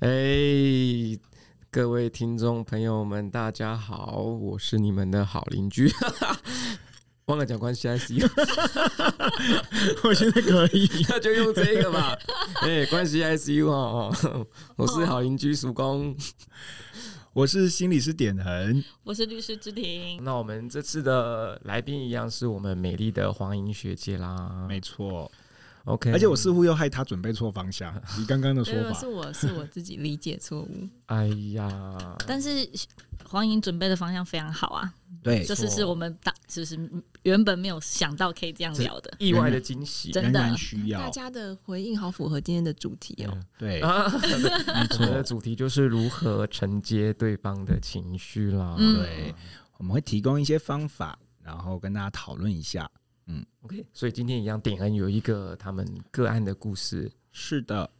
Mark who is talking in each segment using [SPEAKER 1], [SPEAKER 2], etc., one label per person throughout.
[SPEAKER 1] 哎、各位听众朋友们，大家好，我是你们的好邻居。 忘了讲关系 ICU，
[SPEAKER 2] 我觉得可以。
[SPEAKER 1] 那就用这个吧。哎、关系 ICU 哦，哦我是好邻居曙光。
[SPEAKER 2] 我是心理师点恒，
[SPEAKER 3] 我是律师之庭，
[SPEAKER 1] 那我们这次的来宾一样是我们美丽的黄莹学姐啦。
[SPEAKER 2] 没错。
[SPEAKER 1] OK，
[SPEAKER 2] 而且我似乎又害他准备错方 向，以刚刚的说
[SPEAKER 3] 没有是
[SPEAKER 2] 法，
[SPEAKER 3] 我是我自己理解错误，
[SPEAKER 1] 哎呀，
[SPEAKER 3] 但是黄莹准备的方向非常好啊，
[SPEAKER 2] 对
[SPEAKER 3] 就是
[SPEAKER 1] 错
[SPEAKER 3] 是我们当就是原本没有想到可以这样聊的，
[SPEAKER 1] 意外的惊喜
[SPEAKER 3] 真
[SPEAKER 2] 仍
[SPEAKER 3] 的
[SPEAKER 2] 然需
[SPEAKER 4] 大
[SPEAKER 2] 要。
[SPEAKER 4] 家的回应好符合今天的主题哦。
[SPEAKER 2] 对，
[SPEAKER 1] 啊！
[SPEAKER 2] 没
[SPEAKER 1] 我们的
[SPEAKER 2] 错，
[SPEAKER 1] 主题就是如何承接对方的情绪啦。
[SPEAKER 3] 嗯
[SPEAKER 2] 对，我们会提供一些方法，然后跟大家讨论一下。
[SPEAKER 1] OK，所以今天一样，点恩有一个他们个案的故事。
[SPEAKER 2] 是的，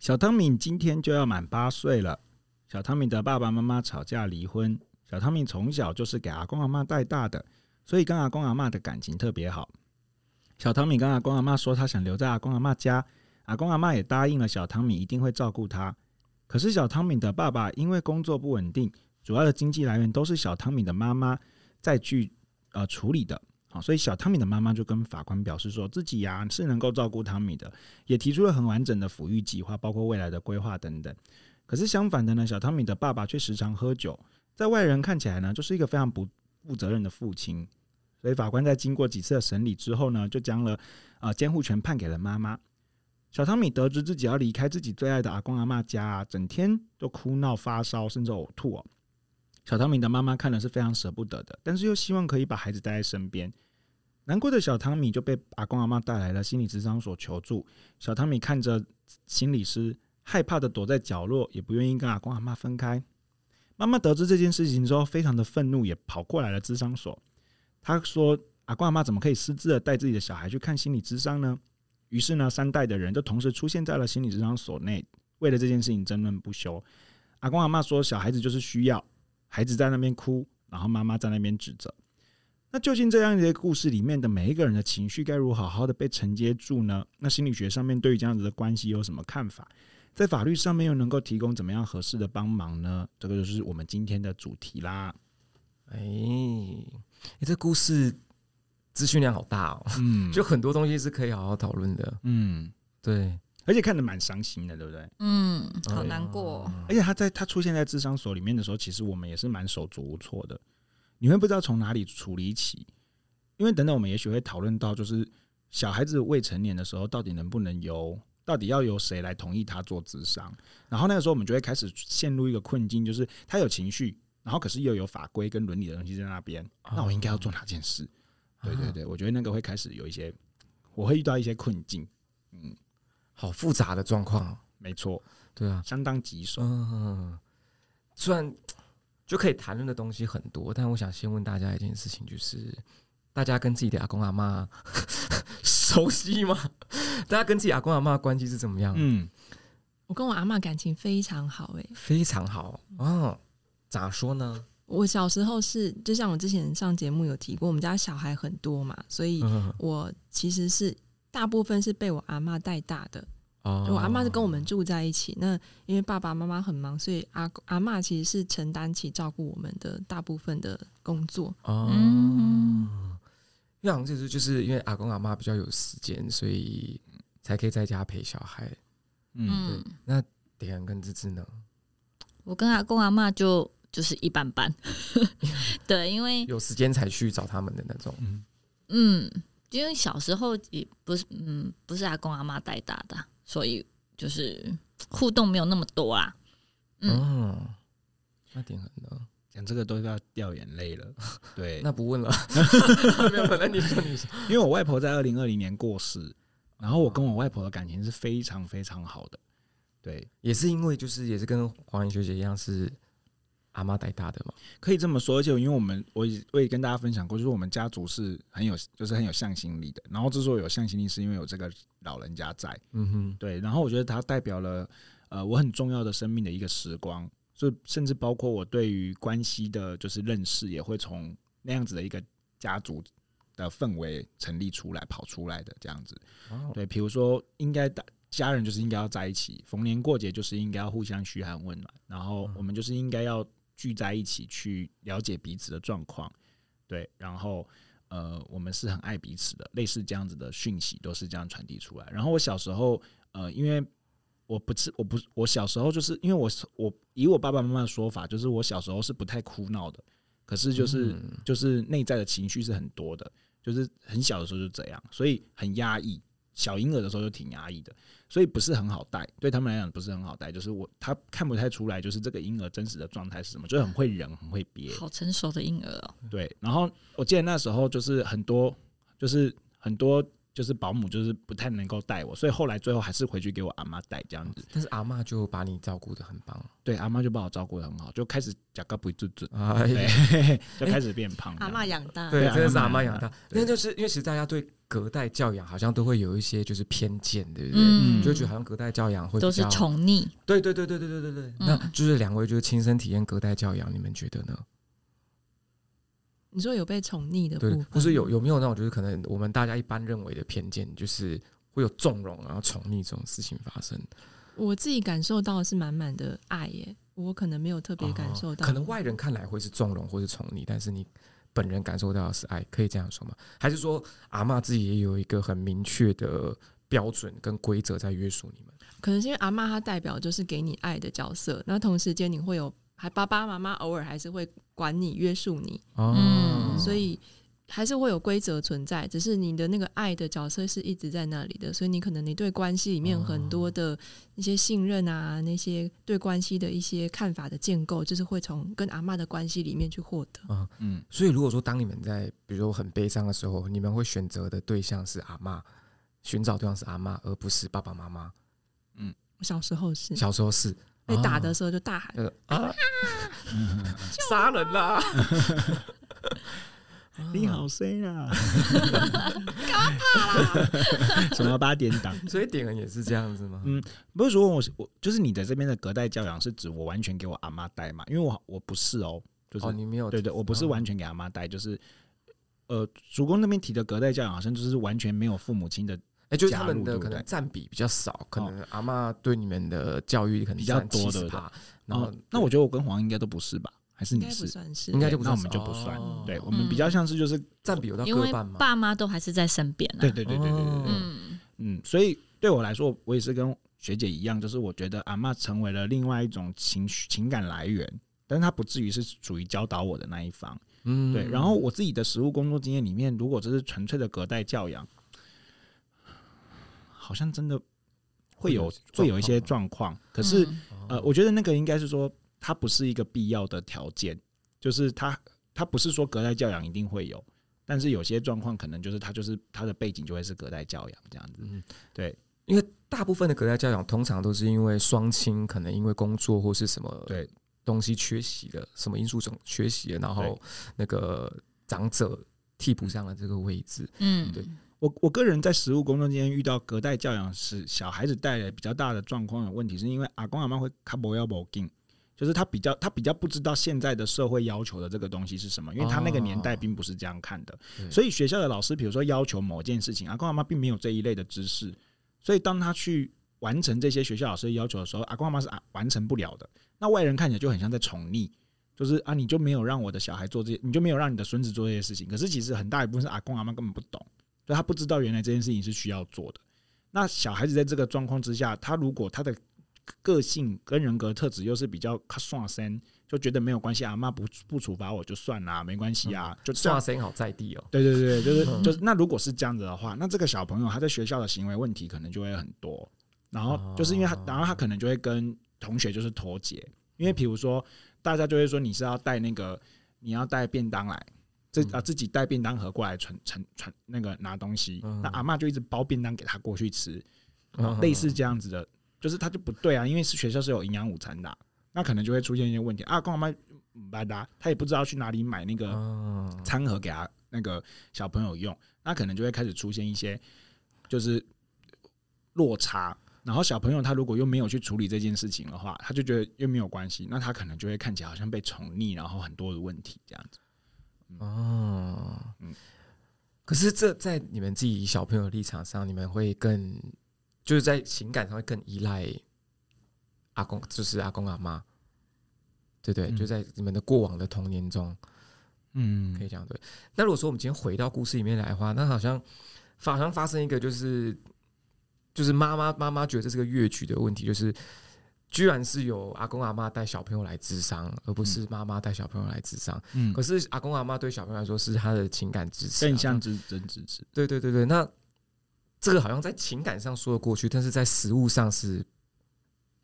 [SPEAKER 2] 小汤米今天就要满八岁了。小汤米的爸爸妈妈吵架离婚，小汤米从小就是给阿公阿妈带大的，所以跟阿公阿妈的感情特别好。小汤米跟阿公阿妈说，他想留在阿公阿妈家，阿公阿妈也答应了小汤米一定会照顾他。可是小汤米的爸爸因为工作不稳定，主要的经济来源都是小汤米的妈妈在去呃处理的。好，所以小汤米的妈妈就跟法官表示说，自己呀、是能够照顾汤米的，也提出了很完整的抚育计划，包括未来的规划等等。可是相反的呢，小汤米的爸爸却时常喝酒，在外人看起来呢，就是一个非常不负责任的父亲。所以法官在经过几次的审理之后呢，就将了呃监护权判给了妈妈。小汤米得知自己要离开自己最爱的阿公阿妈家、啊，整天都哭闹、发烧，甚至呕吐哦。小汤米的妈妈看了是非常舍不得的，但是又希望可以把孩子带在身边。难过的小汤米就被阿公阿妈带来了心理智商所求助。小汤米看着心理师，害怕的躲在角落，也不愿意跟阿公阿妈分开。妈妈得知这件事情之后，非常的愤怒，也跑过来了智商所。她说：“阿公阿妈怎么可以私自的带自己的小孩去看心理智商呢？”于是呢，三代的人就同时出现在了心理智商所内，为了这件事情争论不休。阿公阿妈说：“小孩子就是需要，孩子在那边哭，然后妈妈在那边指责。”那究竟这样一个故事里面的每一个人的情绪该如何好好的被承接住呢？那心理学上面对于这样子的关系有什么看法？在法律上面又能够提供怎么样合适的帮忙呢？这个就是我们今天的主题啦。
[SPEAKER 1] 哎、哎这故事资讯量好大哦，
[SPEAKER 2] 嗯
[SPEAKER 1] 就很多东西是可以好好讨论的。
[SPEAKER 2] 嗯，
[SPEAKER 1] 对，
[SPEAKER 2] 而且看得蛮伤心的，对不对？
[SPEAKER 3] 嗯，
[SPEAKER 1] 哎
[SPEAKER 3] 好难过哦，
[SPEAKER 2] 而且他在他出现在智商所里面的时候，其实我们也是蛮手足无措的，你会不知道从哪里处理起，因为等等我们也许会讨论到，就是小孩子未成年的时候，到底能不能由，到底要由谁来同意他做智商，然后那个时候我们就会开始陷入一个困境，就是他有情绪，然后可是又有法规跟伦理的东西在那边，那我应该要做哪件事？对对对，我觉得那个会开始有一些，我会遇到一些困境，嗯
[SPEAKER 1] 好复杂的状况哦。
[SPEAKER 2] 没错，
[SPEAKER 1] 对啊，
[SPEAKER 2] 相当棘手。
[SPEAKER 1] 嗯，虽然就可以谈论的东西很多，但我想先问大家一件事情，就是大家跟自己的阿公阿妈 熟悉吗？大家跟自己阿公阿妈的关系是怎么样？
[SPEAKER 2] 嗯，
[SPEAKER 4] 我跟我阿嬷感情非常好诶、
[SPEAKER 1] 非常好哦。咋说呢？
[SPEAKER 4] 我小时候是，就像我之前上节目有提过，我们家小孩很多嘛，所以
[SPEAKER 1] 嗯，
[SPEAKER 4] 我其实是大部分是被我阿嬷带大的。
[SPEAKER 1] 哦
[SPEAKER 4] 我阿嬷是跟我们住在一起，那因为爸爸妈妈很忙，所以阿阿嬷其实是承担起照顾我们的大部分的工作。
[SPEAKER 1] 哦，
[SPEAKER 3] 嗯
[SPEAKER 1] 因为好像就是就是因为阿公阿妈比较有时间，所以才可以在家陪小孩。
[SPEAKER 2] 嗯
[SPEAKER 3] 嗯，
[SPEAKER 1] 点燃跟芝芝呢，
[SPEAKER 3] 我跟阿公阿妈就就是一 般般，对，因
[SPEAKER 4] 嗯
[SPEAKER 3] 为
[SPEAKER 1] 有时间才去找他们的那种。
[SPEAKER 2] 嗯
[SPEAKER 3] 嗯，因为小时候也不是嗯不是阿公阿妈带大的啊，所以就是互动没有那么多啦，嗯
[SPEAKER 1] 嗯，那点很呢？
[SPEAKER 2] 讲这个都要掉眼泪了，对，
[SPEAKER 1] 那不问了， 没有，那你说你说，
[SPEAKER 2] 因为我外婆在二零二零年过世，然后我跟我外婆的感情是非常非常好的。对，
[SPEAKER 1] 也是因为就是也是跟黄莹学姐一样是阿妈带大的嘛，
[SPEAKER 2] 可以这么说。而且因为我们我也我也跟大家分享过，就是我们家族是很有就是很有向心力的。然后之所以有向心力，是因为有这个老人家在。
[SPEAKER 1] 嗯哼，
[SPEAKER 2] 对，然后我觉得它代表了呃我很重要的生命的一个时光，就甚至包括我对于关系的就是认识，也会从那样子的一个家族的氛围成立出来、跑出来的这样子。
[SPEAKER 1] 哦
[SPEAKER 2] 对，比如说应该大家人就是应该要在一起，逢年过节就是应该要互相嘘寒问暖，然后
[SPEAKER 1] 嗯
[SPEAKER 2] 我们就是应该要聚在一起去了解彼此的状况，对，然后呃，我们是很爱彼此的，类似这样子的讯息都是这样传递出来。然后我小时候呃，因为我不是我不我小时候就是因为我我以我爸爸妈妈的说法，就是我小时候是不太哭闹的，可是就是、
[SPEAKER 1] 嗯
[SPEAKER 2] 就是内在的情绪是很多的，就是很小的时候就这样，所以很压抑。小婴儿的时候就挺压抑的，所以不是很好带，对他们来讲不是很好带。就是我他看不太出来，就是这个婴儿真实的状态是什么，就是很会忍，很会憋。
[SPEAKER 3] 好成熟的婴儿哦，
[SPEAKER 2] 对，然后我记得那时候就是很多，就是很多就是保姆就是不太能够带我，所以后来最后还是回去给我阿妈带这样子。
[SPEAKER 1] 但是阿嬷就把你照顾的很棒，
[SPEAKER 2] 对，阿妈就把我照顾的很好，就开始讲个不准准，
[SPEAKER 1] 哎
[SPEAKER 2] 对
[SPEAKER 1] 呀，，
[SPEAKER 2] 就开始变胖这
[SPEAKER 4] 阿
[SPEAKER 2] 样。
[SPEAKER 4] 嬷养大，
[SPEAKER 1] 对，
[SPEAKER 2] 对
[SPEAKER 1] 真的是
[SPEAKER 2] 阿
[SPEAKER 1] 阿
[SPEAKER 2] 嬷
[SPEAKER 1] 嬷
[SPEAKER 2] 养
[SPEAKER 1] 养
[SPEAKER 2] 大
[SPEAKER 1] 大。
[SPEAKER 2] 对
[SPEAKER 1] 那就是因为其实大家对隔代教养好像都会有一些就是偏见，对不对？
[SPEAKER 3] 嗯，
[SPEAKER 1] 就会觉得好像隔代教养会比
[SPEAKER 3] 都是
[SPEAKER 1] 较
[SPEAKER 3] 宠溺，
[SPEAKER 1] 对对对对对对对对，那
[SPEAKER 4] 嗯
[SPEAKER 1] 就是两位就是亲身体验隔代教养，你们觉得呢？
[SPEAKER 4] 你说有被宠溺的
[SPEAKER 1] 对
[SPEAKER 4] 部分，，
[SPEAKER 1] 或是有有没有那种就是可能我们大家一般认为的偏见，就是会有纵容然后宠溺这种事情发生？
[SPEAKER 4] 我自己感受到的是满满的爱耶，我可能没有特别感受到，
[SPEAKER 1] 哦可能外人看来会是纵容或是宠溺，但是你本人感受到的是爱，可以这样说吗？还是说阿嬷自己也有一个很明确的标准跟规则在约束你们？
[SPEAKER 4] 可能是因为阿嬷她代表就是给你爱的角色，那同时间你会有还爸爸妈妈偶尔还是会管你约束你，
[SPEAKER 1] 哦
[SPEAKER 3] 嗯
[SPEAKER 4] 所以还是会有规则存在，只是你的那个爱的角色是一直在那里的，所以你可能你对关系里面
[SPEAKER 1] 哦
[SPEAKER 4] 很多的那些信任啊，那些对关系的一些看法的建构，就是会从跟阿嬷的关系里面去获得。
[SPEAKER 2] 嗯，
[SPEAKER 1] 所以如果说当你们在比如说很悲伤的时候，你们会选择的对象是阿嬷，寻找对象是阿嬷，而不是爸爸妈妈。
[SPEAKER 4] 我小时候是
[SPEAKER 1] 小时候是
[SPEAKER 4] 被打的
[SPEAKER 1] 哦
[SPEAKER 4] 时候就大喊，
[SPEAKER 1] 就是啊，杀人啦！
[SPEAKER 2] 你好 C 啊，干嘛怕 啦？什么八点档？
[SPEAKER 1] 所以点人也是这样子吗？哦
[SPEAKER 2] 嗯不是说我是我就是你的这边的隔代教养是指我完全给我阿妈带嘛？因为我我不是哦，就是、
[SPEAKER 1] 哦，你没有
[SPEAKER 2] 对对，我不是
[SPEAKER 1] 哦
[SPEAKER 2] 完全给阿妈带，就是呃，主公那边提的隔代教养好像就是完全没有父母亲的
[SPEAKER 1] 哎、就是
[SPEAKER 2] 加
[SPEAKER 1] 他们
[SPEAKER 2] 入
[SPEAKER 1] 的
[SPEAKER 2] 对不
[SPEAKER 1] 可能
[SPEAKER 2] 对
[SPEAKER 1] 占比比较少，可能阿嬷对你们的教育可能
[SPEAKER 2] 比较
[SPEAKER 1] 占
[SPEAKER 2] 多对
[SPEAKER 1] 70%
[SPEAKER 2] 不对
[SPEAKER 1] 然后、
[SPEAKER 2] 哦那我觉得我跟黄应该都不是吧？还是
[SPEAKER 4] 应
[SPEAKER 2] 你
[SPEAKER 4] 该不
[SPEAKER 2] 是？
[SPEAKER 4] 算是
[SPEAKER 1] 应该就不
[SPEAKER 2] 那
[SPEAKER 1] 算
[SPEAKER 2] 我
[SPEAKER 1] 是
[SPEAKER 2] 们就不算。
[SPEAKER 1] 哦
[SPEAKER 2] 对我们比
[SPEAKER 3] 嗯
[SPEAKER 2] 较像是就是
[SPEAKER 1] 占比有到
[SPEAKER 3] 因
[SPEAKER 1] 各
[SPEAKER 3] 为
[SPEAKER 1] 半嘛。
[SPEAKER 3] 爸妈都还是在身边啊，
[SPEAKER 2] 对对对对对对对，
[SPEAKER 3] 嗯，
[SPEAKER 2] 嗯，所以对我来说，我也是跟学姐一样，就是我觉得阿嬷成为了另外一种情绪情感来源，但是她不至于是属于教导我的那一方。
[SPEAKER 1] 嗯
[SPEAKER 2] 对，然后我自己的实务工作经验里面，如果这是纯粹的隔代教养，好像真的会有
[SPEAKER 1] 会有
[SPEAKER 2] 会有一些状况。可是、
[SPEAKER 3] 嗯
[SPEAKER 2] 呃，我觉得那个应该是说，它不是一个必要的条件，就是它它不是说隔代教养一定会有，但是有些状况可能就是它就是它的背景就会是隔代教养这样子。
[SPEAKER 1] 嗯
[SPEAKER 2] 对，
[SPEAKER 1] 因为大部分的隔代教养通常都是因为双亲可能因为工作或是什么
[SPEAKER 2] 对
[SPEAKER 1] 东西缺席了，什么因素总缺席了，然后
[SPEAKER 2] 对
[SPEAKER 1] 那个长者替补上了这个位置。
[SPEAKER 3] 嗯，
[SPEAKER 1] 对
[SPEAKER 2] 我我个人在实务工作间遇到隔代教养时，小孩子带来比较大的状况的问题，是因为阿公阿妈会卡不要不进，就是他比较他比较不知道现在的社会要求的这个东西是什么，因为他那个年代
[SPEAKER 1] 哦
[SPEAKER 2] 并不是这样看的，
[SPEAKER 1] 对
[SPEAKER 2] 所以学校的老师比如说要求某件事情，阿公阿妈并没有这一类的知识，所以当他去完成这些学校老师的要求的时候，阿公阿妈是啊完成不了的。那外人看起来就很像在宠溺，就是啊，你就没有让我的小孩做这些，你就没有让你的孙子做这些事情。可是其实很大一部分是阿公阿妈根本不懂，就他不知道原来这件事情是需要做的。那小孩子在这个状况之下，他如果他的个性跟人格特质又是比较卡耍身，就觉得没有关系，阿妈不不处罚我就算啦、没关系啊，就这样
[SPEAKER 1] 哇，声音好在地哦。
[SPEAKER 2] 对对对，就是
[SPEAKER 1] 嗯
[SPEAKER 2] 就是。那如果是这样子的话，那这个小朋友他在学校的行为问题可能就会很多。然后就是因为他
[SPEAKER 1] 哦，
[SPEAKER 2] 然后他可能就会跟同学就是脱节，因为比如说大家就会说你是要带那个你要带便当来，自
[SPEAKER 1] 嗯
[SPEAKER 2] 啊自己带便当盒过来存存存那个拿东西，
[SPEAKER 1] 嗯
[SPEAKER 2] 那阿嬷就一直包便当给他过去吃，哦嗯
[SPEAKER 1] 啊
[SPEAKER 2] 类似这样子的，就是他就不对啊，因为是学校是有营养午餐的啊、那可能就会出现一些问题啊，跟阿妈拜达，他也不知道去哪里买那个
[SPEAKER 1] 嗯，
[SPEAKER 2] 餐盒给他那个小朋友用，那可能就会开始出现一些就是落差。然后小朋友他如果又没有去处理这件事情的话，他就觉得又没有关系，那他可能就会看起来好像被宠溺，然后很多的问题这样子。
[SPEAKER 1] 哦，
[SPEAKER 2] 嗯
[SPEAKER 1] 可是这在你们自己小朋友的立场上，你们会更就是在情感上会更依赖阿公，就是阿公阿妈，对不对？
[SPEAKER 2] 嗯
[SPEAKER 1] 就在你们的过往的童年中，可以
[SPEAKER 2] 嗯，
[SPEAKER 1] 这样对。那如果说我们今天回到故事里面来的话，那好像好像发生一个就是就是妈妈妈妈觉得这是个越剧的问题，就是居然是有阿公阿妈带小朋友来智商，而不是妈妈带小朋友来智商。
[SPEAKER 2] 嗯
[SPEAKER 1] 可，是阿公阿妈对小朋友来说是他的情感支持啊、
[SPEAKER 2] 更像支真支持，
[SPEAKER 1] 对对对对，那这个好像在情感上说得过去，但是在实物上是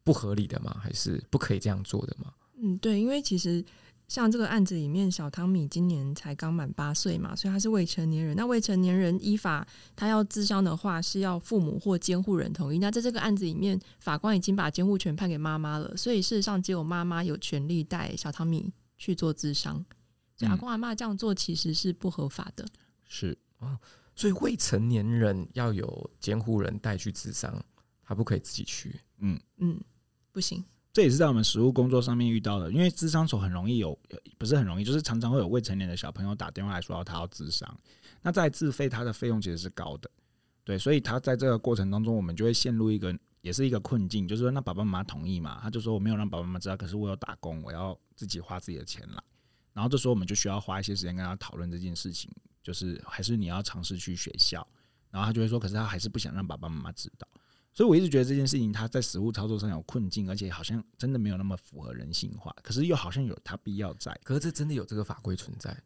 [SPEAKER 1] 不合理的吗？还是不可以这样做的吗？
[SPEAKER 4] 嗯，对，因为其实像这个案子里面，小汤米今年才刚满八岁嘛，所以他是未成年人。那未成年人依法他要自伤的话，是要父母或监护人同意。那在这个案子里面，法官已经把监护权判给妈妈了，所以事实上只有妈妈有权利带小汤米去做自伤。所以阿
[SPEAKER 2] 嗯
[SPEAKER 4] 公阿妈这样做其实是不合法的。
[SPEAKER 2] 是
[SPEAKER 1] 所以未成年人要有监护人带去智商，他不可以自己去。
[SPEAKER 4] 嗯，不行。
[SPEAKER 2] 这也是在我们实务工作上面遇到的，因为智商所很容易有，呃不是很容易，就是常常会有未成年的小朋友打电话来说他要智商，那在自费他的费用其实是高的，对，所以他在这个过程当中，我们就会陷入一个也是一个困境，就是说那爸爸妈妈同意嘛，他就说我没有让爸爸妈妈知道，可是我有打工，我要自己花自己的钱来，然后这时候我们就需要花一些时间跟他讨论这件事情，就是还是你要尝试去学校，然后他就会说，可是他还是不想让爸爸妈妈知道。所以我一直觉得这件事情它在实物操作上有困境，而且好像真的没有那么符合人性化，可是又好像有它必要在。
[SPEAKER 1] 可是这真的有这个法规存在，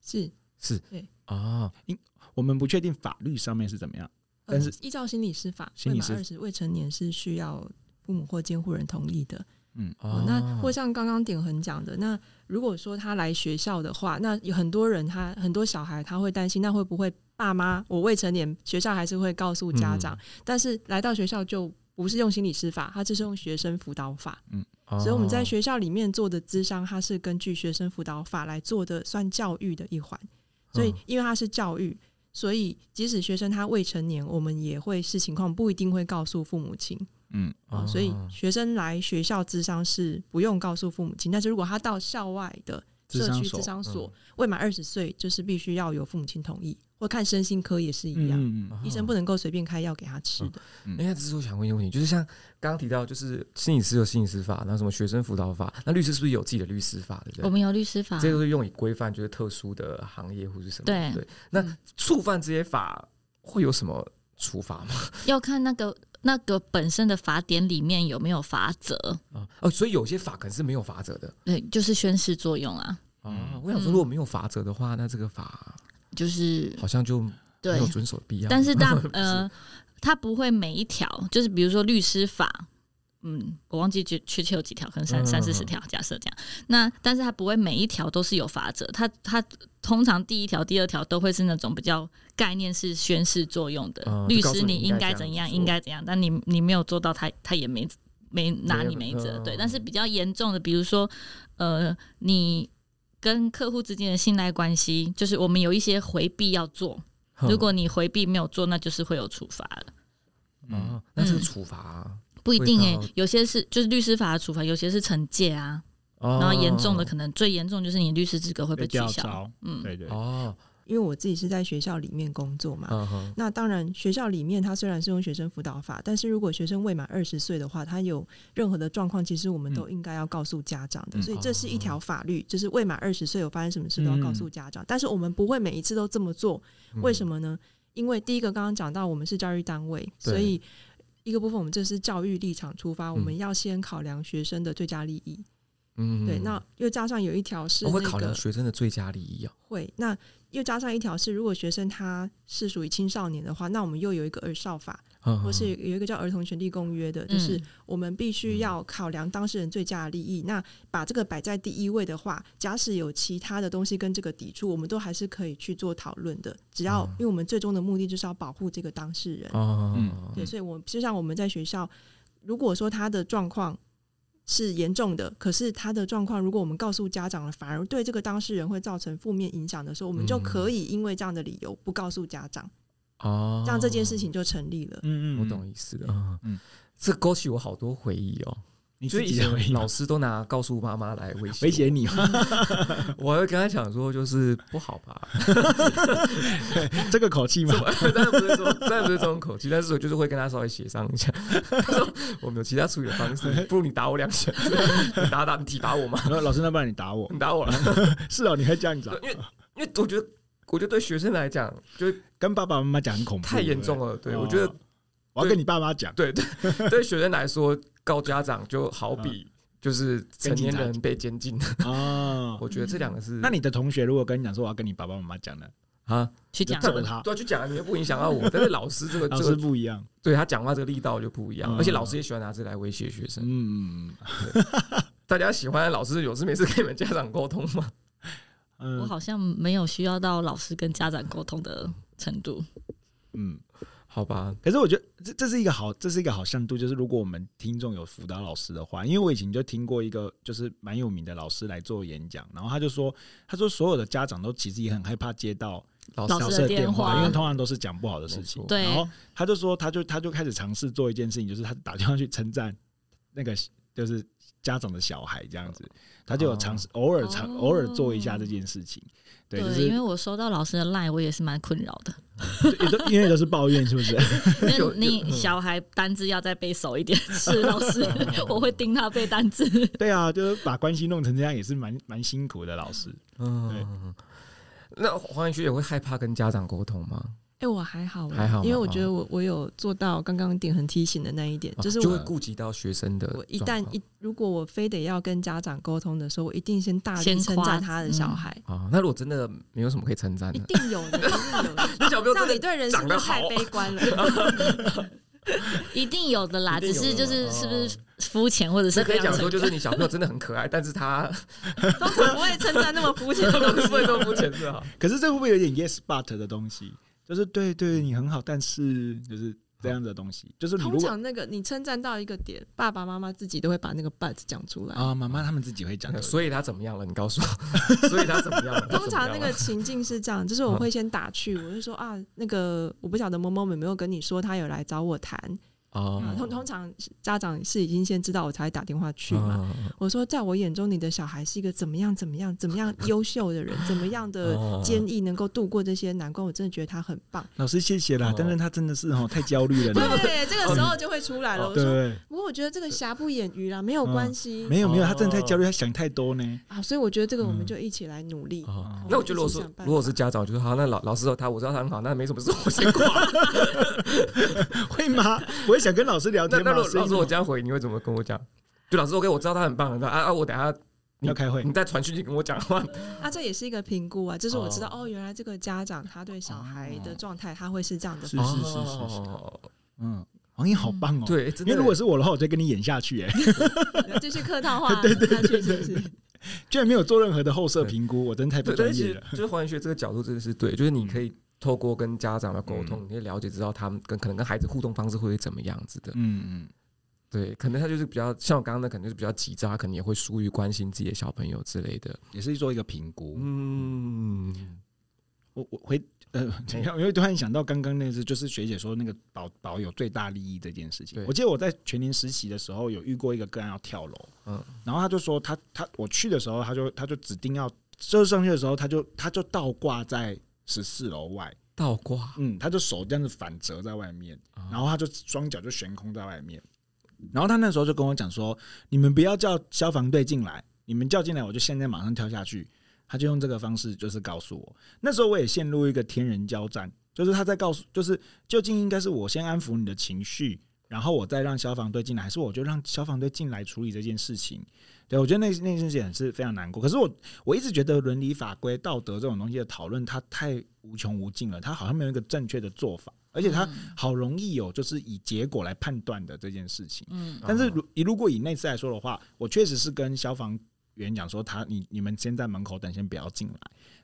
[SPEAKER 4] 是，
[SPEAKER 1] 是
[SPEAKER 4] 对
[SPEAKER 1] 哦，
[SPEAKER 2] 我们不确定法律上面是怎么样，
[SPEAKER 4] 呃
[SPEAKER 2] 但是
[SPEAKER 4] 依照心理师法，
[SPEAKER 2] 心理
[SPEAKER 4] 未满二十未成年是需要父母或监护人同意的。
[SPEAKER 2] 嗯，
[SPEAKER 1] 哦
[SPEAKER 4] 哦，那或像刚刚点恒讲的，那如果说他来学校的话，那有很多人他很多小孩他会担心，那会不会爸妈我未成年，学校还是会告诉家长，但是来到学校就不是用心理师法，他就是用学生辅导法，
[SPEAKER 1] 哦
[SPEAKER 4] 所以我们在学校里面做的咨商，它是根据学生辅导法来做的，算教育的一环。所以
[SPEAKER 1] 嗯，
[SPEAKER 4] 因为它是教育，所以即使学生他未成年，我们也会视情况不一定会告诉父母亲。
[SPEAKER 2] 嗯，
[SPEAKER 4] 啊，所以
[SPEAKER 1] 哦
[SPEAKER 4] 学生来学校智商是不用告诉父母亲，但是如果他到校外的
[SPEAKER 2] 智
[SPEAKER 4] 社
[SPEAKER 2] 商
[SPEAKER 4] 区
[SPEAKER 2] 所嗯
[SPEAKER 4] 智，商所，未满二十岁，就是必须要有父母亲同意，或看身心科也是一样，
[SPEAKER 2] 嗯哦嗯
[SPEAKER 1] 哦
[SPEAKER 4] 医生不能够随便开药给他吃
[SPEAKER 1] 嗯
[SPEAKER 4] 的。
[SPEAKER 1] 哎，那只是我想问一个问题，就是像刚刚提到，就是心理师有心理师法，然后什么学生辅导法，那律师是不是有自己的律师法？对不
[SPEAKER 3] 我
[SPEAKER 1] 对？
[SPEAKER 3] 们有律师法，
[SPEAKER 1] 这都是用以规范就是特殊的行业或是什么。
[SPEAKER 3] 对
[SPEAKER 1] 对，
[SPEAKER 4] 嗯
[SPEAKER 1] 那触犯这些法会有什么处罚吗？
[SPEAKER 3] 要看那个那个本身的法典里面有没有法则，
[SPEAKER 1] 啊 哦，所以有些法可能是没有法则的
[SPEAKER 3] 对，就是宣示作用啊，
[SPEAKER 1] 啊
[SPEAKER 2] 嗯。
[SPEAKER 1] 我想说，
[SPEAKER 3] 嗯
[SPEAKER 1] 如果没有法则的话，那这个法
[SPEAKER 3] 就是
[SPEAKER 1] 好像就没
[SPEAKER 3] 对
[SPEAKER 1] 有，遵守的必要。
[SPEAKER 3] 但 是大呃，它不会每一条，就是比如说律师法。嗯，我忘记确确切有几条，可能三
[SPEAKER 1] 嗯
[SPEAKER 3] 三四十条，假设这样。那但是它不会每一条都是有法则，它它通常第一条、第二条都会是那种比较概念是宣示作用的。
[SPEAKER 1] 嗯
[SPEAKER 3] 律
[SPEAKER 1] 就告诉
[SPEAKER 3] 师
[SPEAKER 1] 你应
[SPEAKER 3] 应
[SPEAKER 1] 该
[SPEAKER 3] 该
[SPEAKER 1] 这
[SPEAKER 3] 怎
[SPEAKER 1] 样
[SPEAKER 3] 样，
[SPEAKER 1] 做
[SPEAKER 3] 应该怎样，但你你没有做到他，他也没没拿
[SPEAKER 1] 没有
[SPEAKER 3] 你没辙。对，
[SPEAKER 1] 嗯
[SPEAKER 3] 但是比较严重的，比如说呃，你跟客户之间的信赖关系，就是我们有一些回避要做，
[SPEAKER 1] 哼
[SPEAKER 3] 如果你回避没有做，那就是会有处罚了，
[SPEAKER 1] 啊，那这个
[SPEAKER 3] 嗯
[SPEAKER 1] 处罚啊
[SPEAKER 3] 不一定诶、
[SPEAKER 1] 会到
[SPEAKER 3] 有些是就是律师法的处罚，有些是惩戒啊，
[SPEAKER 1] 哦
[SPEAKER 3] 然后严重的可能最严重就是你律师资格会被
[SPEAKER 2] 被
[SPEAKER 3] 取
[SPEAKER 2] 吊
[SPEAKER 3] 消。
[SPEAKER 2] 招，
[SPEAKER 3] 嗯，
[SPEAKER 2] 对对，
[SPEAKER 1] 哦，
[SPEAKER 4] 因为我自己是在学校里面工作
[SPEAKER 2] 哦
[SPEAKER 4] 嘛，
[SPEAKER 1] 嗯哼，
[SPEAKER 4] 那当然，学校里面它虽然是用学生辅导法，但是如果学生未满二十岁的话，他有任何的状况，其实我们都应该要告诉家长的。
[SPEAKER 2] 嗯
[SPEAKER 4] 所以这是一条法律，就是未满二十岁有发生什么事都要告诉家长。但是我们不会每一次都这么做，为什
[SPEAKER 1] 么？
[SPEAKER 4] 么呢？因为第一个刚刚讲到，我们是教育单位，
[SPEAKER 1] 对
[SPEAKER 4] 所以一个部分我们这是教育立场出发，我们
[SPEAKER 1] 嗯
[SPEAKER 4] 要先考量学生的最佳利益。
[SPEAKER 1] 嗯
[SPEAKER 4] 对，那又加上有一条是
[SPEAKER 1] 我
[SPEAKER 4] 那
[SPEAKER 1] 会
[SPEAKER 4] 个
[SPEAKER 1] 考量学生的最佳利益啊。
[SPEAKER 4] 会。那又加上一条是，如果学生他是属于青少年的话，那我们又有一个儿少法，
[SPEAKER 1] 嗯
[SPEAKER 4] 或是有一个叫《儿童权利公约》的，就是我们必须
[SPEAKER 1] 嗯
[SPEAKER 4] 要考量当事人最佳的利益。那把这个摆在第一位的话，假使有其他的东西跟这个抵触，我们都还是可以去做讨论的。只要
[SPEAKER 1] 嗯
[SPEAKER 4] 因为我们最终的目的就是要保护这个当事人，
[SPEAKER 1] 哦，
[SPEAKER 2] 嗯
[SPEAKER 4] 对，所以我就像我们在学校，如果说他的状况。是严重的，可是他的状况，如果我们告诉家长了，反而对这个当事人会造成负面影响的时候，我们就
[SPEAKER 1] 嗯
[SPEAKER 4] 可以因为这样的理由不告诉家长，
[SPEAKER 1] 哦，
[SPEAKER 4] 这样这件事情就成立了。
[SPEAKER 2] 嗯
[SPEAKER 1] 我懂，意思了。嗯
[SPEAKER 2] 嗯
[SPEAKER 1] 这勾起我好多回忆哦。
[SPEAKER 2] 你
[SPEAKER 1] 所
[SPEAKER 2] 自
[SPEAKER 1] 以以
[SPEAKER 2] 己的回
[SPEAKER 1] 前
[SPEAKER 2] 忆
[SPEAKER 1] 老师都拿告诉妈妈来威胁
[SPEAKER 2] 威胁你吗？
[SPEAKER 1] 我，我还会跟他讲说，就是不好吧，
[SPEAKER 2] 这个口 气吗
[SPEAKER 1] 这？么 当然不是说，当然不是这种口气，但是我就是会跟他稍微协商一下，说我们有其他处理的方式，不如你打我两拳，你打打你体罚我嘛，
[SPEAKER 2] 然 后老师，那不然你打我？
[SPEAKER 1] 你打我了，
[SPEAKER 2] 是哦，你会这样子啊、
[SPEAKER 1] 对嗯因为因为我觉得。我觉得对学生来讲，就是
[SPEAKER 2] 跟爸爸妈妈讲很恐怖，
[SPEAKER 1] 太严重
[SPEAKER 2] 了。
[SPEAKER 1] 了。对
[SPEAKER 2] 哦
[SPEAKER 1] 我觉得，
[SPEAKER 2] 我要跟你爸妈讲，
[SPEAKER 1] 对对，对学生来说，告家长就好比就是成年人被监禁。
[SPEAKER 2] 哦。
[SPEAKER 1] 我觉得这两个是，
[SPEAKER 2] 那你的同学如果跟你讲说我要跟你爸爸妈妈讲呢，
[SPEAKER 1] 啊，
[SPEAKER 3] 去讲
[SPEAKER 2] 这揍他
[SPEAKER 1] 对啊，去讲啊你又不影响到我，但是老师这个
[SPEAKER 2] 老
[SPEAKER 1] 这
[SPEAKER 2] 师
[SPEAKER 1] 个
[SPEAKER 2] 不一样。
[SPEAKER 1] 对他讲话这个力道就不一样，
[SPEAKER 2] 嗯
[SPEAKER 1] 而且老师也喜欢拿这来威胁学生。
[SPEAKER 2] 嗯嗯
[SPEAKER 1] 大家喜欢老师有事没事跟你们家长沟通吗？
[SPEAKER 2] 嗯
[SPEAKER 3] 我
[SPEAKER 2] 嗯
[SPEAKER 3] 好像没有需要到老师跟家长沟通的程度。
[SPEAKER 2] 嗯。
[SPEAKER 1] 好吧，
[SPEAKER 2] 可是我觉得这这是一个好，这是一个好向度，就是如果我们听众有辅导老师的话，因为我以前就听过一个就是蛮有名的老师来做演讲，然后他就说，他说所有的家长都其实也很害怕接到
[SPEAKER 1] 老
[SPEAKER 3] 老
[SPEAKER 1] 师
[SPEAKER 3] 师
[SPEAKER 2] 的
[SPEAKER 3] 的
[SPEAKER 2] 电
[SPEAKER 3] 电
[SPEAKER 2] 话，
[SPEAKER 3] 话
[SPEAKER 2] 因为通常都是讲不好的事
[SPEAKER 1] 没
[SPEAKER 2] 情
[SPEAKER 1] 错。
[SPEAKER 3] 对
[SPEAKER 2] 然后他就说，他就他就开始尝试做一件事情，就是他打电话去称赞那个就是家长的小孩这样子，他就有尝试偶尔尝
[SPEAKER 3] 哦
[SPEAKER 2] 偶尔做一下这件事情。对，就
[SPEAKER 3] 因为
[SPEAKER 2] 是
[SPEAKER 3] 我收到老师的 line，我也是蛮困扰的。
[SPEAKER 2] 也都因为都是抱怨，是不是？
[SPEAKER 3] 因
[SPEAKER 1] 有嗯
[SPEAKER 3] 为你小孩单字要再背熟一点，是老 师， 我会盯他背单字。
[SPEAKER 2] 对啊，就是把关系弄成这样也是蛮蛮辛苦的老师。
[SPEAKER 1] 嗯。那黄彦学姐会害怕跟家长沟通吗？
[SPEAKER 4] 哎、我还好欸，
[SPEAKER 1] 还好吗哦
[SPEAKER 4] 因为我觉得我我有做到刚刚点恒提醒的那一点，就是
[SPEAKER 1] 啊就
[SPEAKER 4] 我
[SPEAKER 1] 会顾及到学生的状
[SPEAKER 4] 我
[SPEAKER 1] 况。
[SPEAKER 4] 一旦一如果我非得要跟家长沟通的时候，我一定先大力
[SPEAKER 3] 先
[SPEAKER 4] 称
[SPEAKER 3] 夸嗯
[SPEAKER 4] 赞他的小 孩，
[SPEAKER 1] 啊，那如果真的没有什么可以称赞
[SPEAKER 4] 一
[SPEAKER 1] 的，
[SPEAKER 4] 定有的，一定 有的。
[SPEAKER 1] 那小朋友真
[SPEAKER 4] 这样你
[SPEAKER 1] 的
[SPEAKER 4] 对人
[SPEAKER 1] 长
[SPEAKER 4] 生
[SPEAKER 1] 得
[SPEAKER 4] 都太
[SPEAKER 1] 好
[SPEAKER 4] 悲 观了。
[SPEAKER 3] 一定有的啦，
[SPEAKER 1] 一定
[SPEAKER 3] 只
[SPEAKER 1] 有的
[SPEAKER 3] 是就是
[SPEAKER 1] 嘛
[SPEAKER 3] 是不
[SPEAKER 1] 哦
[SPEAKER 3] 是肤浅，或者是
[SPEAKER 1] 那可以
[SPEAKER 3] 非常
[SPEAKER 1] 讲说，
[SPEAKER 3] 诚
[SPEAKER 1] 就是你小朋友真的很可爱，但是 他
[SPEAKER 4] 通常不会称赞那么肤浅的东西。哦
[SPEAKER 1] 不能这么肤浅是 吧？
[SPEAKER 2] 可是这会不会有点 yes but 的东西？就是对对，你很好，但是就是这样的东西，就是你
[SPEAKER 4] 通
[SPEAKER 2] 如果
[SPEAKER 4] 常那个你称赞到一个点，爸爸妈妈自己都会把那个 but 讲出来。
[SPEAKER 2] 啊，妈妈他们自己会讲的。
[SPEAKER 1] 所以他怎么样了？你告诉我， 所以他怎么样了？他
[SPEAKER 4] 通
[SPEAKER 1] 怎么
[SPEAKER 4] 常
[SPEAKER 1] 样啊嗯
[SPEAKER 4] 那
[SPEAKER 1] 了
[SPEAKER 4] 个情境是这样，就是我会先打趣，我就说啊，那个我不晓得某某有没有跟你说他有来找我谈，啊通
[SPEAKER 1] 哦，
[SPEAKER 4] 通常家长是已经先知道我才打电话去嘛。
[SPEAKER 1] 嘛，
[SPEAKER 4] 我说，在我眼中，你的小孩是一个怎么样、怎么样、怎么样优秀的人，怎么样的
[SPEAKER 1] 哦
[SPEAKER 4] 坚毅能够度过这些难关，我真的觉得他很棒。
[SPEAKER 2] 老师谢谢啦，
[SPEAKER 1] 哦
[SPEAKER 2] 但是他真的是哦太焦虑了呢。
[SPEAKER 4] 对，这个时候就会出来了。我说，
[SPEAKER 2] 哦对，
[SPEAKER 4] 不过我觉得这个瑕不掩瑜啦，没有关系
[SPEAKER 2] 没有没有，
[SPEAKER 1] 哦
[SPEAKER 2] 他真的太焦虑，他想太多呢。
[SPEAKER 4] 啊。所以我觉得这个我们
[SPEAKER 2] 嗯
[SPEAKER 4] 就一起来努力。
[SPEAKER 1] 哦
[SPEAKER 2] 嗯
[SPEAKER 1] 那我觉得，如果说
[SPEAKER 4] 我自己想办法
[SPEAKER 1] 如果是家长，我就说好，那老老师说他我知道他很好，那没什么事，我先挂了。
[SPEAKER 2] 会 吗？我也想跟老师聊
[SPEAKER 1] 那
[SPEAKER 2] 天
[SPEAKER 1] 那
[SPEAKER 2] 吗？
[SPEAKER 1] 如果老师我
[SPEAKER 2] 我
[SPEAKER 1] 这样回，你会怎么跟我讲？就老师 OK，我知道他很棒，那啊啊，我等下你
[SPEAKER 2] 要开会
[SPEAKER 1] 你，再传讯息跟我讲 话。
[SPEAKER 4] 啊，这也是一个评估啊，就是我知道
[SPEAKER 1] 哦
[SPEAKER 4] 哦，原来这个家长他对小孩的状态他会是这样的
[SPEAKER 2] 是
[SPEAKER 4] 方
[SPEAKER 2] 是是是是，
[SPEAKER 1] 哦，
[SPEAKER 2] 嗯，王英好棒哦。，
[SPEAKER 1] 对，真
[SPEAKER 2] 因
[SPEAKER 1] 的
[SPEAKER 2] 为如果是我的话，我就跟你演下去，哎，
[SPEAKER 4] 式，继续客套话对对对对
[SPEAKER 2] 居然没有做任何的后设评估，我真的太不
[SPEAKER 1] 对，但是
[SPEAKER 2] 专
[SPEAKER 1] 其
[SPEAKER 2] 业
[SPEAKER 1] 实
[SPEAKER 2] 了。
[SPEAKER 1] 就是黄元学这个角度真的是对，就是你可以透过跟家长的沟通，
[SPEAKER 2] 嗯
[SPEAKER 1] 你可以了解知道他们跟可能跟孩子互动方式会是怎么样子的。
[SPEAKER 2] 嗯嗯。
[SPEAKER 1] 对，可能他就是比较像我刚刚的，可能就是比较急躁，他可能也会疏于关心自己的小朋友之类的。
[SPEAKER 2] 也是做一个评估。
[SPEAKER 1] 嗯，
[SPEAKER 2] 我我回呃，等一下，因为突然想到刚刚那次，就是学姐说那个保保有最大利益这件事情
[SPEAKER 1] 对。
[SPEAKER 2] 我记得我在全年实习的时候有遇过一个个案要跳楼，嗯
[SPEAKER 1] 嗯，
[SPEAKER 2] 然后他就说他他我去的时候，他就他就指定要，就是上去的时候，他就他就倒挂在十四楼外，
[SPEAKER 1] 倒挂，
[SPEAKER 2] 嗯，他就手这样子反折在外面，
[SPEAKER 1] 啊
[SPEAKER 2] 然后他就双脚就悬空在外面。然后他那时候就跟我讲说：“你们不要叫消防队进来，你们叫进来，我就现在马上跳下去。”他就用这个方式就是告诉我。那时候我也陷入一个天人交战，就是他在告诉，就是究竟应该是我先安抚你的情绪，然后我再让消防队进来，还是我就让消防队进来处理这件事情？对我觉得那那件事情是非常难过。可是我我一直觉得伦理法规、道德这种东西的讨论，它太无穷无尽了，它好像没有一个正确的做法，而且它好容易有就是以结果来判断的这件事情。
[SPEAKER 3] 嗯，
[SPEAKER 2] 但是如如果以那次来说的话，我确实是跟消防员讲说他你你们先在门口等，先不要进来。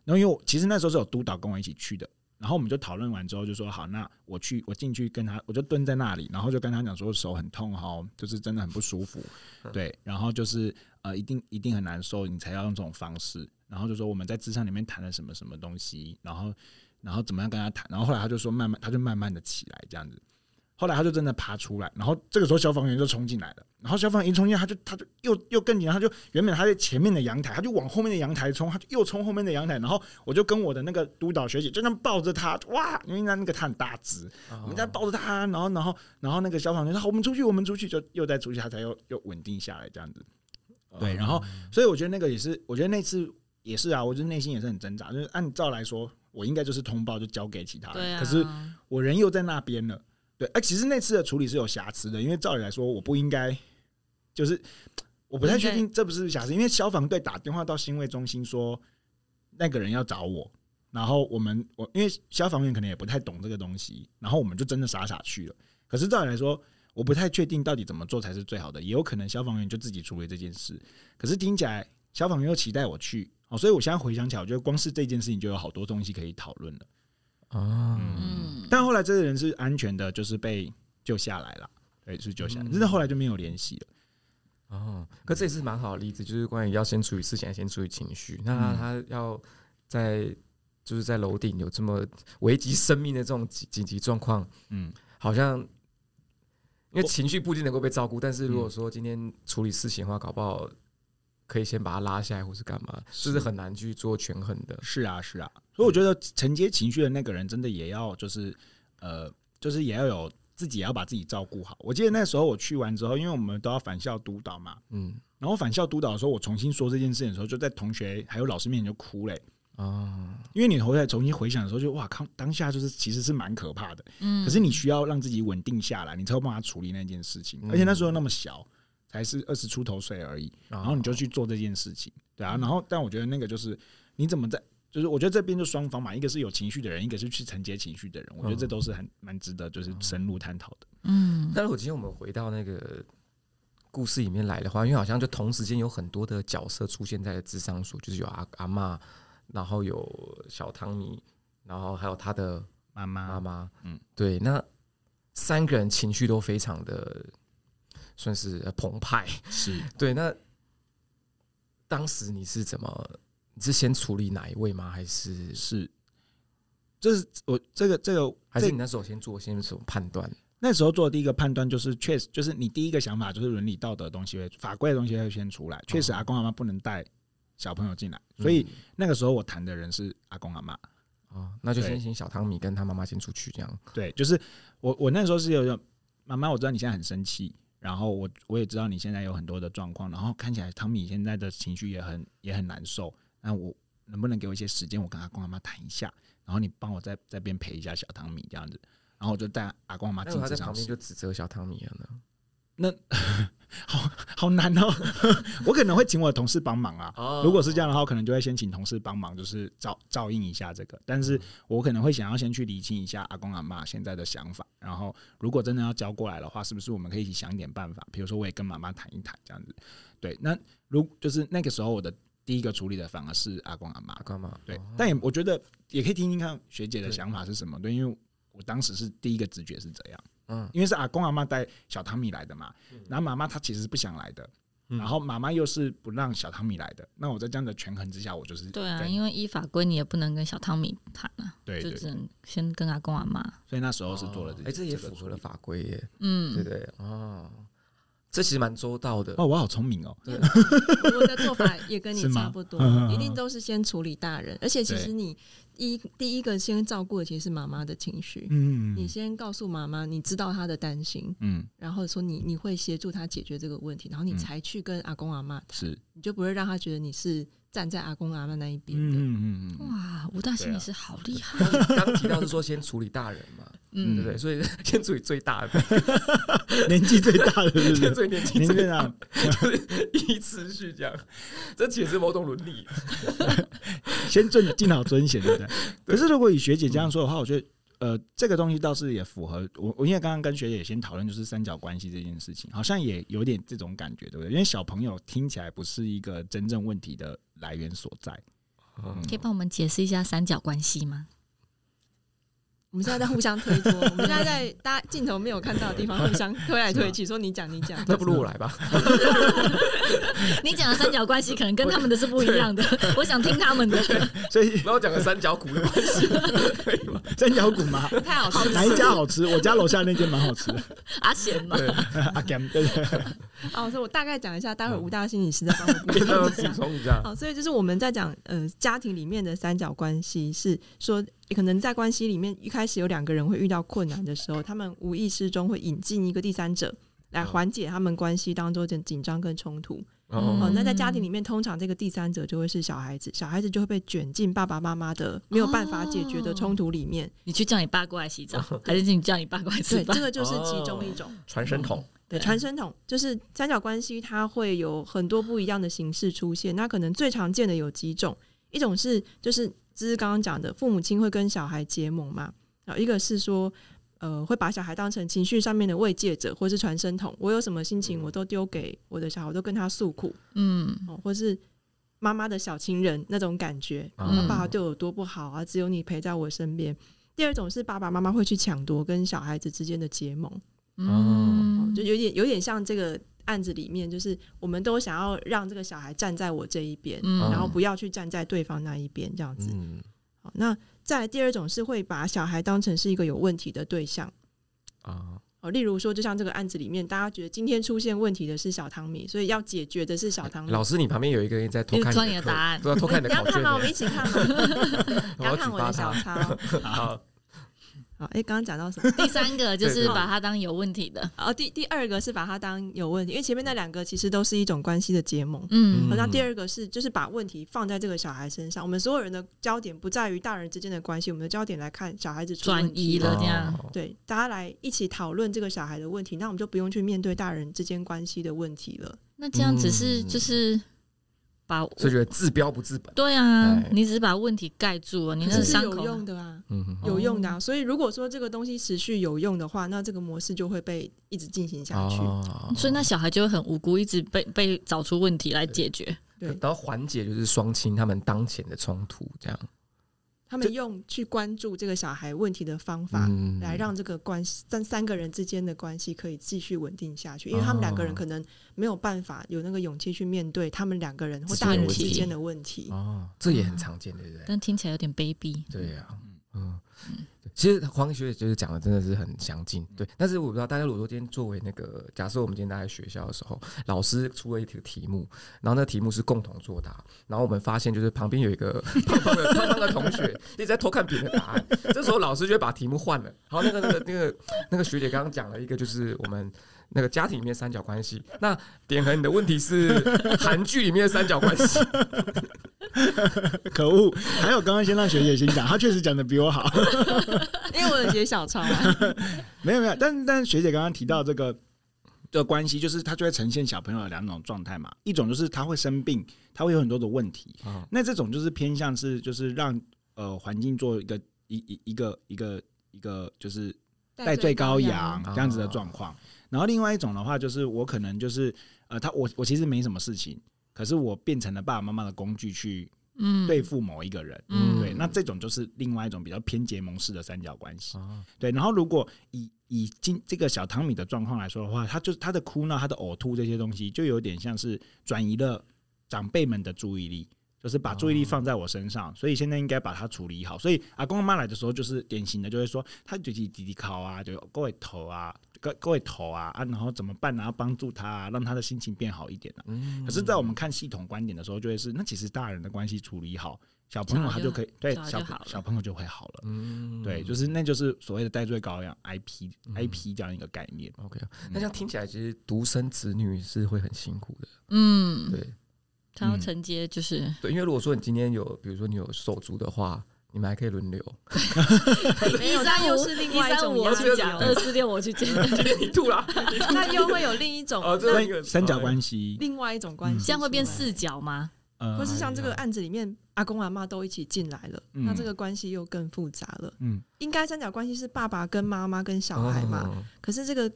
[SPEAKER 2] 然后因为我其实那时候是有督导跟我一起去的，然后我们就讨论完之后就说好，那我去我进去跟他，我就蹲在那里，然后就跟他讲说手很痛哈，就是真的很不舒服，对，然后就是呃一定一定很难受，你才要用这种方式。然后就说我们在智商里面谈了什么什么东西，然后然后怎么样跟他谈，然后后来他就说慢慢他就慢慢的起来这样子。后来他就真的爬出来，然后这个时候消防员就冲进来了，然后消防员一冲进来，他就他就又又更紧张，他就原本他在前面的阳台，他就往后面的阳台冲，他就又冲后面的阳台，然后我就跟我的那个督导学姐就那样抱着他，哇，因为那那个他很大只，我们在抱着他，然后然后然后那个消防员说好我们出去，我们出去，就又再出去，他才又又稳定下来这样子。嗯对，然后所以我觉得那个也是，我觉得那次也是啊，我就内心也是很挣扎，就是按照来说，我应该就是通报就交给其他人，
[SPEAKER 3] 对啊，
[SPEAKER 2] 可是我人又在那边了，对，哎、其实那次的处理是有瑕疵的，因为照理来说我不应该，就是我不太确定这不是瑕疵，因为消防队打电话到新卫中心说那个人要找我。然后我们我因为消防员可能也不太懂这个东西，然后我们就真的傻傻去了。可是照理来说，我不太确定到底怎么做才是最好的，也有可能消防员就自己处理这件事。可是听起来消防员又期待我去，哦，所以我现在回想起来，我觉得光是这件事情就有好多东西可以讨论了。
[SPEAKER 1] 啊，
[SPEAKER 3] 嗯，
[SPEAKER 2] 但后来这个人是安全的，就是被救下来了，对，是救下来，
[SPEAKER 1] 嗯
[SPEAKER 2] 但是后来就没有联系了。
[SPEAKER 1] 哦，可这也是蛮好的例子，就是关于要先处理事情，还是先处理情绪。
[SPEAKER 2] 嗯
[SPEAKER 1] 那他要在就是在楼顶有这么危及生命的这种紧紧急状况，
[SPEAKER 2] 嗯，
[SPEAKER 1] 好像因为
[SPEAKER 2] 我嗯
[SPEAKER 1] 情绪不一定能够被照顾，但是如果说今天处理事情的话，搞不好可以先把它拉下来，或是干嘛，
[SPEAKER 2] 是
[SPEAKER 1] 这是很难去做权衡的。
[SPEAKER 2] 是啊，是啊，所以我觉得承接情绪的那个人真的也要就是呃，就是也要有自己也要把自己照顾好。我记得那时候我去完之后，因为我们都要返校督导嘛，
[SPEAKER 1] 嗯，
[SPEAKER 2] 然后返校督导的时候，我重新说这件事情的时候，就在同学还有老师面前就哭嘞、
[SPEAKER 1] 哦，
[SPEAKER 2] 因为你回来重新回想的时候就，哇靠，当下就是其实是蛮可怕的。
[SPEAKER 3] 嗯，
[SPEAKER 2] 可是你需要让自己稳定下来，你才有办法处理那件事情。
[SPEAKER 1] 嗯
[SPEAKER 2] 而且那时候那么小，才是二十出头岁而已，
[SPEAKER 1] 然
[SPEAKER 2] 然后你就去做这件事情，对啊。然后，但我觉得那个就是你怎么在，就是我觉得这边就双方嘛，一个是有情绪的人，一个是去承接情绪的人，我觉得这都是很蛮值得就是深入探讨的。
[SPEAKER 3] 嗯，
[SPEAKER 1] 但如果今天我们回到那个故事里面来的话，因为好像就同时间有很多的角色出现在了智商所，就是有阿阿嬷，然后有小汤米，然后还有他的
[SPEAKER 2] 妈妈，
[SPEAKER 1] 妈妈，
[SPEAKER 2] 嗯
[SPEAKER 1] 嗯，对，那三个人情绪都非常的算是呃澎湃，
[SPEAKER 2] 是
[SPEAKER 1] 对，那当时你是怎么？你是先处理哪一位吗？还是
[SPEAKER 2] 是，这是我这个这个
[SPEAKER 1] 还
[SPEAKER 2] 这
[SPEAKER 1] 是你那时候先做先什么判断？
[SPEAKER 2] 那时候做的第一个判断就是，确实就是你第一个想法就是伦理道德的东西会法规的东西会先出来，确实阿公阿妈不能带小朋友进来，
[SPEAKER 1] 嗯
[SPEAKER 2] 所以那个时候我谈的人是阿公阿妈，
[SPEAKER 1] 啊、哦，那就
[SPEAKER 2] 对
[SPEAKER 1] 先请小汤米跟他妈妈先出去，这样
[SPEAKER 2] 对，就是我我那时候是有一种妈妈，我知道你现在很生气，然后我我也知道你现在有很多的状况，然后看起来汤米现在的情绪也很也很难受，那我能不能给我一些时间，我跟阿公阿妈谈一下，然后你帮我在这边陪一下小汤米这样子，然后我就带阿公阿妈
[SPEAKER 1] 那
[SPEAKER 2] 进
[SPEAKER 1] 如果他
[SPEAKER 2] 这
[SPEAKER 1] 哎在
[SPEAKER 2] 场
[SPEAKER 1] 旁边
[SPEAKER 2] 室
[SPEAKER 1] 就指责小汤米了呢？
[SPEAKER 2] 好难哦， 我可能会请我的同事帮忙啊。
[SPEAKER 1] 哦
[SPEAKER 2] 如果是这样的话，我可能就会先请同事帮忙，就是照照应一下这个。但是我可能会想要先去理清一下阿公阿妈现在的想法，然后如果真的要交过来的话，是不是我们可以一起想一点办法？比如说，我也跟妈妈谈一谈这样子。对，那如就是那个时候我的第一个处理的反而是阿公阿妈
[SPEAKER 1] 啊，，干嘛？
[SPEAKER 2] 对
[SPEAKER 1] 哦，
[SPEAKER 2] 但也我觉得也可以听听看学姐的
[SPEAKER 1] 对
[SPEAKER 2] 想法是什么，对，因为我当时是第一个直觉是这样。
[SPEAKER 1] 嗯，
[SPEAKER 2] 因为是阿公阿妈带小汤米来的嘛，然后妈妈她其实是不想来的，
[SPEAKER 1] 嗯
[SPEAKER 2] 然后妈妈又是不让小汤米来的，那我在这样的权衡之下，我就是
[SPEAKER 3] 对啊，
[SPEAKER 2] 跟
[SPEAKER 3] 因为依法规你也不能跟小汤米谈啊，
[SPEAKER 2] 对
[SPEAKER 3] 就
[SPEAKER 2] 对，
[SPEAKER 3] 只
[SPEAKER 2] 对
[SPEAKER 3] 能先跟阿公阿妈。
[SPEAKER 2] 所以那时候是做了
[SPEAKER 1] 哦
[SPEAKER 2] 这，
[SPEAKER 1] 哎，这也符
[SPEAKER 2] 个处
[SPEAKER 1] 合
[SPEAKER 2] 理
[SPEAKER 1] 了法规耶，
[SPEAKER 3] 嗯，
[SPEAKER 1] 对不对？哦，这其实蛮周到的。
[SPEAKER 2] 哦，我好聪明哦，
[SPEAKER 4] 我的做法也跟
[SPEAKER 2] 是
[SPEAKER 4] 你
[SPEAKER 2] 吗
[SPEAKER 4] 差不多
[SPEAKER 2] 嗯嗯嗯，
[SPEAKER 4] 一定都是先处理大人，而且其实
[SPEAKER 2] 对
[SPEAKER 4] 你一第一个先照顾的其实是妈妈的情绪，
[SPEAKER 2] 嗯
[SPEAKER 4] 你先告诉妈妈你知道她的担心，
[SPEAKER 2] 嗯
[SPEAKER 4] 然后说你你会协助她解决这个问题，然后你
[SPEAKER 2] 嗯
[SPEAKER 4] 才去跟阿公阿妈，
[SPEAKER 2] 是
[SPEAKER 4] 你就不会让她觉得你是站在阿公阿妈那一边
[SPEAKER 2] 嗯
[SPEAKER 4] 的。
[SPEAKER 2] 嗯嗯嗯，
[SPEAKER 3] 哇，吴大
[SPEAKER 2] 对
[SPEAKER 3] 兴
[SPEAKER 2] 啊
[SPEAKER 3] 也是好厉害，
[SPEAKER 1] 刚提到是说先处理大人嘛，对不
[SPEAKER 3] 嗯
[SPEAKER 1] 对？所以 先处理最大的，
[SPEAKER 2] 年纪最大的是不
[SPEAKER 1] 先
[SPEAKER 2] 是？
[SPEAKER 1] 处理 年纪
[SPEAKER 2] 年啊
[SPEAKER 1] 最
[SPEAKER 2] 纪最
[SPEAKER 1] 大的，
[SPEAKER 2] 大
[SPEAKER 1] 就是依次序这样。这其实是某种伦理，
[SPEAKER 2] 先尊尽好尊贤，对不对？可是如果以学姐这样说的话，我觉得。呃，这个东西倒是也符合我，我因为刚刚跟学姐先讨论就是三角关系这件事情，好像也有点这种感觉，对不对？因为小朋友听起来不是一个真正问题的来源所在。嗯
[SPEAKER 3] 可以帮我们解释一下三角关系吗？
[SPEAKER 4] 我们现在在互相推脱，我们现在在大家镜 头没有看到的地方互相推来推去，说你讲你讲。
[SPEAKER 1] 那不如我来吧。
[SPEAKER 3] 你讲的三角关系可能跟他们的是不一样的，我想听他们的。
[SPEAKER 2] 所以
[SPEAKER 1] 然后讲个三角骨的关系，可以吗？
[SPEAKER 2] 三角骨嘛，
[SPEAKER 4] 太好吃
[SPEAKER 2] 哪一家好吃？我家楼下那间蛮好吃的，
[SPEAKER 3] 阿贤嘛，
[SPEAKER 1] 对，
[SPEAKER 2] 阿 Gam 对不对？
[SPEAKER 4] 哦，所以我大概讲一下，待会儿吴大兴理师再 帮我补
[SPEAKER 1] 跟他们
[SPEAKER 4] 充一
[SPEAKER 1] 补
[SPEAKER 4] 下。
[SPEAKER 1] 充一下，
[SPEAKER 4] 好，所以就是我们在讲呃家庭里面的三角关系，是说可能在关系里面一开始有两个人会遇到困难的时候，他们无意识中会引进一个第三者来缓解他们关系当中的紧张跟冲突。
[SPEAKER 1] 哦，
[SPEAKER 4] 哦，那在
[SPEAKER 3] 嗯
[SPEAKER 4] 家庭里面，通常这个第三者就会是小孩子，小孩子就会被卷进爸爸妈妈的没有办法解决的冲突里面。
[SPEAKER 3] 你去叫你爸过来洗澡，还是你叫你爸过来吃
[SPEAKER 4] 对，
[SPEAKER 3] 饭
[SPEAKER 4] 这？个就是其中一种。
[SPEAKER 1] 传声筒，
[SPEAKER 4] 对，传声筒就是三角关系，它会有很多不一样的形式出现。那可能最常见的有几种，一种是就是芝芝刚刚讲的，父母亲会跟小孩结盟嘛，然后一个是说。呃，会把小孩当成情绪上面的慰藉者，或是传声筒。我有什么心情，我都丢给我的小孩，我都跟他诉苦
[SPEAKER 3] 嗯，
[SPEAKER 4] 哦，或是妈妈的小情人那种感觉。
[SPEAKER 1] 啊
[SPEAKER 3] 嗯
[SPEAKER 4] 爸爸对我有多不好啊，只有你陪在我身边。第二种是爸爸妈妈会去抢夺跟小孩子之间的结盟，
[SPEAKER 3] 嗯，
[SPEAKER 4] 哦就有点有点像这个案子里面，就是我们都想要让这个小孩站在我这一边，
[SPEAKER 3] 嗯
[SPEAKER 4] 然后不要去站在对方那一边这样子。
[SPEAKER 1] 嗯，
[SPEAKER 4] 好，那再来第二种是会把小孩当成是一个有问题的对象。
[SPEAKER 1] 啊，
[SPEAKER 4] 哦，例如说，就像这个案子里面，大家觉得今天出现问题的是小汤米，所以要解决的是小汤米。
[SPEAKER 1] 老师，你旁边有一个人在偷
[SPEAKER 3] 又
[SPEAKER 1] 看
[SPEAKER 3] 抓你
[SPEAKER 1] 的
[SPEAKER 3] 的
[SPEAKER 1] 课
[SPEAKER 3] 答，案，
[SPEAKER 1] 对啊，偷看你
[SPEAKER 4] 你
[SPEAKER 1] 的
[SPEAKER 4] 要
[SPEAKER 1] 考
[SPEAKER 4] 看
[SPEAKER 1] 卷
[SPEAKER 4] 吗？我
[SPEAKER 1] 呢
[SPEAKER 4] 们，一起 看吗？你
[SPEAKER 1] 我要
[SPEAKER 4] 要
[SPEAKER 1] 举
[SPEAKER 4] 看我
[SPEAKER 1] 发
[SPEAKER 4] 的小
[SPEAKER 1] 他。
[SPEAKER 4] 抄。好，
[SPEAKER 1] 好，
[SPEAKER 4] 哎，刚刚讲到什么？
[SPEAKER 3] 第三个就
[SPEAKER 1] 对对
[SPEAKER 3] 是
[SPEAKER 1] 对
[SPEAKER 3] 把他当有问题的，
[SPEAKER 4] 哦，第第二个是把它当有问题，因为前面那两个其实都是一种关系的结盟。
[SPEAKER 3] 嗯
[SPEAKER 1] 嗯
[SPEAKER 4] 好，那第二个是就是把问题放在这个小孩身上。我们所有人的焦点不在于大人之间的关系，我们的焦点来看小孩子出问
[SPEAKER 3] 转
[SPEAKER 4] 题
[SPEAKER 3] 移了这样，
[SPEAKER 1] 哦
[SPEAKER 4] 对，大家来一起讨论这个小孩的问题，那我们就不用去面对大人之间关系的问题了。
[SPEAKER 3] 那这样只是
[SPEAKER 1] 嗯
[SPEAKER 3] 就是把
[SPEAKER 1] 所以觉得治标不治本，
[SPEAKER 3] 对啊
[SPEAKER 1] 哎，
[SPEAKER 3] 你只是把问题盖住了，你
[SPEAKER 4] 可
[SPEAKER 3] 那个
[SPEAKER 4] 是是
[SPEAKER 3] 伤
[SPEAKER 4] 有
[SPEAKER 3] 口哦
[SPEAKER 4] 用的啊，
[SPEAKER 1] 嗯，
[SPEAKER 4] 有用的啊。所以如果说这个东西持续有用的话，那这个模式就会被一直进行下去。
[SPEAKER 1] 哦
[SPEAKER 3] 所以那小孩就会很无辜，一直被被找出问题来解决。
[SPEAKER 4] 对
[SPEAKER 1] 然后缓解就是双亲他们当前的冲突，这样，
[SPEAKER 4] 他
[SPEAKER 1] 这
[SPEAKER 4] 们用去关注这个小孩问题的方法，
[SPEAKER 1] 嗯
[SPEAKER 4] 来让这个关系三三个人之间的关系可以继续稳定下去，因为他们两个人可能没有办法有那个勇气去面对他们两个人或大人之间的问 题。
[SPEAKER 1] 哦，这也很常见，对不对？
[SPEAKER 3] 但听起来有点卑鄙。
[SPEAKER 1] 对呀、
[SPEAKER 2] 嗯
[SPEAKER 1] 嗯，其实黄学姐就是讲的真的是很详尽，
[SPEAKER 2] 嗯
[SPEAKER 1] 对。但是我不知道大家如果说今天作为那个，假设我们今天大家在学校的时候，老师出了一个题目，然后那题目是共同作答，然后我们发现就是旁边有一个 胖胖的胖胖的同 学一直在偷看别人的答案，这时候老师就会把题目换了。然后那个那个那个那个学姐刚刚讲了一个，就是我们。那个家庭里面三角关系，那点恒你的问题是韩剧里面的三角关 系，
[SPEAKER 2] 可恶！还有刚刚先让学姐先讲，她确实讲的比我好。
[SPEAKER 4] 因为我有写小抄、啊，
[SPEAKER 2] 没有没有，但但学姐刚刚提到这个的关系，就是它就会呈现小朋友的两种状态嘛，一种就是他会生病，他会有很多的问题，
[SPEAKER 1] 啊，
[SPEAKER 2] 那这种就是偏向是就是让呃环境做一个一一一个一个一个就是戴罪羔羊这样子的状况。然后另外一种的话，就是我可能就是呃，他我我其实没什么事情，可是我变成了爸爸妈妈的工具去
[SPEAKER 3] 嗯，
[SPEAKER 2] 对付某一个人。
[SPEAKER 3] 嗯
[SPEAKER 2] 对，那这种就是另外一种比较偏结盟式的三角关系。
[SPEAKER 1] 啊
[SPEAKER 2] 对，然后如果以以今这个小汤米的状况来说的话，他就是他的哭闹、他的呕吐这些东西，就有点像是转移了长辈们的注意力，就是把注意
[SPEAKER 3] 哦
[SPEAKER 2] 力放在我身上，所以现在应该把它处理好。所以阿公阿妈来的时候，就是典型的就会说，他就弟弟弟考啊，就各位头啊，各各位头啊啊，然后怎么办啊？要帮助他、啊，让他的心情变好一点啊。
[SPEAKER 1] 嗯
[SPEAKER 2] 可是，在我们看系统观点的时候，就会是那其实大人的关系处理好，小朋友他就可以对
[SPEAKER 3] 小孩就
[SPEAKER 2] 小
[SPEAKER 3] 好了
[SPEAKER 2] 小朋友就会好了。
[SPEAKER 1] 嗯
[SPEAKER 2] 对，就是那就是所谓的戴罪羔羊 IP
[SPEAKER 1] 嗯
[SPEAKER 2] IP 这样一个概念。
[SPEAKER 1] OK，那这样听起来，其实独生子女是会很辛苦的。
[SPEAKER 3] 嗯，
[SPEAKER 1] 对嗯
[SPEAKER 3] 他要承接就是
[SPEAKER 1] 对，因为如果说你今天有，比如说你有手足的话，你们还可以轮 流。
[SPEAKER 4] 没有，那又是另外一
[SPEAKER 3] 三
[SPEAKER 4] 种
[SPEAKER 3] 五我
[SPEAKER 4] 压
[SPEAKER 3] 去
[SPEAKER 4] 力
[SPEAKER 3] 讲，
[SPEAKER 4] 哦
[SPEAKER 3] 二四六我去讲，
[SPEAKER 1] 今天你吐了，
[SPEAKER 4] 那又会有另一种
[SPEAKER 1] 哦，这
[SPEAKER 2] 所
[SPEAKER 1] 是一个哦
[SPEAKER 2] 以三角关系，
[SPEAKER 4] 另外一种关系，
[SPEAKER 3] 这样会变，四角吗？
[SPEAKER 2] 呃
[SPEAKER 4] 或是像这个案子里面阿公阿妈都一起进来了，
[SPEAKER 2] 嗯
[SPEAKER 4] 那这个关系又更复杂了。
[SPEAKER 2] 嗯，
[SPEAKER 4] 应该三角关系是爸爸跟妈妈跟小孩嘛，
[SPEAKER 1] 哦
[SPEAKER 4] 可是这个
[SPEAKER 3] 又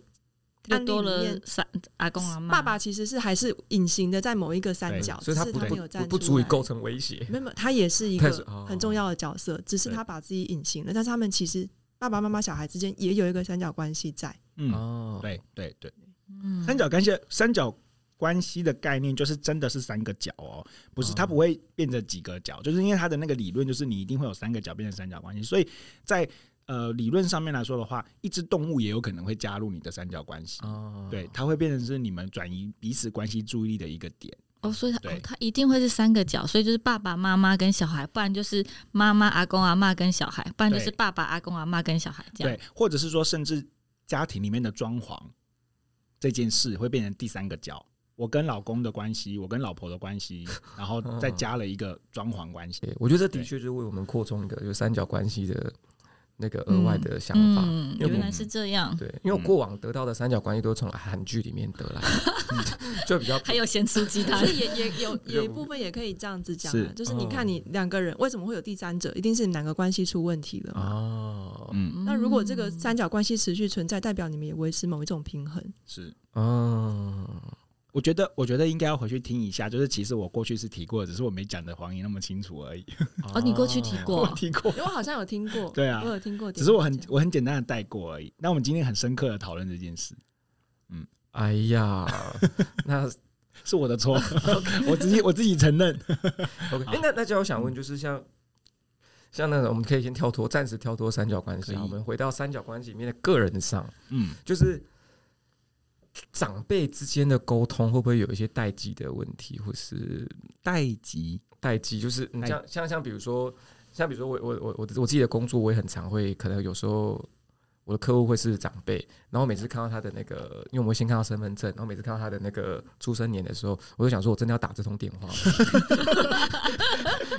[SPEAKER 4] 案例
[SPEAKER 3] 多
[SPEAKER 4] 里面
[SPEAKER 3] 了三阿公阿妈，
[SPEAKER 4] 爸爸其实是还是隐形的在某一个三角，
[SPEAKER 1] 所以
[SPEAKER 4] 只
[SPEAKER 1] 他
[SPEAKER 4] 是
[SPEAKER 1] 不
[SPEAKER 4] 他没有站
[SPEAKER 1] 不
[SPEAKER 4] 出
[SPEAKER 1] 不足以
[SPEAKER 4] 来
[SPEAKER 1] 构成威胁。
[SPEAKER 4] 没有，没有他也是一
[SPEAKER 1] 他也是
[SPEAKER 4] 个
[SPEAKER 1] 哦
[SPEAKER 4] 很重要的角色，只是
[SPEAKER 2] 对
[SPEAKER 4] 他把自己隐形了。但是他们其实爸爸妈妈、小孩之间 也有一个三角关系在。
[SPEAKER 2] 嗯，
[SPEAKER 1] 哦，
[SPEAKER 2] 对对对，
[SPEAKER 3] 嗯
[SPEAKER 2] 三角关系三角。关系的概念就是真的是三个角哦，不是
[SPEAKER 1] 哦
[SPEAKER 2] 它不会变成几个角，就是因为它的那个理论就是你一定会有三个角变成三角关系，所以在呃理论上面来说的话，一只动物也有可能会加入你的三角关系，
[SPEAKER 1] 哦，
[SPEAKER 2] 对，它会变成是你们转移彼此关系注意力的一个点。
[SPEAKER 3] 哦，所以他、哦
[SPEAKER 2] 对、
[SPEAKER 3] 他一定会是三个角，所以就是爸爸妈妈跟小孩，不然就是妈妈、阿公、阿妈跟小孩，不然就是
[SPEAKER 2] 对
[SPEAKER 3] 爸爸、阿公、阿妈跟小孩这样。
[SPEAKER 2] 对，或者是说，甚至家庭里面的装潢这件事会变成第三个角。我跟老公的关系，我跟老婆的关系，然后再加了一个装潢关系。
[SPEAKER 1] 对我觉得这的
[SPEAKER 2] 对
[SPEAKER 1] 确就是为我们扩充一个就是三角关系的那个额外的想法。
[SPEAKER 3] 嗯，
[SPEAKER 1] 因为我
[SPEAKER 3] 原来是这样，
[SPEAKER 1] 对，因为我
[SPEAKER 2] 嗯
[SPEAKER 1] 过往得到的三角关系都是从韩剧里面得来的，就比较
[SPEAKER 3] 还有咸酥鸡蛋
[SPEAKER 4] 所。以 也 也有
[SPEAKER 1] 有
[SPEAKER 4] 有一部分也可以这样子讲
[SPEAKER 2] 是
[SPEAKER 4] 啊，就是你
[SPEAKER 1] 哦
[SPEAKER 4] 看你两个人为什么会有第三者，一定是你们两个关系出问题了嘛。
[SPEAKER 1] 哦
[SPEAKER 2] 嗯，
[SPEAKER 4] 那如果这个三角关系持续存在，代表你们也维持某一种平衡。
[SPEAKER 2] 是。
[SPEAKER 1] 哦，
[SPEAKER 2] 我觉得，我觉得应该要回去听一下，就是其实我过去是提过，只是我没讲的黄爷那么清楚而已。
[SPEAKER 3] 哦，你过去提
[SPEAKER 2] 我
[SPEAKER 3] 过，
[SPEAKER 2] 提过
[SPEAKER 4] 因，为我好像有听过，
[SPEAKER 2] 对啊
[SPEAKER 4] 我有听过点名讲，
[SPEAKER 2] 只是我很我很简单的带过而已。那我们今天很深刻的讨论这件事，
[SPEAKER 1] 哎 呀，那
[SPEAKER 2] 是我的错，我自己我自己承认。
[SPEAKER 1] OK，哎、那那就我想问，就是像、像那种，我们可以先跳脱，暂时跳脱三角关系，
[SPEAKER 2] 可以
[SPEAKER 1] 我们回到三角关系里面的个人上，
[SPEAKER 2] 嗯，
[SPEAKER 1] 就是长辈之间的沟通会不会有一些代际的问题，或是
[SPEAKER 2] 代级
[SPEAKER 1] 代际，就是你
[SPEAKER 2] 代
[SPEAKER 1] 像像像比如说，像比如说我我我我我自己的工作，我也很常会，可能有时候我的客户会是长辈，然后每次看到他的那个，因为我们会先看到身份证，然后每次看到他的那个出生年的时候，我就想说，我真的要打这通电话吗。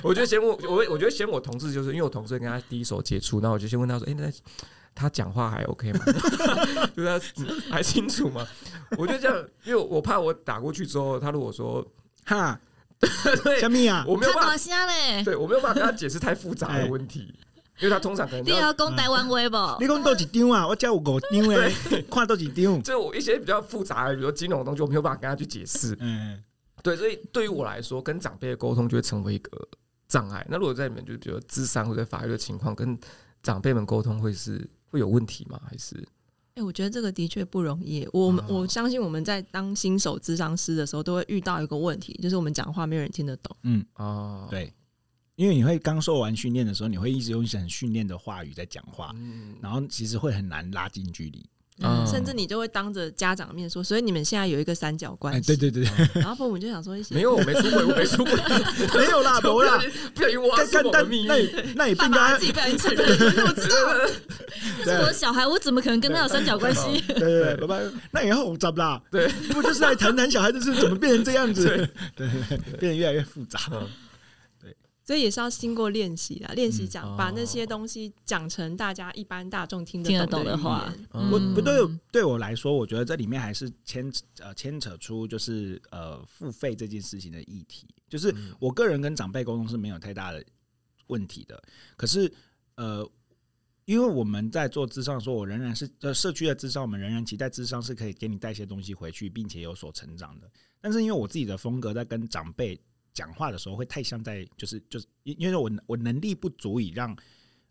[SPEAKER 1] 我觉得嫌我，我会我觉得嫌我同事，就是因为我同事跟他第一手接触，然后我就先问他说：“哎、那他讲话还 OK 吗？就是他嗯还清楚吗？” 我就这样，因为我怕我打过去之后，他如果说
[SPEAKER 2] 哈，
[SPEAKER 1] 对
[SPEAKER 2] 小米啊，
[SPEAKER 1] 我没有办
[SPEAKER 3] 看
[SPEAKER 1] 法
[SPEAKER 3] 马虾嘞，
[SPEAKER 1] 对我没有办法跟他解释太复杂的问
[SPEAKER 2] 哎
[SPEAKER 1] 题，因为他通常可能
[SPEAKER 3] 你
[SPEAKER 1] 要
[SPEAKER 2] 啊
[SPEAKER 3] 要讲台湾微不？
[SPEAKER 2] 你讲多几张啊？我叫我五张诶，看多几张。
[SPEAKER 1] 就我一些比较复杂的，比如说金融的东西，我没有办法跟他去解释。
[SPEAKER 2] 嗯，
[SPEAKER 1] 对，所以对于我来说，跟长辈的沟通就会成为一个障碍。那如果在你们就比如智商或者法律的情况，跟长辈们沟通会是会有问题吗？还是
[SPEAKER 4] 哎、我觉得这个的确不容易。我们、
[SPEAKER 1] 哦
[SPEAKER 4] 我相信我们在当新手智商师的时候，都会遇到一个问题，就是我们讲话没有人听得懂。
[SPEAKER 1] 哦，
[SPEAKER 2] 对，因为你会刚受完训练的时候，你会一直用一些很训练的话语在讲话，
[SPEAKER 1] 嗯，
[SPEAKER 2] 然后其实会很难拉近距离。
[SPEAKER 1] 嗯
[SPEAKER 4] 甚至你就会当着家长面说，所以你们现在有一个三角关
[SPEAKER 2] 哎，
[SPEAKER 4] 系。
[SPEAKER 2] 对对对，
[SPEAKER 1] 哦
[SPEAKER 2] 对
[SPEAKER 4] 然后父母就想说一 些
[SPEAKER 1] 没有，我没出轨，我没出轨，
[SPEAKER 2] 没 有啦，没有啦。
[SPEAKER 1] 不小心挖
[SPEAKER 2] 但
[SPEAKER 1] 出
[SPEAKER 2] 但
[SPEAKER 1] 我的
[SPEAKER 2] 但
[SPEAKER 1] 秘密
[SPEAKER 2] 那。也那也不
[SPEAKER 3] 爸
[SPEAKER 2] 应
[SPEAKER 3] 爸
[SPEAKER 2] 该
[SPEAKER 3] 自己不小心承 认，可是我知道这是我
[SPEAKER 2] 对
[SPEAKER 3] 的小孩，我怎么可能跟他有三角关系？啊
[SPEAKER 2] 对对对，爸爸，那以后我咋不啦？
[SPEAKER 1] 对，
[SPEAKER 2] 不就是来谈谈小孩子是怎么变成这 样子？ 对对，对变得越来越复杂。
[SPEAKER 1] 嗯
[SPEAKER 4] 所以也是要经过练习啦，练习讲、
[SPEAKER 1] 嗯
[SPEAKER 4] 把
[SPEAKER 1] 哦
[SPEAKER 4] 那些东西讲成大家一般大众听
[SPEAKER 3] 听得
[SPEAKER 4] 得懂
[SPEAKER 3] 懂的
[SPEAKER 4] 的语
[SPEAKER 3] 话
[SPEAKER 4] 言
[SPEAKER 1] 嗯
[SPEAKER 2] 我不对，对我来说，我觉得这里面还是牵呃牵扯出就是呃付费这件事情的议题。就是
[SPEAKER 1] 嗯
[SPEAKER 2] 我个人跟长辈沟通是没有太大的问题的，可是呃，因为我们在做智商的时候，我仍然是呃社区的智商，我们仍然期待智商是可以给你带一些东西回去，并且有所成长的。但是因为我自己的风格，在跟长辈讲话的时候，会太像在就是就是因因为我我能力不足以让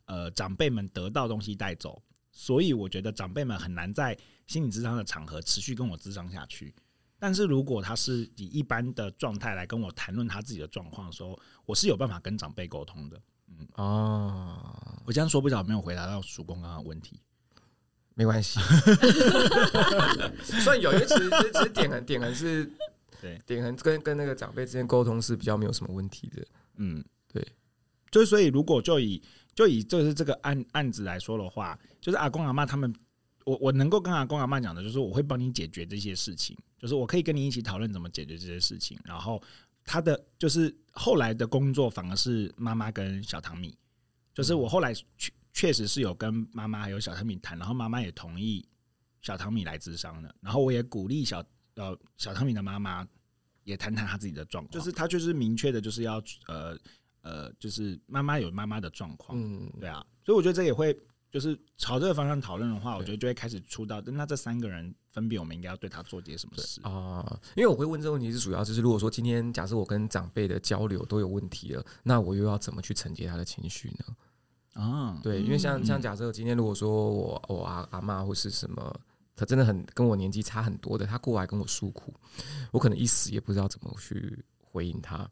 [SPEAKER 2] 呃长辈们得到东西带走，所以我觉得长辈们很难在心理智商的场合持续跟我智商下去。但是如果他是以一般的状态来跟我谈论他自己的状况的时候，我是有办法跟长辈沟通的。
[SPEAKER 1] 哦，
[SPEAKER 2] 我这样说不知道有没有回答到叔公刚刚的问题？
[SPEAKER 1] 没关 系。虽然有，因为其实其实点很点很是，
[SPEAKER 2] 对
[SPEAKER 1] 点很跟跟那个长辈之间沟通是比较没有什么问题的。
[SPEAKER 2] 嗯，
[SPEAKER 1] 对，
[SPEAKER 2] 就是所以如果就以就以就是这个案案子来说的话，就是阿公阿妈他们，我我能够跟阿公阿妈讲的就是我会帮你解决这些事情，就是我可以跟你一起讨论怎么解决这些事情。然后他的就是后来的工作反而是妈妈跟小唐米，就是我后来确确实是有跟妈妈还有小唐米谈，然后妈妈也同意小唐米来智商的，然后我也鼓励小呃小唐米的妈妈也谈谈她自己的状况，就是她就是明确的就是要呃呃就是妈妈有妈妈的状况，
[SPEAKER 1] 嗯，
[SPEAKER 2] 对啊，所以我觉得这也会就是朝这个方向讨论的话，我觉得就会开始出到那这三个人分别我们应该要对他做些什么事。
[SPEAKER 1] 啊、因为我会问这个问题是主要就是，如果说今天假设我跟长辈的交流都有问题了，那我又要怎么去承接他的情绪呢？
[SPEAKER 2] 啊，
[SPEAKER 1] 哦对，因为像
[SPEAKER 2] 嗯
[SPEAKER 1] 像假设今天如果说我我阿阿妈或是什么他真的很跟我年纪差很多的，他过来跟我诉苦，我可能一时也不知道怎么去回应他。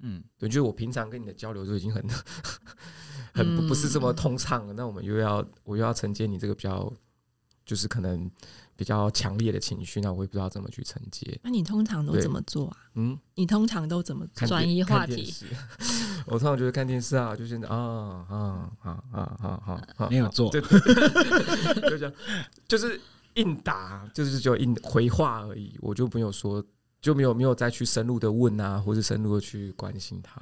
[SPEAKER 2] 嗯，
[SPEAKER 1] 对，就是我平常跟你的交流就已经很 很不不是这
[SPEAKER 3] 嗯
[SPEAKER 1] 么通畅了，那我们又要我又要承接你这个比较，就是可能比较强烈的情绪，那我也不知道怎么去承接。
[SPEAKER 4] 那你通常都
[SPEAKER 1] 对
[SPEAKER 4] 怎么做啊？
[SPEAKER 1] 嗯，
[SPEAKER 4] 你通常都怎么做？
[SPEAKER 1] 看电
[SPEAKER 3] 转移话
[SPEAKER 1] 看电
[SPEAKER 3] 题
[SPEAKER 1] 视 我通常就是看电视啊，就是啊啊啊啊啊啊，
[SPEAKER 2] 没有做
[SPEAKER 1] 对，对对就这样，就是应答，就是只有应回话而已，我就没有说，就没有没有再去深入的问啊，或是深入的去关心他。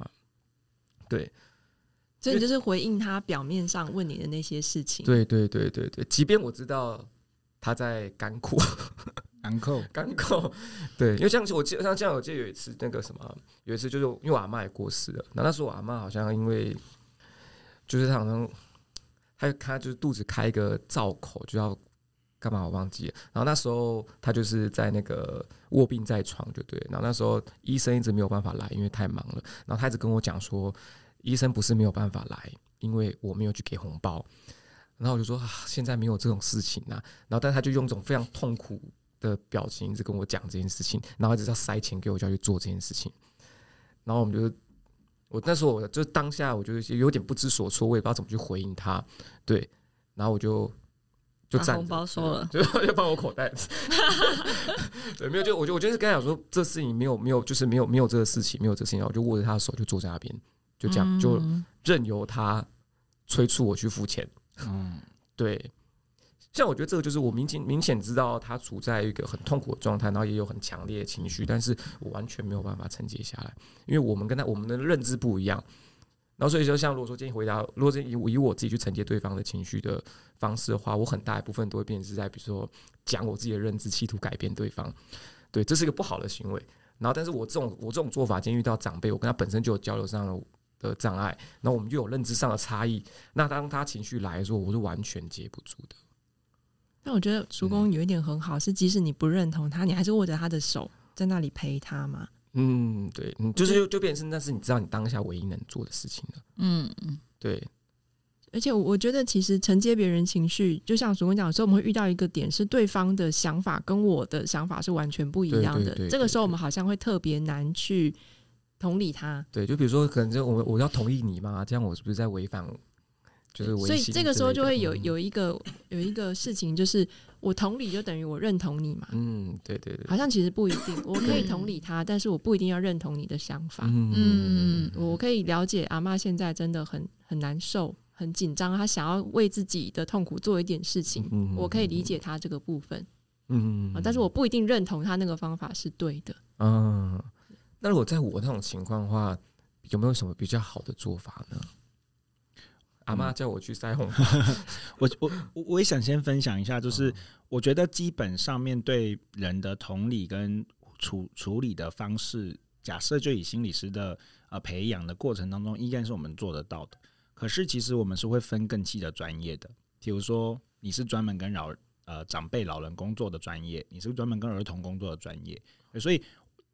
[SPEAKER 1] 对
[SPEAKER 4] 所以你就是回应他表面上问你的那些事情。
[SPEAKER 1] 对对对对对，即便我知道他在干苦，
[SPEAKER 2] 难扣，
[SPEAKER 1] 干够，对，因为像我记，像像我记得有一次那个什么，有一次就是因为我阿妈也过世了，然后那时候我阿妈好像因为就是她好像她她就是肚子开一个造口，就要干嘛我忘记了，然后那时候她就是在那个卧病在床，就对了，然后那时候医生一直没有办法来，因为太忙了，然后她一直跟我讲说，医生不是没有办法来，因为我没有去给红包。然后我就说啊，现在没有这种事情啊。然后，但他就用一种非常痛苦的表情一直跟我讲这件事情，然后一直要塞钱给我，就要去做这件事情。然后我们就是，我那时候我就当下我就是有点不知所措，我也不知道怎么去回应他。对，然后我就就
[SPEAKER 3] 把
[SPEAKER 1] 站
[SPEAKER 3] 红
[SPEAKER 1] 着
[SPEAKER 3] 包收了
[SPEAKER 1] 就 就放我口袋。对，没有，就我就我就是跟他讲说，这事情没有没有，就是没有没有这个事情，没有这个事情，然后我就握着他的手就坐在那边，就这样，就
[SPEAKER 3] 嗯
[SPEAKER 1] 任由他催促我去付钱。
[SPEAKER 2] 嗯，
[SPEAKER 1] 对，像我觉得这个就是我明显明显知道他处在一个很痛苦的状态，然后也有很强烈的情绪，但是我完全没有办法承接下来，因为我们跟他我们的认知不一样。然后所以说，像如果说今天回答，如果是以以我自己去承接对方的情绪的方式的话，我很大一部分都会变成是在比如说讲我自己的认知，企图改变对方。对，这是一个不好的行为。然后，但是我这种我这种做法，今天遇到长辈，我跟他本身就有交流上的的障碍，然后我们就有认知上的差异，那当他情绪来的时候，我是完全接不住的。
[SPEAKER 4] 但我觉得叔
[SPEAKER 1] 嗯
[SPEAKER 4] 公有一点很好，是即使你不认同他，你还是握着他的手在那里陪他嘛。
[SPEAKER 1] 嗯，对，嗯，就是就就变成是那是你知道你当下唯一能做的事情了。
[SPEAKER 3] 嗯嗯，
[SPEAKER 1] 对，
[SPEAKER 4] 而且我我觉得，其实承接别人情绪，就像叔公讲，有时候我们会遇到一个点，是对方的想法跟我的想法是完全不一样
[SPEAKER 1] 对对对
[SPEAKER 4] 的。
[SPEAKER 1] 对
[SPEAKER 4] 这个时候，我们好像会特别难去同理他。
[SPEAKER 1] 对，就比如说，可能就我我要同意你嘛，这样我是不是在违反？就是违
[SPEAKER 4] 所以
[SPEAKER 1] 心
[SPEAKER 4] 这个
[SPEAKER 1] 之
[SPEAKER 4] 时候
[SPEAKER 1] 类
[SPEAKER 4] 就
[SPEAKER 1] 的
[SPEAKER 4] 会有，有一个有一个事情，就是我同理就等于我认同你嘛。
[SPEAKER 1] 嗯，嗯对对对，
[SPEAKER 4] 好像其实不一定，我可以同理他，但是我不一定要认同你的想法。
[SPEAKER 1] 嗯
[SPEAKER 3] 嗯
[SPEAKER 4] 我可以了解阿妈现在真的很很难受，很紧张，她想要为自己的痛苦做一点事情，
[SPEAKER 1] 嗯
[SPEAKER 4] 我可以理，解她这个部分、
[SPEAKER 1] 嗯
[SPEAKER 4] 啊，但是我不一定认同她那个方法是对的。
[SPEAKER 1] 嗯，那如果在我那种情况的话，有没有什么比较好的做法呢？阿妈叫我去塞红包，
[SPEAKER 2] 我我我我也想先分享一下，就是我觉得基本上面对人的同理跟处处理的方式，假设就以心理师的呃培养的过程当中，应该是我们做得到的。可是其实我们是会分更细的专业的，比如说你是专门跟老呃长辈老人工作的专业，你是专门跟儿童工作的专业，所以。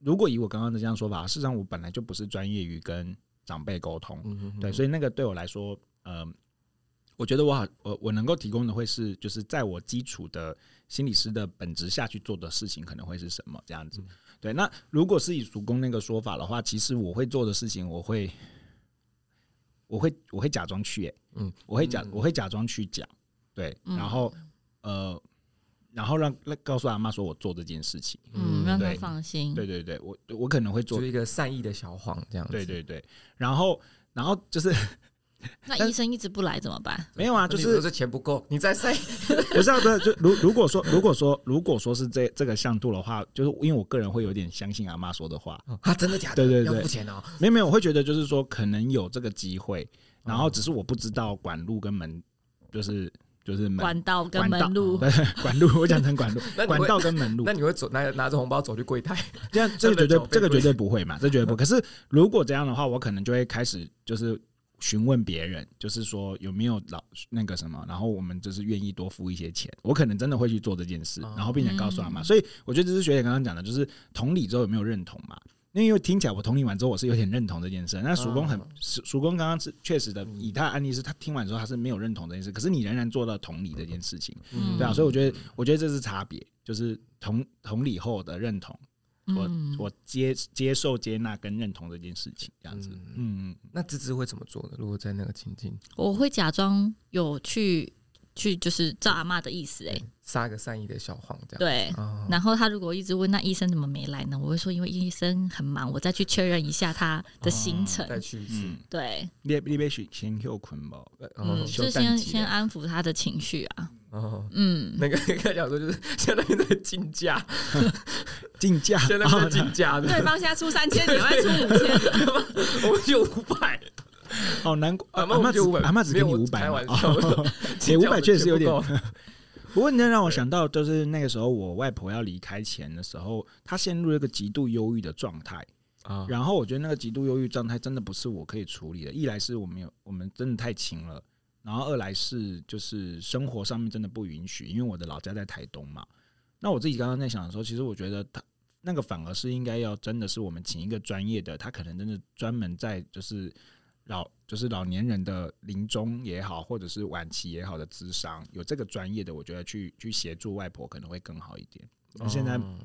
[SPEAKER 2] 如果以我刚刚的这样说法，事实上我本来就不是专业于跟长辈沟通，
[SPEAKER 1] 嗯
[SPEAKER 2] 对，所以那个对我来说，呃，我觉得我好，我我能够提供的会是，就是在我基础的心理师的本质下去做的事情，可能会是什么这样子
[SPEAKER 1] 嗯。
[SPEAKER 2] 对，那如果是以主公那个说法的话，其实我会做的事情，我会，我会，我会假装去、欸，
[SPEAKER 1] 嗯，
[SPEAKER 2] 我会假，
[SPEAKER 1] 嗯
[SPEAKER 2] 我会假装去讲，对，
[SPEAKER 3] 嗯
[SPEAKER 2] 然后呃，然后让让告诉阿妈说我做这件事情，
[SPEAKER 3] 嗯，让他
[SPEAKER 2] 对
[SPEAKER 3] 放心。
[SPEAKER 2] 对对对，我我可能会做
[SPEAKER 1] 就是，一个善意的小谎这样子。
[SPEAKER 2] 对对对，然后然后就是
[SPEAKER 3] 那医生一直不来怎么办？
[SPEAKER 2] 没有啊，就
[SPEAKER 1] 那你
[SPEAKER 2] 是
[SPEAKER 1] 说这钱不够，你再塞。
[SPEAKER 2] 不是啊，不是，就如如果说如果说如果说是这这个向度的话，就是因为我个人会有点相信阿妈说的话，
[SPEAKER 1] 啊，真的假的？
[SPEAKER 2] 哦对对对
[SPEAKER 1] 要付钱哦。
[SPEAKER 2] 没有没有，我会觉得就是说可能有这个机会，然后只是我不知道管路跟门，就是就是门
[SPEAKER 3] 管道跟
[SPEAKER 2] 管道
[SPEAKER 3] 门路，
[SPEAKER 2] 对管路，我讲成 管路
[SPEAKER 1] 那，你会
[SPEAKER 2] 管道跟门路
[SPEAKER 1] 那，你会走拿拿着红包走去柜 台？
[SPEAKER 2] 这样这个绝
[SPEAKER 1] 那
[SPEAKER 2] 对
[SPEAKER 1] 种被
[SPEAKER 2] 这个绝对不会嘛，这绝对不会。可是如果这样的话，我可能就会开始就是询问别人，就是说有没有老那个什么，然后我们就是愿意多付一些钱，我可能真的会去做这件事
[SPEAKER 1] 哦，
[SPEAKER 2] 然后并且告诉阿妈。
[SPEAKER 3] 嗯
[SPEAKER 2] 所以我觉得这是学姐刚刚讲的，就是同理之后有没有认同嘛？因为听起来我同理完之后，我是有点认同这件事。那叔公很
[SPEAKER 1] 嗯
[SPEAKER 2] 叔叔公刚刚是确实的，以他的案例是他听完之后他是没有认同这件事，可是你仍然做到同理这件事情，
[SPEAKER 3] 嗯
[SPEAKER 2] 对啊，所以我觉得我觉得这是差别，就是同同理后的认同，我
[SPEAKER 3] 嗯
[SPEAKER 2] 我接接受接纳跟认同这件事情这样子，嗯，嗯嗯
[SPEAKER 1] 那芝芝会怎么做呢？如果在那个情境，
[SPEAKER 3] 我会假装有去去就是照阿妈的意思、欸，哎，
[SPEAKER 1] 撒个善意的小谎这样。
[SPEAKER 3] 对。
[SPEAKER 1] 哦，
[SPEAKER 3] 然后他如果一直问那医生怎么没来呢，我会说因为医生很忙，我再去确认一下他的行程。
[SPEAKER 1] 哦再去一次
[SPEAKER 2] 嗯，，
[SPEAKER 3] 对，
[SPEAKER 2] 你你别许先休困吧，呃
[SPEAKER 1] 哦
[SPEAKER 3] 嗯，
[SPEAKER 1] 休
[SPEAKER 3] 就
[SPEAKER 1] 战
[SPEAKER 3] 先
[SPEAKER 1] 季
[SPEAKER 3] 先
[SPEAKER 1] 啊
[SPEAKER 3] 安抚他的情绪啊，
[SPEAKER 1] 哦。
[SPEAKER 3] 嗯，
[SPEAKER 1] 那个 跟他讲说，就是相当于在竞 价，
[SPEAKER 2] 哦竞价
[SPEAKER 1] 相当于在竞价的。
[SPEAKER 4] 对方现在出三千，你要出五千，
[SPEAKER 1] 我们就五 百，
[SPEAKER 2] 哦，难怪
[SPEAKER 1] 阿
[SPEAKER 2] 阿
[SPEAKER 1] 嬷
[SPEAKER 2] 妈
[SPEAKER 1] 我
[SPEAKER 2] 只
[SPEAKER 1] 就五百，
[SPEAKER 2] 阿妈只
[SPEAKER 1] 没
[SPEAKER 2] 给
[SPEAKER 1] 有
[SPEAKER 2] 你
[SPEAKER 1] 我
[SPEAKER 2] 五百
[SPEAKER 1] 开玩
[SPEAKER 2] 嘛，
[SPEAKER 1] 笑的，
[SPEAKER 2] 给欸五百确实有点
[SPEAKER 1] 不够
[SPEAKER 2] 不过你真让我想到，就是那个时候我外婆要离开前的时候，她陷入了一个极度忧郁的状态。
[SPEAKER 1] 啊。
[SPEAKER 2] 然后我觉得那个极度忧郁状态真的不是我可以处理的。一来是我们有我们真的太勤了，然后二来是就是生活上面真的不允许，因为我的老家在台东嘛。那我自己刚刚在想的时候，其实我觉得他那个反而是应该要真的是我们请一个专业的，他可能真的专门在就是老就是老年人的临终也好，或者是晚期也好的咨商，有这个专业的，我觉得去去协助外婆可能会更好一点。那现在
[SPEAKER 1] 哦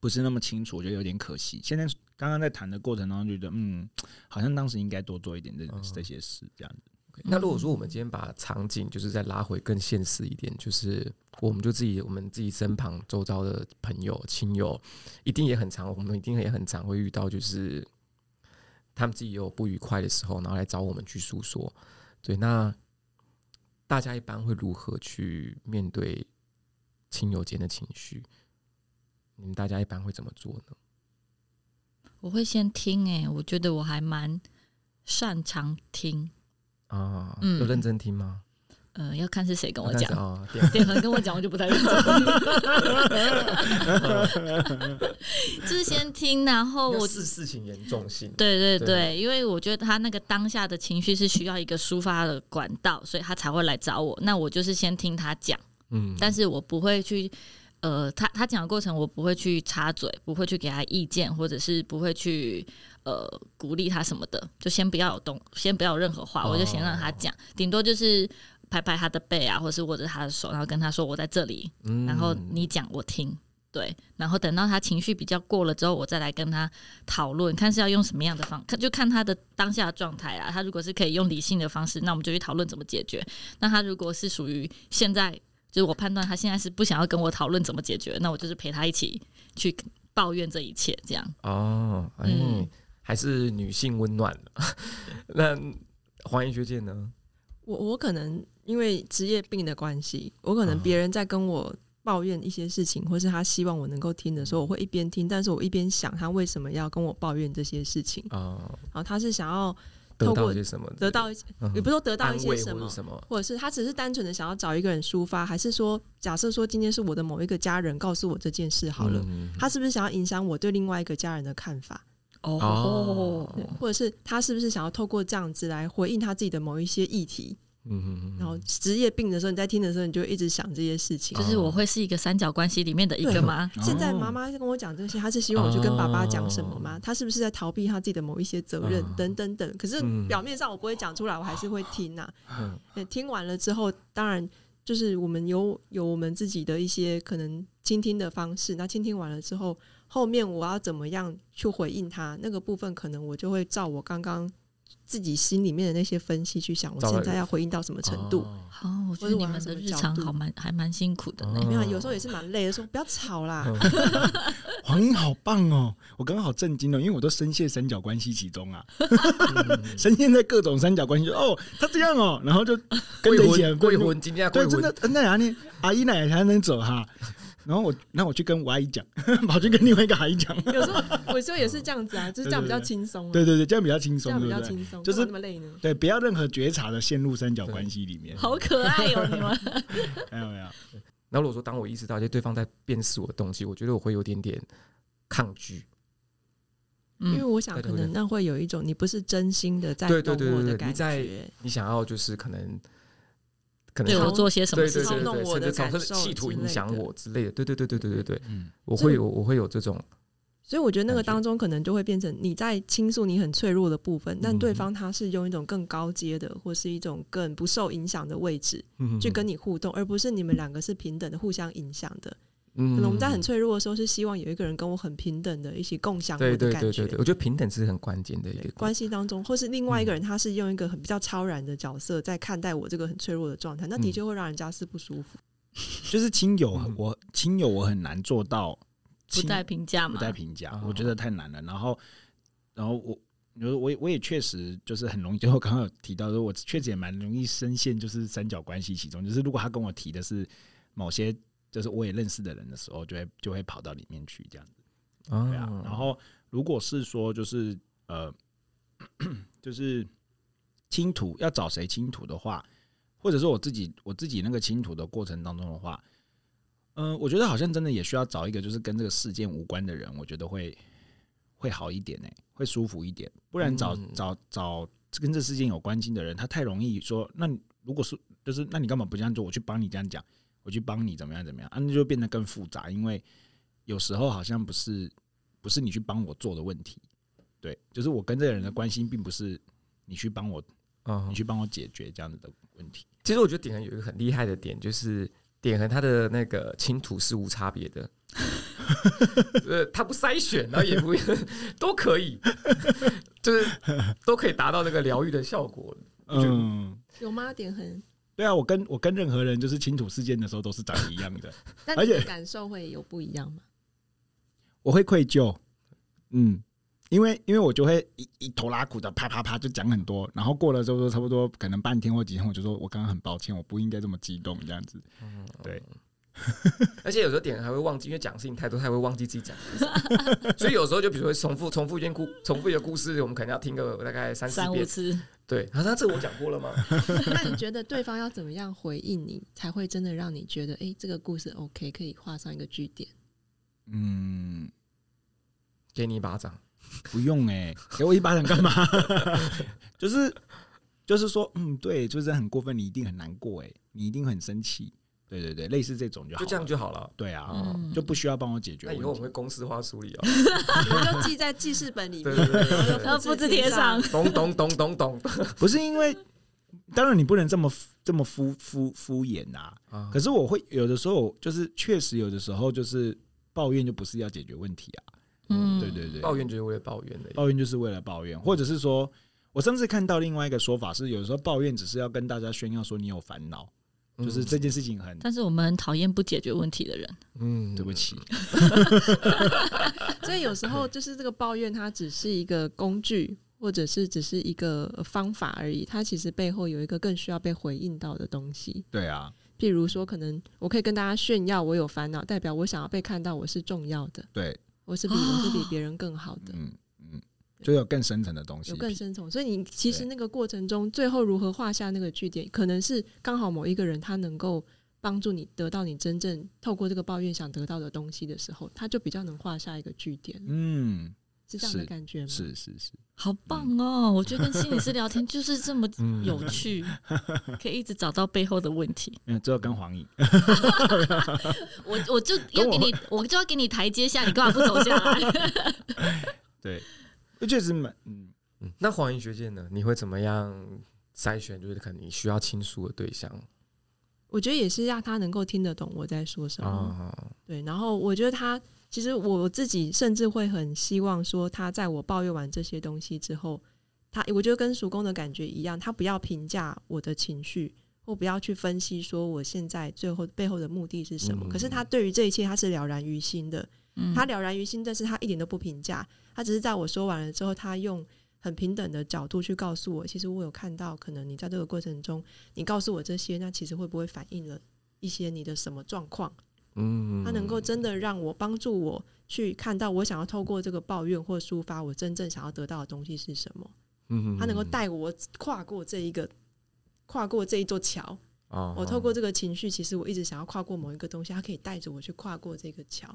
[SPEAKER 2] 不是那么清楚，我觉得有点可惜。现在刚刚在谈的过程当中，觉得嗯，好像当时应该多做一点这、
[SPEAKER 1] 嗯
[SPEAKER 2] 这些事，这样子。
[SPEAKER 1] 那
[SPEAKER 3] 嗯
[SPEAKER 1] 如果说我们今天把场景就是再拉回更现实一点，就是我们就自己我们自己身旁周遭的朋友亲友，一定也很常，我们一定也很常会遇到，就是他们自己有不愉快的时候，然后来找我们去诉说。对，那大家一般会如何去面对亲友间的情绪？你们大家一般会怎么做呢？
[SPEAKER 3] 我会先听、欸，哎，我觉得我还蛮擅长听，
[SPEAKER 1] 啊，
[SPEAKER 3] 嗯
[SPEAKER 1] 有认真听吗？
[SPEAKER 3] 呃，要看是谁跟我
[SPEAKER 1] 但是
[SPEAKER 3] 讲。
[SPEAKER 1] 啊，点
[SPEAKER 3] 对，可能跟我讲，我就不太认真。 就是先听，然后
[SPEAKER 1] 要
[SPEAKER 3] 哦我
[SPEAKER 1] 视事情严重性。
[SPEAKER 3] 对对
[SPEAKER 1] 对
[SPEAKER 3] 对，因为我觉得他那个当下的情绪是需要一个抒发的管道，所以他才会来找我。那我就是先听他讲，
[SPEAKER 1] 嗯，
[SPEAKER 3] 但是我不会去，呃，他他讲的过程我不会去插嘴，不会去给他意见，或者是不会去呃鼓励他什么的，就先不要有动，先不要有任何话，
[SPEAKER 1] 哦
[SPEAKER 3] 我就先让他讲，顶多就是拍拍他的背啊，或是握着他的手，然后跟他说我在这里，
[SPEAKER 1] 嗯
[SPEAKER 3] 然后你讲我听，对，然后等到他情绪比较过了之后，我再来跟他讨论，看是要用什么样的方，看就看他的当下的状态啊啦。他如果是可以用理性的方式，那我们就去讨论怎么解决；那他如果是属于现在，就是我判断他现在是不想要跟我讨论怎么解决，那我就是陪他一起去抱怨这一切，这样。
[SPEAKER 1] 哦，哎、
[SPEAKER 3] 嗯
[SPEAKER 1] 还是女性温暖 了。那黄英学姐呢？
[SPEAKER 4] 我我可能因为职业病的关系，我
[SPEAKER 1] 啊
[SPEAKER 4] 可能别人在跟我抱怨一些事情，或是他希望我能够听的时候，我会一边听，但是我一边想他为什么要跟我抱怨这些事情，
[SPEAKER 1] 哦，
[SPEAKER 4] 然后他是想要
[SPEAKER 1] 得
[SPEAKER 4] 透
[SPEAKER 1] 到
[SPEAKER 4] 过
[SPEAKER 1] 些什么之类的？
[SPEAKER 4] 得到一些，
[SPEAKER 1] 嗯
[SPEAKER 4] 也不是说得到
[SPEAKER 1] 安
[SPEAKER 4] 一些
[SPEAKER 1] 慰
[SPEAKER 4] 什
[SPEAKER 1] 或
[SPEAKER 4] 么
[SPEAKER 1] 者。什么？
[SPEAKER 4] 或者是他只是单纯的想要找一个人抒发，还是说，假设说今天是我的某一个家人告诉我这件事好了，
[SPEAKER 1] 嗯
[SPEAKER 4] 他是不是想要影响我对另外一个家人的看法？
[SPEAKER 1] 哦
[SPEAKER 4] 对，或者是他是不是想要透过这样子来回应他自己的某一些议题？
[SPEAKER 1] 嗯
[SPEAKER 4] 然后职业病的时候，你在听的时候，你就会一直想这些事情
[SPEAKER 3] 就。是我会是一个三角关系里面的一个
[SPEAKER 4] 对
[SPEAKER 3] 吗？
[SPEAKER 4] 现在妈妈在跟我讲这些，她是希望我去跟爸爸讲什么吗
[SPEAKER 1] 哦？
[SPEAKER 4] 她是不是在逃避她自己的某一些责任
[SPEAKER 1] 嗯
[SPEAKER 4] 等等等？可是
[SPEAKER 1] 嗯
[SPEAKER 4] 表面上我不会讲出来，我还是会听呐、
[SPEAKER 1] 嗯
[SPEAKER 4] 对听完了之后，当然就是我们有有我们自己的一些可能倾听的方式。那倾听完了之后，后面我要怎么样去回应他那个部分，可能我就会照我刚刚自己心里面的那些分析去想，我
[SPEAKER 1] 找到
[SPEAKER 4] 现在要回应到什么程度。
[SPEAKER 1] 哦
[SPEAKER 3] 哦，我觉
[SPEAKER 4] 或
[SPEAKER 3] 得
[SPEAKER 4] 者
[SPEAKER 3] 你
[SPEAKER 4] 我
[SPEAKER 3] 们
[SPEAKER 4] 要
[SPEAKER 3] 的
[SPEAKER 4] 什么
[SPEAKER 3] 日
[SPEAKER 4] 角
[SPEAKER 3] 常
[SPEAKER 4] 度
[SPEAKER 3] 好蛮还蛮辛苦的呢。
[SPEAKER 1] 哦
[SPEAKER 4] 没有啊，有时候也是啊蛮累的，说不要 吵啦。
[SPEAKER 1] 嗯
[SPEAKER 2] 黄英好棒哦，我刚刚好震惊哦，因为我都深陷三角关系其中啊， 深陷在各种三角关系，就哦，他这样哦，然后就跟着
[SPEAKER 1] 未
[SPEAKER 2] 一
[SPEAKER 1] 婚
[SPEAKER 2] 起很
[SPEAKER 1] 未
[SPEAKER 2] 贵
[SPEAKER 1] 婚，今天
[SPEAKER 2] 对
[SPEAKER 1] 未，
[SPEAKER 2] 真的呃
[SPEAKER 1] 婚，
[SPEAKER 2] 那哪里阿姨奶奶才能走哈、然后我，那我去跟我阿姨讲， 跑去跟另外一个阿姨 讲，
[SPEAKER 4] 有时候有时候也是这样子啊，就是这样比较轻松、啊，
[SPEAKER 2] 对对对，这样比较轻
[SPEAKER 4] 这
[SPEAKER 2] 松，
[SPEAKER 4] 样比
[SPEAKER 2] 对
[SPEAKER 4] 较
[SPEAKER 2] 不对？
[SPEAKER 4] 轻松，
[SPEAKER 2] 就是
[SPEAKER 4] 干嘛那么累呢。
[SPEAKER 2] 对，不要任何觉察的陷入三角关系里面。
[SPEAKER 3] 好可爱哦，你 们。
[SPEAKER 2] 还有没有？
[SPEAKER 1] 然后如果说当我意识到，就对方在辨识我的东西，我觉得我会有点点抗拒。
[SPEAKER 4] 因为我想，
[SPEAKER 1] 对对
[SPEAKER 4] 可
[SPEAKER 1] 对
[SPEAKER 4] 能那会有一种你不是真心的在
[SPEAKER 1] 嗯对
[SPEAKER 4] 懂
[SPEAKER 1] 对对
[SPEAKER 4] 我
[SPEAKER 1] 对
[SPEAKER 4] 的
[SPEAKER 1] 对
[SPEAKER 4] 感
[SPEAKER 1] 你在
[SPEAKER 4] 觉，
[SPEAKER 1] 你想要就是可能可能
[SPEAKER 3] 对我
[SPEAKER 1] 想
[SPEAKER 3] 做些什么
[SPEAKER 1] 对
[SPEAKER 3] 事
[SPEAKER 1] 对
[SPEAKER 3] 情
[SPEAKER 1] 对
[SPEAKER 4] 操？弄
[SPEAKER 1] 对，
[SPEAKER 4] 我
[SPEAKER 1] 甚
[SPEAKER 4] 的
[SPEAKER 1] 至从
[SPEAKER 4] 感
[SPEAKER 1] 甚至
[SPEAKER 4] 受
[SPEAKER 1] 企图
[SPEAKER 4] 之
[SPEAKER 1] 影
[SPEAKER 4] 类
[SPEAKER 1] 响
[SPEAKER 4] 的
[SPEAKER 1] 我之类的。对对对对对对对，
[SPEAKER 2] 嗯，
[SPEAKER 1] 我
[SPEAKER 4] 这
[SPEAKER 1] 会有我会有这种
[SPEAKER 4] 所以我觉得那个
[SPEAKER 1] 感觉
[SPEAKER 4] 当中可能就会变成你在倾诉你很脆弱的部分，
[SPEAKER 1] 嗯
[SPEAKER 4] 但对方他是用一种更高阶的，或是一种更不受影响的位置
[SPEAKER 1] 嗯
[SPEAKER 4] 去跟你互动，而不是你们两个是平等的互相影响的。
[SPEAKER 1] 嗯
[SPEAKER 4] 可能我们在很脆弱的时候，是希望有一个人跟我很平等的一起共享我
[SPEAKER 1] 嗯对
[SPEAKER 4] 的
[SPEAKER 1] 对
[SPEAKER 4] 感
[SPEAKER 1] 对对
[SPEAKER 4] 觉
[SPEAKER 1] 对，。我觉得平等是很关键的一个
[SPEAKER 4] 关系当中，或是另外一个人，他是用一个很比较超然的角色在看待我这个很脆弱的状态，
[SPEAKER 2] 嗯
[SPEAKER 4] 那的确会让人家是不舒服。
[SPEAKER 2] 就是亲友
[SPEAKER 1] 嗯，
[SPEAKER 2] 我亲友我很难做到
[SPEAKER 3] 不
[SPEAKER 2] 亲
[SPEAKER 3] 带评价
[SPEAKER 2] 不
[SPEAKER 3] 嘛，
[SPEAKER 2] 带评价
[SPEAKER 1] 哦，
[SPEAKER 2] 我觉得太难了。然后，然后我，你说我也我也确实就是很容易，就我刚刚有提到说，我确实也蛮容易深陷就是三角关系其中。就是如果他跟我提的是某些就是我也认识的人的时候，就会就会跑到里面去这样子，
[SPEAKER 1] 啊
[SPEAKER 2] 对啊。然后如果是说就是呃， 就是倾吐要找谁倾吐的话，或者说我自己我自己那个倾吐的过程当中的话，嗯、我觉得好像真的也需要找一个就是跟这个事件无关的人，我觉得会会好一点呢、欸会舒服一点。不然找、
[SPEAKER 1] 嗯
[SPEAKER 2] 找找跟这事件有关系的人，他太容易说，那你如果是就是那你干嘛不这样做？我去帮你这样讲，我去帮你怎么样怎么样啊？那就变得更复杂，因为有时候好像不是不是你去帮我做的问题，对，就是我跟这个人的关心并不是你去帮我
[SPEAKER 1] 啊
[SPEAKER 2] 你去帮我解决这样子的问题。
[SPEAKER 1] 其实我觉得点恒有一个很厉害的点，就是点恒他的那个倾吐是无差别的， 呃，他不筛选，然后也不 都可以， 就是都可以达到那个疗愈的效果。觉得
[SPEAKER 2] 嗯，
[SPEAKER 4] 有吗？点很，
[SPEAKER 2] 对啊，我跟我跟任何人就是清楚事件的时候都是长一样的，
[SPEAKER 4] 但
[SPEAKER 2] 而
[SPEAKER 4] 你
[SPEAKER 2] 且
[SPEAKER 4] 的感受会有不一样 吗？
[SPEAKER 2] 我会愧疚，嗯，因为因为我就会一一头拉苦的啪啪啪就讲很多，然后过了之后差不多可能半天或几天，我就说我刚刚很抱歉，我不应该这么激动这样子。嗯对，
[SPEAKER 1] 嗯而且有时候点恒还会忘记，因为讲事情太多，他会忘记自己讲的是什么。 所以有时候就比如说重复重复一件故重复一个故事，我们可能要听个大概三四
[SPEAKER 3] 三五
[SPEAKER 1] 遍。
[SPEAKER 3] 次，
[SPEAKER 1] 对，好像这个我讲过了吗？
[SPEAKER 4] 那你觉得对方要怎么样回应你，才会真的让你觉得，哎、这个故事 OK，可以画上一个句点？
[SPEAKER 2] 嗯，
[SPEAKER 1] 给你一巴掌。
[SPEAKER 2] 不用哎、给我一巴掌干嘛？ 就是就是说，嗯，对，就是很过分，你一定很难过哎、你一定很生气，对对对，类似这种就好
[SPEAKER 1] 就
[SPEAKER 2] 了，
[SPEAKER 1] 这样就好了。
[SPEAKER 2] 对啊，
[SPEAKER 1] 哦
[SPEAKER 3] 嗯
[SPEAKER 2] 就不需要帮我解决
[SPEAKER 1] 那
[SPEAKER 2] 问
[SPEAKER 1] 以
[SPEAKER 2] 题。
[SPEAKER 1] 后我们会公式化处理哦。
[SPEAKER 4] 你们就记在记事本里
[SPEAKER 1] 对
[SPEAKER 4] 面，
[SPEAKER 1] 对对对对
[SPEAKER 4] 然
[SPEAKER 3] 然
[SPEAKER 4] 后
[SPEAKER 3] 后
[SPEAKER 4] 复
[SPEAKER 3] 复
[SPEAKER 4] 制
[SPEAKER 3] 制
[SPEAKER 4] 贴
[SPEAKER 3] 贴
[SPEAKER 4] 上
[SPEAKER 3] 上，
[SPEAKER 1] 懂懂懂懂懂。
[SPEAKER 2] 不是因为，当然你不能这么这么敷敷敷衍呐、
[SPEAKER 1] 啊
[SPEAKER 2] 可是我会有的时候，就是确实有的时候就是抱怨，就不是要解决问题啊。
[SPEAKER 3] 嗯，
[SPEAKER 2] 对对对，
[SPEAKER 1] 抱怨就是为了抱怨的，
[SPEAKER 2] 抱怨就是为了抱怨，或者是说，我上次看到另外一个说法是，有时候抱怨只是要跟大家炫耀说你有烦恼，
[SPEAKER 1] 嗯
[SPEAKER 2] 就是这件事情很
[SPEAKER 3] 但是我们很讨厌不解决问题的人，
[SPEAKER 1] 嗯
[SPEAKER 2] 对不，起。
[SPEAKER 4] 所以有时候就是这个抱怨，它只是一个工具，或者是只是一个呃方法而已。它其实背后有一个更需要被回应到的东西。
[SPEAKER 2] 对啊，
[SPEAKER 4] 譬如说，可能我可以跟大家炫耀我有烦恼，代表我想要被看到我是重要的，
[SPEAKER 2] 对，
[SPEAKER 4] 我是比我是比别人更好的。
[SPEAKER 2] 哦嗯嗯，就有更深层的东西
[SPEAKER 4] 有。更深层，所以你其实那个过程中，最后如何画下那个句点，可能是刚好某一个人他能够帮助你得到你真正透过这个抱怨想得到的东西的时候，他就比较能画下一个句点，
[SPEAKER 2] 嗯，
[SPEAKER 4] 是这样的
[SPEAKER 2] 是
[SPEAKER 4] 感觉吗？
[SPEAKER 2] 是是是，
[SPEAKER 3] 好棒哦！我觉得跟心理师聊天就是这 么
[SPEAKER 1] 嗯
[SPEAKER 3] 有趣，可以一直找到背后的问题。
[SPEAKER 2] 嗯，只有跟黄奕，
[SPEAKER 3] 我我就要给你，我就要给你台阶下，你干嘛不走下 来？
[SPEAKER 2] 对，确实蛮，嗯，
[SPEAKER 1] 嗯那黄莹学姐呢？你会怎么样筛选？就是可能你需要倾诉的对象
[SPEAKER 4] 我觉得也是让他能够听得懂我在说什么。
[SPEAKER 1] 啊，
[SPEAKER 4] 对，然后我觉得他其实我自己甚至会很希望说，他在我抱怨完这些东西之后，他我觉得跟叔公的感觉一样，他不要评价我的情绪，或不要去分析说我现在最后背后的目的是什么。
[SPEAKER 1] 嗯
[SPEAKER 4] 可是他对于这一切他是了然于心的，
[SPEAKER 3] 嗯
[SPEAKER 4] 他了然于心，但是他一点都不评价，他只是在我说完了之后，他用很平等的角度去告诉我，其实我有看到，可能你在这个过程中，你告诉我这些，那其实会不会反映了一些你的什么状况？
[SPEAKER 1] 嗯
[SPEAKER 4] 他能够真的让我帮助我去看到我想要透过这个抱怨或抒发我真正想要得到的东西是什么，
[SPEAKER 1] 嗯
[SPEAKER 4] 他能够带我跨过这一个。跨过这一座桥，
[SPEAKER 1] 啊
[SPEAKER 4] 我透过这个情绪，其实我一直想要跨过某一个东西，他可以带着我去跨过这个桥，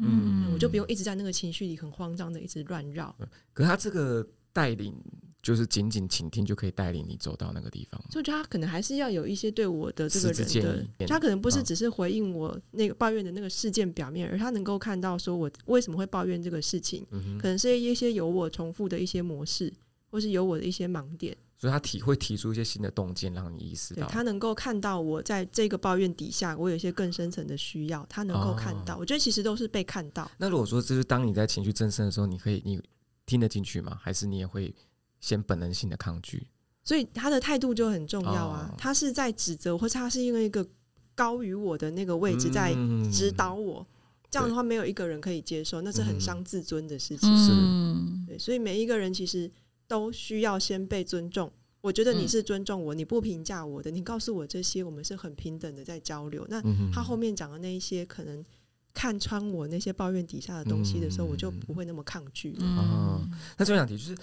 [SPEAKER 1] 嗯
[SPEAKER 4] 我就不用一直在那个情绪里很慌张的一直乱绕。
[SPEAKER 1] 可是他这个带领就是仅仅倾听就可以带领你走到那个地方吗？
[SPEAKER 4] 所以我觉得他可能还是要有一些对我的这个
[SPEAKER 1] 实质建
[SPEAKER 4] 人
[SPEAKER 1] 议
[SPEAKER 4] 的，他可能不是
[SPEAKER 1] 嗯
[SPEAKER 4] 只是回应我那个抱怨的那个事件表面，而他能够看到说我为什么会抱怨这个事情，
[SPEAKER 1] 嗯
[SPEAKER 4] 可
[SPEAKER 1] 哼，
[SPEAKER 4] 能是一些有我重复的一些模式，或是有我的一些盲点。
[SPEAKER 1] 所以他体会提出一些新的洞见，让你意识
[SPEAKER 4] 对
[SPEAKER 1] 到。
[SPEAKER 4] 他能够看到我在这个抱怨底下，我有一些更深层的需要，他能够看到。
[SPEAKER 1] 哦
[SPEAKER 4] 我觉得其实都是被看到。
[SPEAKER 1] 那如果说就是当你在情绪增生的时候，你可以你听得进去吗？还是你也会先本能性的抗拒？
[SPEAKER 4] 所以他的态度就很重要啊。
[SPEAKER 1] 哦
[SPEAKER 4] 他是在指责，或是他是因为一个高于我的那个位置在
[SPEAKER 1] 嗯
[SPEAKER 4] 指导我，这样的话没有一个人可以接受，那是
[SPEAKER 1] 嗯
[SPEAKER 4] 很伤自尊的事情。
[SPEAKER 1] 是
[SPEAKER 3] 嗯，
[SPEAKER 4] 对，所以每一个人其实都需要先被尊重。我觉得
[SPEAKER 1] 嗯
[SPEAKER 4] 你是尊重我，你不评价我的，你告诉我这些，我们是很平等的在交流。那
[SPEAKER 1] 嗯哼
[SPEAKER 4] 他后面讲的那一些可能看穿我那些抱怨底下的东西的时候，
[SPEAKER 1] 嗯
[SPEAKER 4] 我就不会那么抗拒。
[SPEAKER 3] 嗯
[SPEAKER 1] 哦那这边想提就是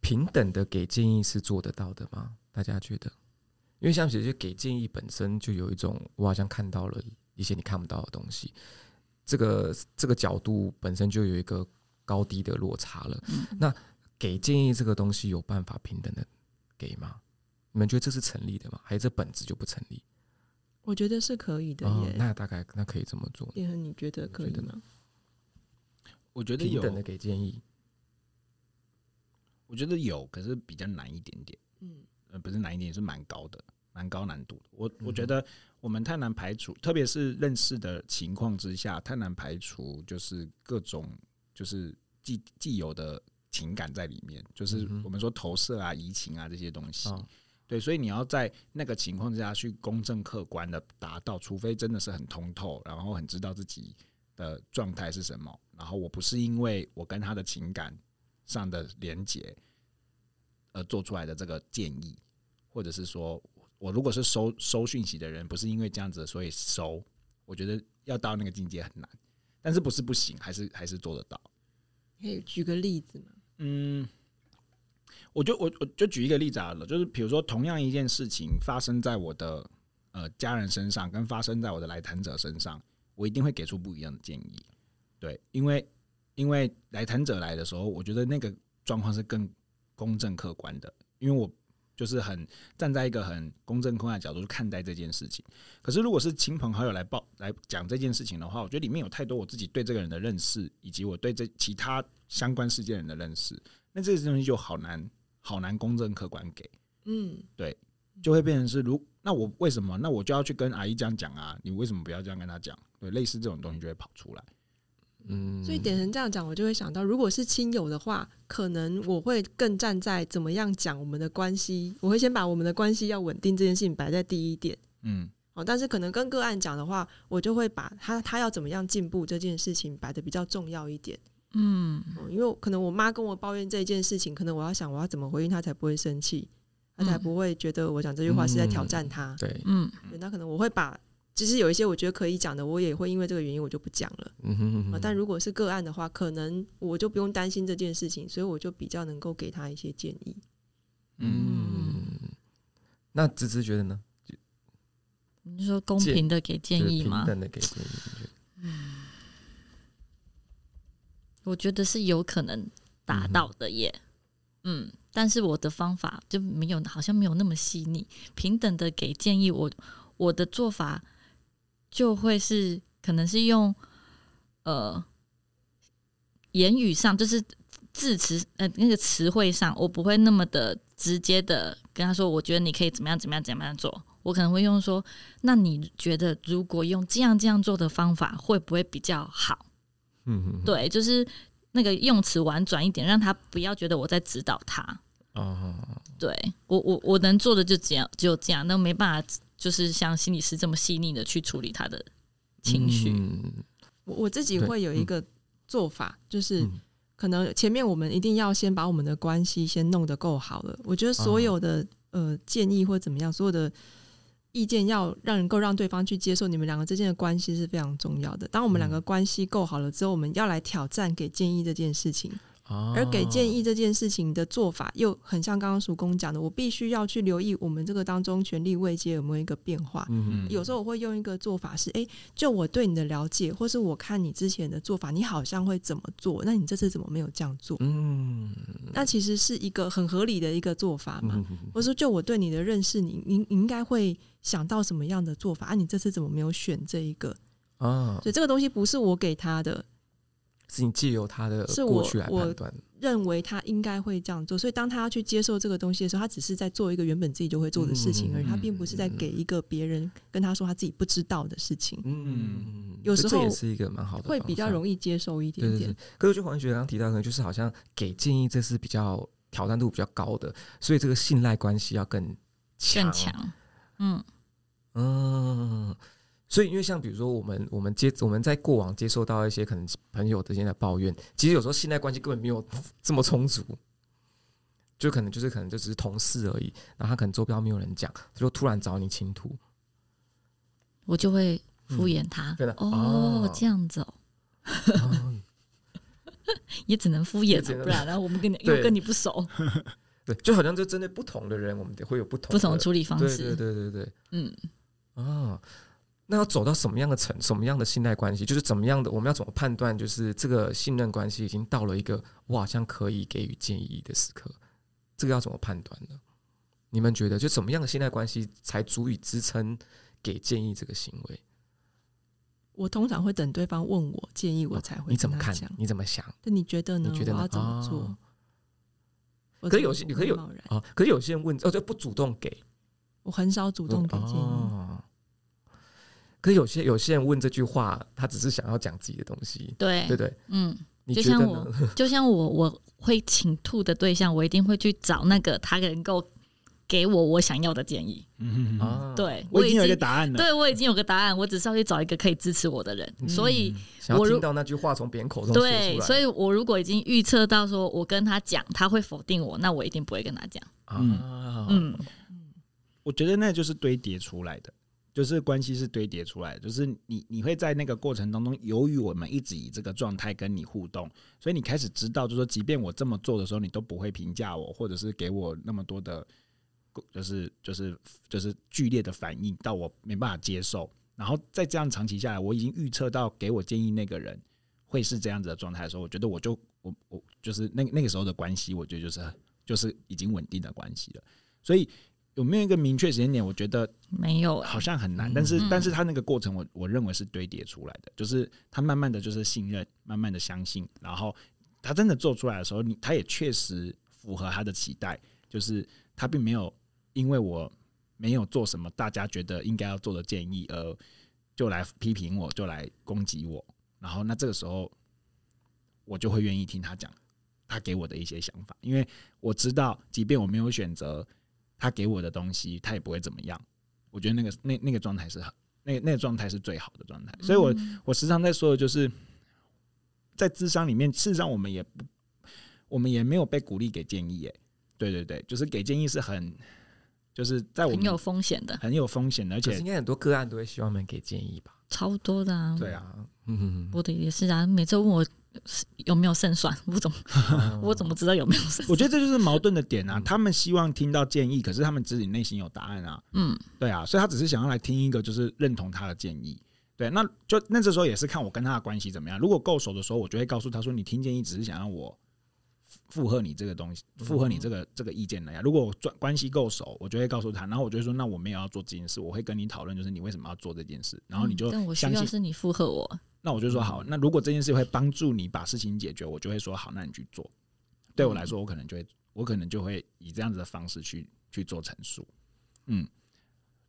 [SPEAKER 1] 平等的给建议是做得到的吗？大家觉得？因为像其实给建议本身就有一种我好像看到了一些你看不到的东西，这个这个角度本身就有一个高低的落差了。
[SPEAKER 3] 嗯
[SPEAKER 1] 那给建议这个东西有办法平等的给吗？你们觉得这是成立的吗？还是这本质就不成立？
[SPEAKER 4] 我觉得是可以的
[SPEAKER 1] 哦
[SPEAKER 4] 耶。，
[SPEAKER 1] 那大概那可以这么做，
[SPEAKER 4] 叶恒，你觉得可
[SPEAKER 1] 你
[SPEAKER 4] 以
[SPEAKER 1] 觉得
[SPEAKER 4] 吗？
[SPEAKER 2] 我觉得
[SPEAKER 1] 平
[SPEAKER 2] 有，
[SPEAKER 1] 等的给建议。
[SPEAKER 2] 我觉得有，可是比较难一点点。
[SPEAKER 4] 嗯，
[SPEAKER 2] 呃，不是难一点，是蛮高的，蛮高难度的。我我
[SPEAKER 1] 嗯
[SPEAKER 2] 觉得我们太难排除，特别是认识的情况之下，太难排除就是各种就是既既有的情感在里面，就是
[SPEAKER 1] 嗯哼
[SPEAKER 2] 我们说投射啊、移情啊这些东西。
[SPEAKER 1] 哦
[SPEAKER 2] 对，所以你要在那个情况之下去公正客观的达到，除非真的是很通透，然后很知道自己的状态是什么，然后我不是因为我跟他的情感上的连结而做出来的这个建议，或者是说我如果是收收讯息的人，不是因为这样子所以收，我觉得要到那个境界很难，但是不是不行，还是还是做得到。
[SPEAKER 4] 可以举个例子吗？
[SPEAKER 2] 嗯，我就我我就举一个例子好了，就是比如说同样一件事情发生在我的呃家人身上，跟发生在我的来谈者身上，我一定会给出不一样的建议。对，因为因为来谈者来的时候，我觉得那个状况是更公正客观的，因为我就是很站在一个很公正客观的角度去看待这件事情。可是如果是亲朋好友来报来讲这件事情的话，我觉得里面有太多我自己对这个人的认识，以及我对这其他相关事件人的认识，那这些东西就好难好难公正客观给，
[SPEAKER 4] 嗯，
[SPEAKER 2] 就会变成是如那我为什么那我就要去跟阿姨这样讲啊？你为什么不要这样跟他讲？对，类似这种东西就会跑出来。
[SPEAKER 1] 嗯，
[SPEAKER 4] 所以点成这样讲，我就会想到，如果是亲友的话，可能我会更站在怎么样讲我们的关系，我会先把我们的关系要稳定这件事情摆在第一点。
[SPEAKER 2] 嗯，
[SPEAKER 4] 哦，但是可能跟个案讲的话，我就会把他他要怎么样进步这件事情摆的比较重要一点。
[SPEAKER 3] 嗯
[SPEAKER 4] 哦，因为可能我妈跟我抱怨这件事情，可能我要想我要怎么回应她才不会生气，她才
[SPEAKER 3] 嗯
[SPEAKER 4] 不会觉得我讲这句话是在挑战她。
[SPEAKER 1] 对，
[SPEAKER 3] 嗯
[SPEAKER 4] 对，那可能我会把，其实有一些我觉得可以讲的，我也会因为这个原因我就不讲了。
[SPEAKER 1] 嗯哼嗯
[SPEAKER 4] 啊、
[SPEAKER 1] 哼
[SPEAKER 4] 但如果是个案的话，可能我就不用担心这件事情，所以我就比较能够给他一些建议。
[SPEAKER 1] 嗯，那芝芝觉得呢？
[SPEAKER 3] 你是说公平的给建
[SPEAKER 1] 就是
[SPEAKER 3] 议
[SPEAKER 1] 平
[SPEAKER 3] 吗？
[SPEAKER 1] 等的给建议，你觉得
[SPEAKER 3] 我觉得是有可能达到的耶。嗯，但是我的方法就没有，好像没有那么细腻。平等的给建议，我我的做法就会是，可能是用呃言语上，就是字词呃那个词汇上，我不会那么的直接的跟他说，我觉得你可以怎么样怎么样怎么样做。我可能会用说，那你觉得如果用这样这样做的方法，会不会比较好？
[SPEAKER 1] 嗯哼，
[SPEAKER 3] 对，就是那个用词婉转一点，让他不要觉得我在指导他。
[SPEAKER 1] 哦，
[SPEAKER 3] 对我，我我能做的就这样，就这样，那没办法，就是像心理师这么细腻的去处理他的情绪。
[SPEAKER 1] 嗯
[SPEAKER 4] 我我自己
[SPEAKER 1] 对
[SPEAKER 4] 会有一
[SPEAKER 1] 嗯
[SPEAKER 4] 个做法，就是
[SPEAKER 1] 嗯
[SPEAKER 4] 可能前面我们一定要先把我们的关系先弄得够好了。我觉得
[SPEAKER 1] 啊
[SPEAKER 4] 所有的、呃建议或怎么样，所有的意见要让人够让对方去接受，你们两个之间的关
[SPEAKER 1] 嗯
[SPEAKER 4] 系是非常重要的。当我们两个关系够好了之后，我们要来挑战给建议这件事情。
[SPEAKER 1] 哦
[SPEAKER 4] 而给建议这件事情的做法又很像刚刚叔公讲的，我必须要去留意我们这个当中权力位阶有没有一个变化。
[SPEAKER 1] 嗯
[SPEAKER 2] 嗯
[SPEAKER 4] 有时候我会用一个做法是，诶，就我对你的了解，或是我看你之前的做法，你好像会怎么做？那你这次怎么没有这样做？
[SPEAKER 1] 嗯
[SPEAKER 4] 那其实是一个很合理的一个做法嘛。
[SPEAKER 1] 嗯
[SPEAKER 4] 我说，就我对你的认识，你你你应该会想到什么样的做法？啊，你这次怎么没有选这一个？
[SPEAKER 1] 啊，
[SPEAKER 4] 所以这个东西不是我给他的，
[SPEAKER 1] 是你借由他的
[SPEAKER 4] 是
[SPEAKER 1] 过
[SPEAKER 4] 我
[SPEAKER 1] 去来
[SPEAKER 4] 我
[SPEAKER 1] 判断，
[SPEAKER 4] 认为他应该会这样做，所以当他要去接受这个东西的时候，他只是在做一个原本自己就会做的事情而已，
[SPEAKER 1] 嗯
[SPEAKER 4] 他并不是在给一个别人跟他说他自己不知道的事情，
[SPEAKER 1] 嗯，
[SPEAKER 4] 有时
[SPEAKER 1] 这也
[SPEAKER 4] 候
[SPEAKER 1] 是一个蛮好的，
[SPEAKER 4] 会比较
[SPEAKER 1] 易。
[SPEAKER 4] 容易接受一点
[SPEAKER 1] 对对
[SPEAKER 4] 点
[SPEAKER 1] 对。，可是就黄学刚刚提到，可能就是好像给建议这是比较挑战度比较高的，所以这个信赖关系要更强。
[SPEAKER 3] 更强。嗯，
[SPEAKER 1] 嗯，所以因为像比如说我们我们接我们在过往接受到一些可能朋友之间的抱怨，其实有时候信赖关系根本没有 这么充足。就可能就是可能就只是同事而已，然后他可能周边没有人讲，他就突然找你倾吐，
[SPEAKER 3] 我就会敷衍他。
[SPEAKER 1] 嗯对的
[SPEAKER 3] 哦
[SPEAKER 1] 哦，
[SPEAKER 3] 这样子哦，
[SPEAKER 1] 嗯
[SPEAKER 3] 也只能敷衍
[SPEAKER 1] 也只
[SPEAKER 3] 了，
[SPEAKER 1] 能
[SPEAKER 3] 不然然后我们跟你
[SPEAKER 1] 对
[SPEAKER 3] 又跟你不熟，
[SPEAKER 1] 对，就好像就针对不同的人，我们得会有不同
[SPEAKER 3] 不同的
[SPEAKER 1] 的
[SPEAKER 3] 处理方
[SPEAKER 1] 对对
[SPEAKER 3] 式。
[SPEAKER 1] 对对对，
[SPEAKER 3] 嗯，
[SPEAKER 1] 啊，那要走到什么样的层，什么样的信赖关系，就是怎么样的，我们要怎么判断，就是这个信任关系已经到了一个我好像可以给予建议的时刻，这个要怎么判断呢？你们觉得，就什么样的信赖关系才足以支撑给建议这个行为？
[SPEAKER 4] 我通常会等对方问我建议，我才会
[SPEAKER 1] 哦你怎么
[SPEAKER 4] 跟他
[SPEAKER 1] 看
[SPEAKER 4] 讲？
[SPEAKER 1] 你怎么想？
[SPEAKER 4] 那你觉得呢？
[SPEAKER 1] 你觉得呢
[SPEAKER 4] 我要怎么做
[SPEAKER 1] 哦？
[SPEAKER 4] 我
[SPEAKER 1] 可是
[SPEAKER 4] 怎么
[SPEAKER 1] 有些
[SPEAKER 4] 不
[SPEAKER 1] 可是有
[SPEAKER 4] 会贸然
[SPEAKER 1] 啊，可是有些人问，哦，就不主动给，
[SPEAKER 4] 我很少主动给建议，
[SPEAKER 1] 哦可是有些有些人问这句话，他只是想要讲自己的东西，对不
[SPEAKER 3] 对，
[SPEAKER 1] 对？
[SPEAKER 3] 嗯，
[SPEAKER 1] 你
[SPEAKER 3] 就
[SPEAKER 1] 觉得
[SPEAKER 3] 像
[SPEAKER 1] 呢？
[SPEAKER 3] 就像我我会倾吐的对象，我一定会去找那个他能够给我我想要的建议。
[SPEAKER 2] 嗯啊，
[SPEAKER 1] 啊，
[SPEAKER 3] 对
[SPEAKER 2] 我已经
[SPEAKER 3] 已经
[SPEAKER 2] 有一个答案了。
[SPEAKER 3] 对我已经有个答案，我只是要去找一个可以支持我的人。所以
[SPEAKER 1] 想要
[SPEAKER 3] 我如
[SPEAKER 1] 听到那句话从别人口中说出来，
[SPEAKER 3] 对，所以我如果已经预测到说我跟他讲他会否定我，那我一定不会跟他讲。
[SPEAKER 2] 哦
[SPEAKER 1] 啊，
[SPEAKER 3] 嗯，
[SPEAKER 2] 我觉得那就是堆叠出来的，就是关系是堆叠出来的，就是你你会在那个过程当中，由于我们一直以这个状态跟你互动，所以你开始知道，就是说，即便我这么做的时候，你都不会评价我，或者是给我那么多的，就是就是就是剧烈的反应，到我没办法接受。然后再这样长期下来，我已经预测到给我建议那个人会是这样子的状态的时候，我觉得我就我我就是那那个时候的关系，我觉得就是就是已经稳定的关系了。所以有没有一个明确时间点？我觉得
[SPEAKER 3] 没有、欸
[SPEAKER 2] 好，像很难，
[SPEAKER 1] 嗯
[SPEAKER 2] 但是
[SPEAKER 3] 嗯
[SPEAKER 2] 但是他那个过程我，我认为是堆叠出来的，就是他慢慢的就是信任，慢慢的相信，然后他真的做出来的时候，你他也确实符合他的期待，就是他并没有因为我没有做什么大家觉得应该要做的建议而就来批评我，就来攻击我，然后那这个时候我就会愿意听他讲他给我的一些想法，因为我知道，即便我没有选择他给我的东西，他也不会怎么样。我觉得那个那那个状态是很，那个那个状态是最好的状态。所以我，我、
[SPEAKER 3] 嗯
[SPEAKER 2] 时常在说的就是，在智商里面，事实上我们也不，我们也没有被鼓励给建议。耶，欸对对对，就是给建议是很，就是在我
[SPEAKER 3] 很
[SPEAKER 2] 们
[SPEAKER 3] 有风险的，
[SPEAKER 2] 很有风险的，而
[SPEAKER 1] 可是
[SPEAKER 2] 且
[SPEAKER 1] 应该很多个案都会希望我们给建议吧？
[SPEAKER 3] 超多的啊。
[SPEAKER 2] 对
[SPEAKER 1] 啊，嗯，
[SPEAKER 3] 我的也是啊，每次问我有没有胜算，我怎么
[SPEAKER 1] 啊
[SPEAKER 3] 我怎么知道有没有胜
[SPEAKER 2] 我
[SPEAKER 3] 算？
[SPEAKER 2] 觉得这就是矛盾的点啊。
[SPEAKER 1] 嗯
[SPEAKER 2] 他们希望听到建议，可是他们自己内心有答案啊。
[SPEAKER 3] 嗯，
[SPEAKER 2] 对啊，所以他只是想要来听一个就是认同他的建议。对，那就那这时候也是看我跟他的关系怎么样。如果够熟的时候，我就会告诉他说：“你听建议只是想让我附和你这个东西，
[SPEAKER 3] 嗯
[SPEAKER 2] 附和你这个这个意见的呀。”如果我转关系够熟，我就会告诉他，然后我就会说：“那我没有要做这件事，我会跟你讨论，就是你为什么要做这件事。”然后你就
[SPEAKER 3] 嗯但我需
[SPEAKER 2] 相
[SPEAKER 3] 要
[SPEAKER 2] 信。
[SPEAKER 3] 是你附和我，
[SPEAKER 2] 那我就说好，那如果这件事会帮助你把事情解决，我就会说好，那你去做。对我来说，我可能就会，我可能就会以这样子的方式去去做陈述，嗯，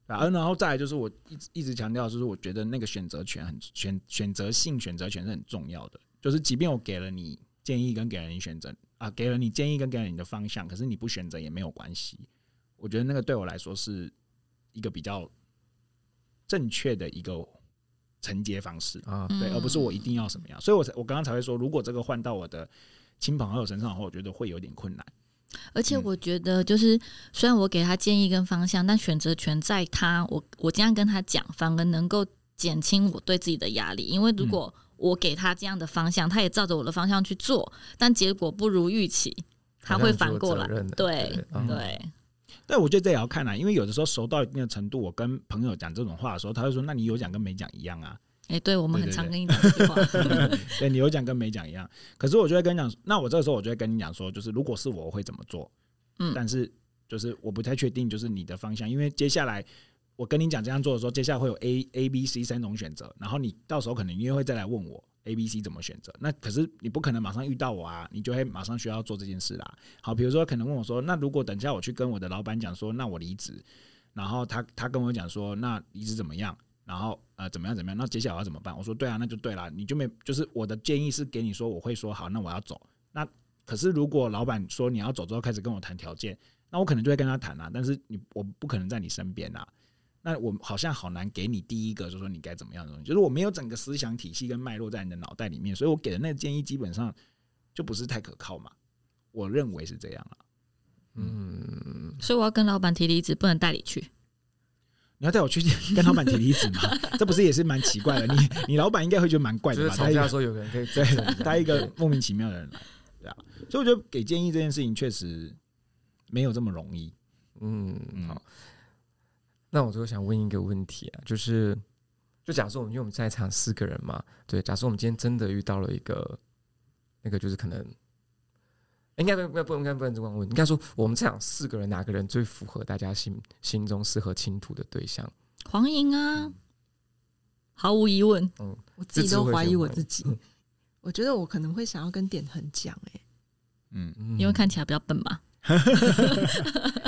[SPEAKER 2] 然后然后再来就是我一直一直强调，就是我觉得那个选择权很选选择性选择权是很重要的，就是即便我给了你建议跟给了你选择啊，给了你建议跟给了你的方向，可是你不选择也没有关系，我觉得那个对我来说是一个比较正确的一个承接方式。
[SPEAKER 1] 啊，
[SPEAKER 2] 对，
[SPEAKER 3] 嗯
[SPEAKER 2] 而不是我一定要什么样。所以我才我刚刚才会说，如果这个换到我的亲朋好友身上的话，我觉得会有点困难。
[SPEAKER 3] 而且
[SPEAKER 2] 嗯
[SPEAKER 3] 我觉得，就是、虽然我给他建议跟方向，但选择权在
[SPEAKER 1] 嗯
[SPEAKER 3] 他。我我这样跟他讲，反而能够减轻我对自己的压力。因为如果我给他这样的方向，他也照着我的方向去做，但结果不如预期，他会反过来
[SPEAKER 1] 好像就有责任了。
[SPEAKER 3] 对
[SPEAKER 1] 嗯
[SPEAKER 3] 对，
[SPEAKER 2] 但我觉得这也要看啊，因为有的时候熟到一定的程度，我跟朋友讲这种话的时候，他会说：“那你有讲跟没讲一样啊？
[SPEAKER 3] 哎，对我们
[SPEAKER 2] 对
[SPEAKER 3] 很
[SPEAKER 2] 对
[SPEAKER 3] 常
[SPEAKER 2] 对
[SPEAKER 3] 跟你讲这句话，
[SPEAKER 2] 对你有讲跟没讲一样。”可是我就会跟你讲，那我这个时候我就会跟你讲说，就是如果是我，我会怎么做？
[SPEAKER 3] 嗯
[SPEAKER 2] 但是就是我不太确定，就是你的方向，因为接下来我跟你讲这样做的时候，接下来会有 A、A、B、C 三种选择，然后你到时候可能你又会再来问我 A、B、C 怎么选择。那可是你不可能马上遇到我啊，你就会马上需要做这件事啦。好，比如说可能问我说，那如果等一下我去跟我的老板讲说，那我离职，然后他他跟我讲说，那离职怎么样？然后呃怎么样怎么样？那接下来我要怎么办？我说对啊，那就对啦，你就没就是我的建议是给你说，我会说好，那我要走。那可是如果老板说你要走之后开始跟我谈条件，那我可能就会跟他谈啊，但是你我不可能在你身边啊。那我好像好难给你第一个，就是说你该怎么样的东西，就是我没有整个思想体系跟脉络在你的脑袋里面，所以我给的那个建议基本上就不是太可靠嘛。我认为是 这样啊。
[SPEAKER 1] 嗯，
[SPEAKER 3] 所以我要跟老板提离职，不能带你去。
[SPEAKER 2] 你要带我去跟老板提离职吗？ 这不是也是蛮奇怪的？你你老板应该会觉得蛮怪
[SPEAKER 1] 就是
[SPEAKER 2] 的吧？
[SPEAKER 1] 吵
[SPEAKER 2] 他一
[SPEAKER 1] 架
[SPEAKER 2] 个
[SPEAKER 1] 的时候有个人可以指正
[SPEAKER 2] 对，带一个莫名其妙的人来，对啊。所以我觉得给建议这件事情确实没有这么容易。
[SPEAKER 1] 嗯，
[SPEAKER 2] 嗯
[SPEAKER 1] 好。那我最后想问一个问题啊，就是，就假设我们因为我们在场四个人嘛，对，假设我们今天真的遇到了一个，那个就是可能，应该不不不应该不能这么问，应该说我们在场四个人哪个人最符合大家心心中适合倾吐的对象？
[SPEAKER 3] 黄莹啊，毫无疑问，
[SPEAKER 4] 我自
[SPEAKER 1] 这
[SPEAKER 4] 己
[SPEAKER 1] 次
[SPEAKER 4] 都
[SPEAKER 1] 会
[SPEAKER 4] 怀疑
[SPEAKER 1] 选
[SPEAKER 4] 我
[SPEAKER 1] 吗
[SPEAKER 4] 自己。我觉得我可能会想要跟点恒讲、欸，
[SPEAKER 2] 嗯，
[SPEAKER 1] 嗯
[SPEAKER 3] 因为看起来比较笨嘛。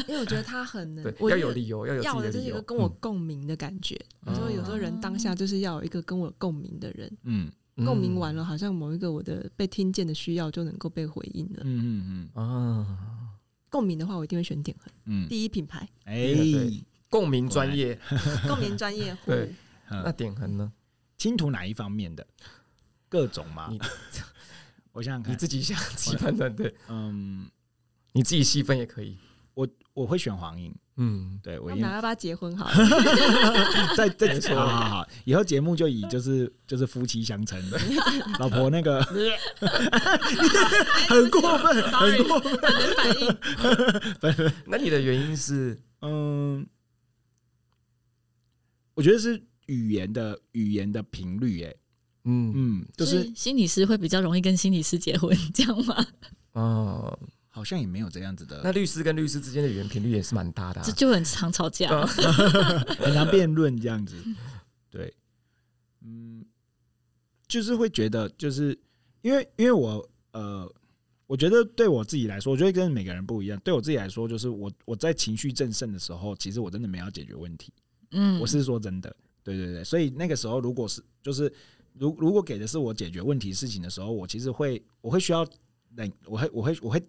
[SPEAKER 4] 因为我觉得他很能，
[SPEAKER 1] 对
[SPEAKER 4] 我
[SPEAKER 1] 要
[SPEAKER 4] 觉
[SPEAKER 1] 有
[SPEAKER 4] 得
[SPEAKER 1] 理由，要有自
[SPEAKER 4] 要
[SPEAKER 1] 己
[SPEAKER 4] 的就是
[SPEAKER 1] 理
[SPEAKER 4] 一个
[SPEAKER 1] 由，
[SPEAKER 4] 跟我
[SPEAKER 1] 嗯
[SPEAKER 4] 共鸣的感觉。
[SPEAKER 1] 嗯
[SPEAKER 4] 你说有时候人当下就是要有一个跟我共鸣的人，
[SPEAKER 2] 嗯
[SPEAKER 4] 共鸣完
[SPEAKER 1] 了
[SPEAKER 4] 了，好像某一个我的被听见的需要就能够被回应了。
[SPEAKER 2] 嗯嗯
[SPEAKER 1] 啊，
[SPEAKER 4] 共鸣的话，我一定会选点恒，
[SPEAKER 2] 嗯嗯，
[SPEAKER 4] 第一 品牌，
[SPEAKER 2] 哎，
[SPEAKER 1] 共鸣专业，
[SPEAKER 4] 共鸣专业户。
[SPEAKER 1] 对那
[SPEAKER 2] 嗯
[SPEAKER 1] 点恒呢？
[SPEAKER 2] 倾吐哪一方面的？各种吗
[SPEAKER 1] 你？
[SPEAKER 2] 我想想
[SPEAKER 1] 你
[SPEAKER 2] 看，
[SPEAKER 1] 自己想 自己判断，对，
[SPEAKER 2] 嗯，
[SPEAKER 1] 你自己细分也可以，
[SPEAKER 2] 我我会选黄英，
[SPEAKER 1] 嗯，
[SPEAKER 2] 对我
[SPEAKER 4] 那
[SPEAKER 2] 一
[SPEAKER 4] 我们
[SPEAKER 2] 定
[SPEAKER 4] 俩要不要结婚好了？
[SPEAKER 2] 在在
[SPEAKER 1] 没错
[SPEAKER 2] 好好好，以后节目就以就是就是夫妻相称， 老婆那个 很过分，很过分。
[SPEAKER 3] 反应
[SPEAKER 1] 那你的原因是，
[SPEAKER 2] 嗯，我觉得是语言的语言的频率，哎，
[SPEAKER 1] 嗯
[SPEAKER 2] 嗯，就
[SPEAKER 3] 所
[SPEAKER 2] 是
[SPEAKER 3] 以心理师会比较容易跟心理师结婚， 这样吗？
[SPEAKER 1] 哦，
[SPEAKER 2] 好像也没有这样子的
[SPEAKER 1] 那，律师跟律师之间的语言频率也是蛮大的啊
[SPEAKER 3] 这，就很常吵架。
[SPEAKER 2] 啊很难辩论这 样子。对，嗯，就是会觉得，就是因为因为我呃，我觉得对我自己来说，我觉得跟每个人不一样。对我自己来说，就是我我在情绪正盛的时候，其实我真的没有要解决问题。
[SPEAKER 3] 嗯，
[SPEAKER 2] 我是说真的，对对对，所以那个时候如果是就是如如果给的是我解决问题事情的时候，我其实会我会需要冷，我会我会我会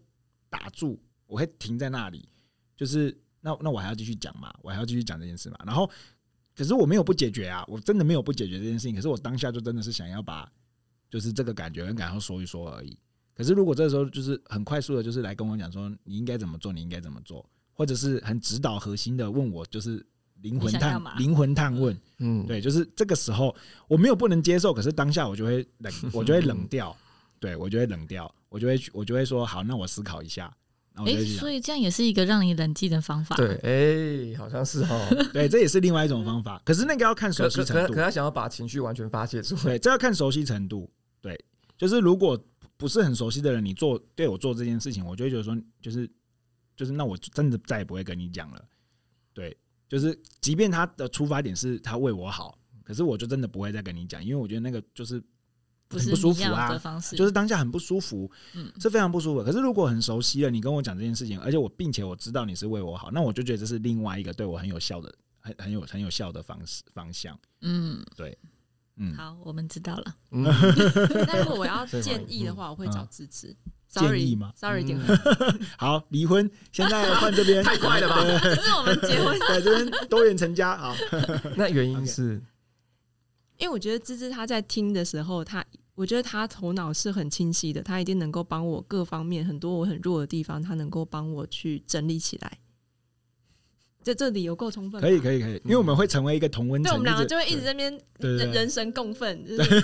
[SPEAKER 2] 打住，我会停在那里，就是那那我还要继续讲嘛，我还要继续讲这件事嘛，然后可是我没有不解决啊，我真的没有不解决这件事情，可是我当下就真的是想要把就是这个感觉跟感受说一说而已。可是如果这时候就是很快速的，就是来跟我讲说你应该怎么做，你应该怎么做，或者是很指导核心的问我，就是灵魂
[SPEAKER 3] 你想要
[SPEAKER 2] 探
[SPEAKER 3] 嘛
[SPEAKER 2] 灵魂探问，
[SPEAKER 1] 嗯，
[SPEAKER 2] 对，就是这个时候我没有不能接受，可是当下我就会冷，我就会冷掉，对我就会冷掉，我就会去我就会说好，那我思考一下，然后我
[SPEAKER 3] 哎、
[SPEAKER 2] 就会去想
[SPEAKER 3] 所以这样也是一个让你冷静的方法。
[SPEAKER 1] 对，哎，好像是哦，
[SPEAKER 2] 对，这也是另外一种方法，可是那个要看 熟
[SPEAKER 1] 可
[SPEAKER 2] 悉
[SPEAKER 1] 可
[SPEAKER 2] 程
[SPEAKER 1] 可
[SPEAKER 2] 度
[SPEAKER 1] 可，他想要把情绪完全发泄 出来，
[SPEAKER 2] 对，这要看熟悉程度，对，就是如果不是很熟悉的人，你做对我做这件事情，我就会觉得说，就是就是那我真的再也不会跟你讲了，对，就是即便他的出发点是他为我好，可是我就真的不会再跟你讲，因为我觉得那个就是
[SPEAKER 3] 不
[SPEAKER 2] 很
[SPEAKER 3] 是
[SPEAKER 2] 不舒
[SPEAKER 3] 你
[SPEAKER 2] 服
[SPEAKER 3] 要
[SPEAKER 2] 啊
[SPEAKER 3] 的，方式，
[SPEAKER 2] 就是当下很不舒服，
[SPEAKER 3] 嗯
[SPEAKER 2] 是非常不舒服的。可是如果很熟悉了，你跟我讲这件事情，而且我并且我知道你是为我好，那我就觉得这是另外一个对我很有效的、很很有很有效的方式方向。
[SPEAKER 3] 嗯，
[SPEAKER 2] 嗯，
[SPEAKER 3] 好，我们知道了。
[SPEAKER 1] 嗯，
[SPEAKER 4] 那如果 我要
[SPEAKER 1] 所以怀疑
[SPEAKER 4] 建议的话，我会找芝芝。
[SPEAKER 2] 嗯建议吗嗯
[SPEAKER 4] Sorry，Sorry，点恒。
[SPEAKER 2] 好，离婚，现在换这 边，
[SPEAKER 1] 太快了吧
[SPEAKER 2] 对？
[SPEAKER 4] 这是我们结婚，
[SPEAKER 2] 对，这边多元成家，好，
[SPEAKER 1] 那原因是，
[SPEAKER 4] 因为我觉得芝芝她在听的时候，她我觉得她头脑是很清晰的，她一定能够帮我各方面很多我很弱的地方，她能够帮我去整理起来。这这理由够充分吧，
[SPEAKER 2] 可以可以可以，因为我们会成为一个同温
[SPEAKER 4] 对，
[SPEAKER 2] 层，
[SPEAKER 4] 我们两个
[SPEAKER 2] 一直
[SPEAKER 4] 就会一直在那边
[SPEAKER 2] 对对
[SPEAKER 4] 人
[SPEAKER 2] 对
[SPEAKER 4] 人神共愤，就是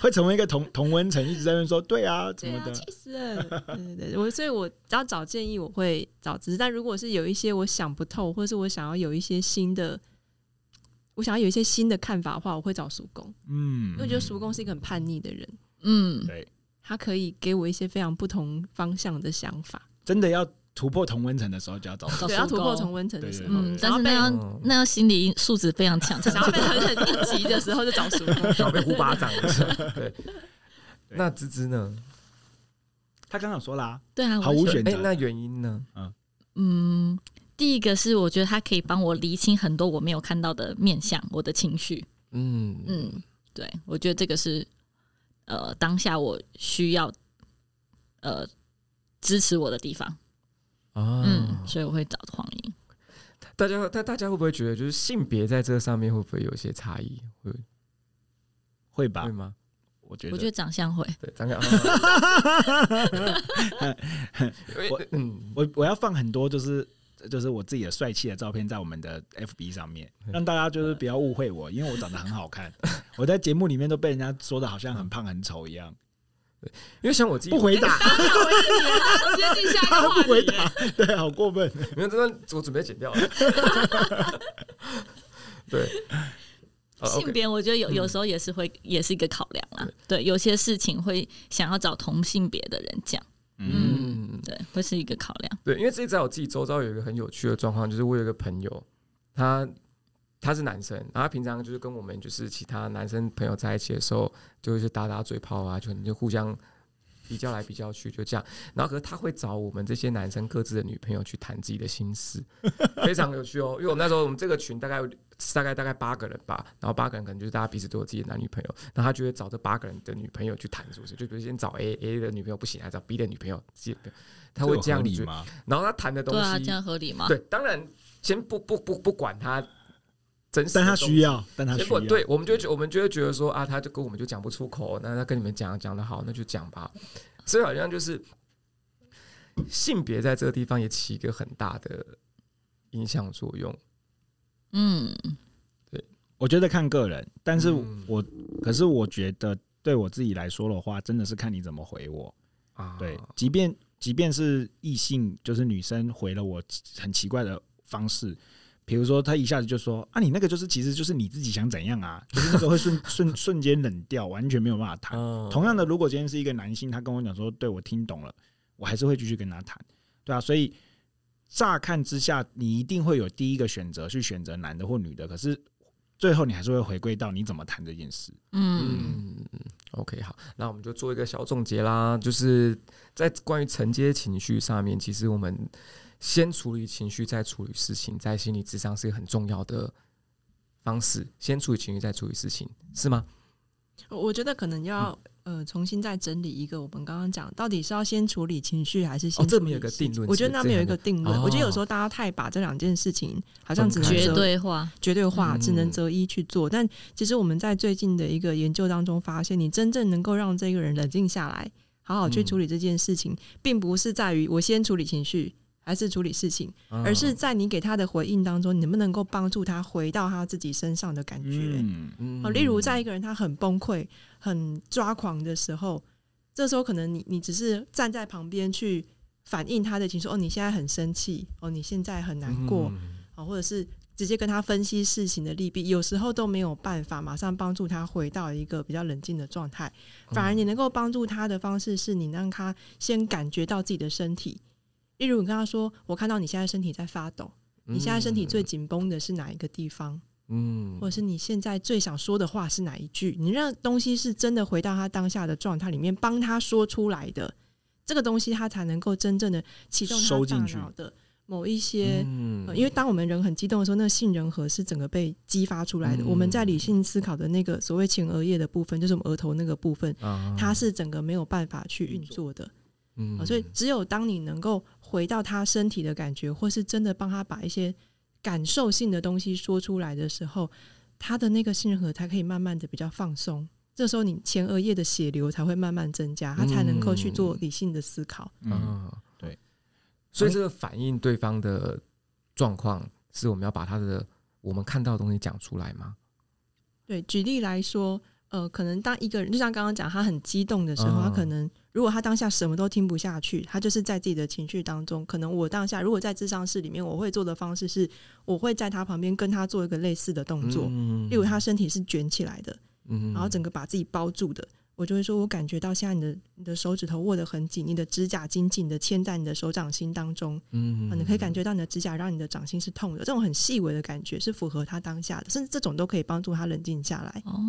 [SPEAKER 2] 会成为一个同同温层，一直在那边说对啊怎么
[SPEAKER 4] 对啊，
[SPEAKER 2] 的，
[SPEAKER 4] 气死了。对对对，我所以，我只要找建议，我会找知识。但如果是有一些我想不透，或是我想要有一些新的，我想要有一些新的看法的话，我会找叔公，
[SPEAKER 2] 嗯
[SPEAKER 4] 因为我觉得叔公是一个很叛逆的人，
[SPEAKER 3] 嗯，
[SPEAKER 2] 对，
[SPEAKER 4] 他可以给我一些非常不同方向的想法。
[SPEAKER 2] 真的要突破同温层的时候就要找
[SPEAKER 3] 找
[SPEAKER 4] 对，要
[SPEAKER 3] 叔
[SPEAKER 4] 突破
[SPEAKER 3] 公
[SPEAKER 4] 同温层的
[SPEAKER 2] 对
[SPEAKER 4] 时
[SPEAKER 2] 对
[SPEAKER 4] 候，
[SPEAKER 3] 嗯，
[SPEAKER 4] 想
[SPEAKER 3] 但
[SPEAKER 4] 要
[SPEAKER 3] 是那
[SPEAKER 4] 被
[SPEAKER 3] 要
[SPEAKER 1] 嗯
[SPEAKER 3] 那要心理素质非常强才
[SPEAKER 4] 想要被狠狠一击的时候，就找叔公。
[SPEAKER 1] 想要被呼巴掌。 对，那芝芝呢？
[SPEAKER 2] 他刚刚有说啦，
[SPEAKER 3] 对啊，我
[SPEAKER 2] 毫无
[SPEAKER 3] 觉得
[SPEAKER 2] 选
[SPEAKER 1] 哎、
[SPEAKER 2] 择，
[SPEAKER 1] 那原因呢？
[SPEAKER 3] 嗯，第一个是我觉得他可以帮我厘清很多我没有看到的面相，我的情绪。
[SPEAKER 1] 嗯
[SPEAKER 3] 嗯，对，我觉得这个是呃当下我需要呃支持我的地方。
[SPEAKER 1] 啊
[SPEAKER 3] 嗯，所以我会找黄英。
[SPEAKER 1] 大家但大家会不会觉得，就是性别在这上面会不会有一些差异？会
[SPEAKER 2] 会
[SPEAKER 1] 会
[SPEAKER 2] 吧？
[SPEAKER 1] 吗？
[SPEAKER 2] 嗯我觉
[SPEAKER 3] 我觉得
[SPEAKER 2] 得
[SPEAKER 3] 长相 会，
[SPEAKER 1] 对，张
[SPEAKER 2] 啊
[SPEAKER 1] 亮，
[SPEAKER 2] 我
[SPEAKER 1] 嗯，
[SPEAKER 2] 我我要放很多就是。就是我自己的帅气的照片在我们的 FB 上面，让大家就是不要误会我，因为我长得很好 看。我在节目里面都被人家说的好像很胖很丑一样，
[SPEAKER 1] 因为像我自己
[SPEAKER 2] 不，回 答，
[SPEAKER 4] 直啊接进下一
[SPEAKER 2] 他不回答，对，好过分。
[SPEAKER 1] 没有这段我准备剪掉了。 对，啊
[SPEAKER 3] 性
[SPEAKER 1] OK，
[SPEAKER 3] 别我觉得有
[SPEAKER 1] 嗯
[SPEAKER 3] 有时候也是会也是一个考量啦
[SPEAKER 1] 对。
[SPEAKER 3] 对，有些事情会想要找同性别的人讲，
[SPEAKER 1] Mm.
[SPEAKER 2] 嗯
[SPEAKER 1] 嗯，
[SPEAKER 3] 对，会是一个考量。
[SPEAKER 1] 对，因为这一在我自己周遭有一个很有趣的状况，就是我有一个朋友，他他是男生，然后他平常就是跟我们就是其他男生朋友在一起的时候，就会去打打嘴炮啊，就你就互相比较来比较去，就这样。然后可是他会找我们这些男生各自的女朋友去谈自己的心事， 非常有趣哦。因为我们那时候我们这个群大概有大概大概八个人吧，然后八个人可能就是大家彼此都有自己的男女朋友，然后他就会找这八个人的女朋友去谈是不是？就比如先找 A A 的女朋友不行，还找 B 的女朋友，自己的女朋友，他会这样
[SPEAKER 2] 合理
[SPEAKER 1] 子
[SPEAKER 2] 吗？
[SPEAKER 1] 然后他谈的东
[SPEAKER 3] 对啊，
[SPEAKER 1] 西，
[SPEAKER 3] 这样合理吗？
[SPEAKER 1] 对，当然先不不不不管他真实的
[SPEAKER 2] 但
[SPEAKER 1] 东西，
[SPEAKER 2] 他需要，但他
[SPEAKER 1] 结
[SPEAKER 2] 需
[SPEAKER 1] 果
[SPEAKER 2] 要，
[SPEAKER 1] 对，我们就会觉我们就会觉得说啊，他就跟我们就讲不出口，那他跟你们讲讲的好，那就讲吧。所以好像就是性别在这个地方也起一个很大的影响作用。
[SPEAKER 3] 嗯，
[SPEAKER 2] 我觉得看个人，但是
[SPEAKER 1] 嗯
[SPEAKER 2] 我、可是我觉得对我自己来说的话，真的是看你怎么回我。
[SPEAKER 1] 啊，
[SPEAKER 2] 对，即便即便是异性，就是女生回了我很奇怪的方式，比如说她一下子就说啊，你那个就是其实就是你自己想怎样啊，就是那个会瞬 瞬瞬间冷掉，完全没有办法谈。
[SPEAKER 1] 嗯
[SPEAKER 2] 同样的，如果今天是一个男性，他跟我讲说，对我听懂了，我还是会继续跟他谈，对啊，所以乍看之下，你一定会有第一个选择去选择男的或女的，可是最后你还是会回归到你怎么谈这件事。
[SPEAKER 3] 嗯，
[SPEAKER 1] 嗯，OK，好，那我们就做一个小总结啦，就是在关于承接情绪上面，其实我们先处理情绪，再处理事情，在心理智商是一个很重要的方式，先处理情绪，再处理事情，是吗？
[SPEAKER 4] 我我觉得可能要呃重新再整理一个，我们刚刚讲到底是要先处理情绪还是先
[SPEAKER 1] 哦，这
[SPEAKER 4] 处
[SPEAKER 1] 没
[SPEAKER 4] 理
[SPEAKER 1] 有一个
[SPEAKER 4] 心
[SPEAKER 1] 定论，
[SPEAKER 4] 我觉得
[SPEAKER 1] 是
[SPEAKER 4] 那
[SPEAKER 1] 不是
[SPEAKER 4] 边有一个定论，
[SPEAKER 1] 哦
[SPEAKER 4] 我觉得有时候大家太把这两件事情好像只能
[SPEAKER 1] 分开
[SPEAKER 3] 绝
[SPEAKER 4] 择
[SPEAKER 3] 对化，
[SPEAKER 4] 绝对化，
[SPEAKER 1] 嗯
[SPEAKER 4] 只能择一去做。但其实我们在最近的一个研究当中发现，你真正能够让这个人冷静下来，好好去
[SPEAKER 1] 嗯
[SPEAKER 4] 处理这件事情，并不是在于我先处理情绪。还是处理事情，
[SPEAKER 1] 嗯
[SPEAKER 4] 而是在你给他的回应当中，你能不能够帮助他回到他自己身上的感觉？
[SPEAKER 2] 嗯，
[SPEAKER 1] 嗯
[SPEAKER 4] 哦好，例如在一个人他很崩溃、很抓狂的时候，这时候可能你你只是站在旁边去反映他的情绪，哦，你现在很生气，哦，你现在很难过，
[SPEAKER 1] 嗯
[SPEAKER 4] 啊、或者是直接跟他分析事情的利弊，有时候都没有办法马上帮助他回到一个比较冷静的状态，反
[SPEAKER 1] 哦
[SPEAKER 4] 而你能够帮助他的方式是你让他先感觉到自己的身体。例如，你跟他说：“我看到你现在身体在发抖，你现在身体最紧绷的是哪一个地方？”
[SPEAKER 1] 嗯
[SPEAKER 4] 或者是你现在最想说的话是哪一句？你让东西是真的回到他当下的状态里面，帮他说出来的，这个东西他才能够真正的启动
[SPEAKER 2] 收
[SPEAKER 4] 他大
[SPEAKER 2] 进去
[SPEAKER 4] 脑的某一些。
[SPEAKER 1] 嗯
[SPEAKER 4] 呃因为当我们人很激动的时候，那个杏仁核是整个被激发出来的。
[SPEAKER 1] 嗯
[SPEAKER 4] 我们在理性思考的那个所谓前额叶的部分，就是我们额头那个部分，
[SPEAKER 1] 啊
[SPEAKER 4] 它是整个没有办法去运作的。
[SPEAKER 1] 嗯
[SPEAKER 4] 啊，所以只有当你能够回到他身体的感觉，或是真的帮他把一些感受性的东西说出来的时候，他的那个杏仁核才可以慢慢的比较放松。这时候你前额叶的血流才会慢慢增加，他才能够
[SPEAKER 1] 嗯
[SPEAKER 4] 去做理性的思考。
[SPEAKER 2] 嗯
[SPEAKER 1] 啊
[SPEAKER 2] 对，
[SPEAKER 4] 哎
[SPEAKER 1] 所以这个反映对方的状况是我们要把他的我们看到的东西讲出来吗？
[SPEAKER 4] 对，举例来说，呃，可能当一个人就像刚刚讲，他很激动的时
[SPEAKER 1] 嗯
[SPEAKER 4] 候，他可能如果他当下什么都听不下去，他就是在自己的情绪当中。可能我当下如果在智商室里面，我会做的方式是，我会在他旁边跟他做一个类似的动作，
[SPEAKER 1] 嗯
[SPEAKER 4] 例如他身体是卷起来的，
[SPEAKER 1] 嗯
[SPEAKER 4] 然后整个把自己包住的。我就会说，我感觉到现在你的你的手指头握得很紧，你的指甲紧紧的牵在你的手掌心当中，
[SPEAKER 1] 嗯
[SPEAKER 4] 啊，你可以感觉到你的指甲让你的掌心是痛的，这种很细微的感觉是符合他当下的，甚至这种都可以帮助他冷静下来。
[SPEAKER 3] 哦，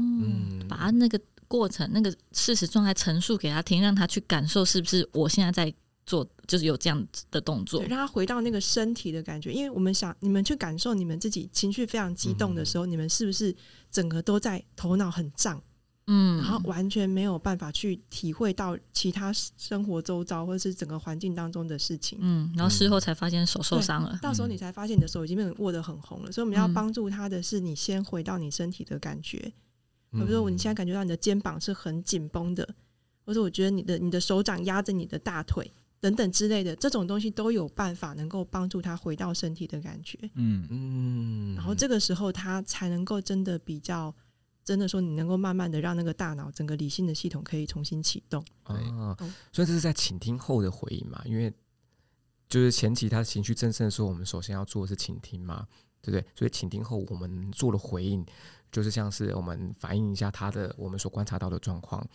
[SPEAKER 3] 把他那个过程、那个事实状态陈述给他听，让他去感受是不是我现在在做，就是有这样的动作
[SPEAKER 4] 对，。让他回到那个身体的感觉。因为我们想，你们去感受你们自己情绪非常激
[SPEAKER 1] 嗯
[SPEAKER 4] 动的时候，你们是不是整个都在头脑很胀，
[SPEAKER 3] 嗯，
[SPEAKER 4] 然后完全没有办法去体会到其他生活周遭或者是整个环境当中的事情？
[SPEAKER 3] 嗯，然后事后才发现手受伤了。
[SPEAKER 4] 到时候你才发现你的手已经被人握得很红了。所以我们要
[SPEAKER 3] 嗯
[SPEAKER 4] 帮助他的是，你先回到你身体的感觉。
[SPEAKER 1] 嗯，
[SPEAKER 4] 比如说，你现在感觉到你的肩膀是很紧绷的，或者我觉得你的你的手掌压着你的大腿等等之类的，这种东西都有办法能够帮助他回到身体的感觉。
[SPEAKER 2] 嗯，
[SPEAKER 1] 嗯，
[SPEAKER 4] 然后这个时候他才能够真的比较，真的说你能够慢慢的让那个大脑整个理性的系统可以重新启动。
[SPEAKER 1] 啊
[SPEAKER 4] 对，
[SPEAKER 1] 所以这是在倾听后的回应嘛？因为就是前期他情绪正盛的时候，我们首先要做的是倾听嘛，对不对？所以倾听后，我们做了回应，就是像是我们反映一下他的我们所观察到的状况。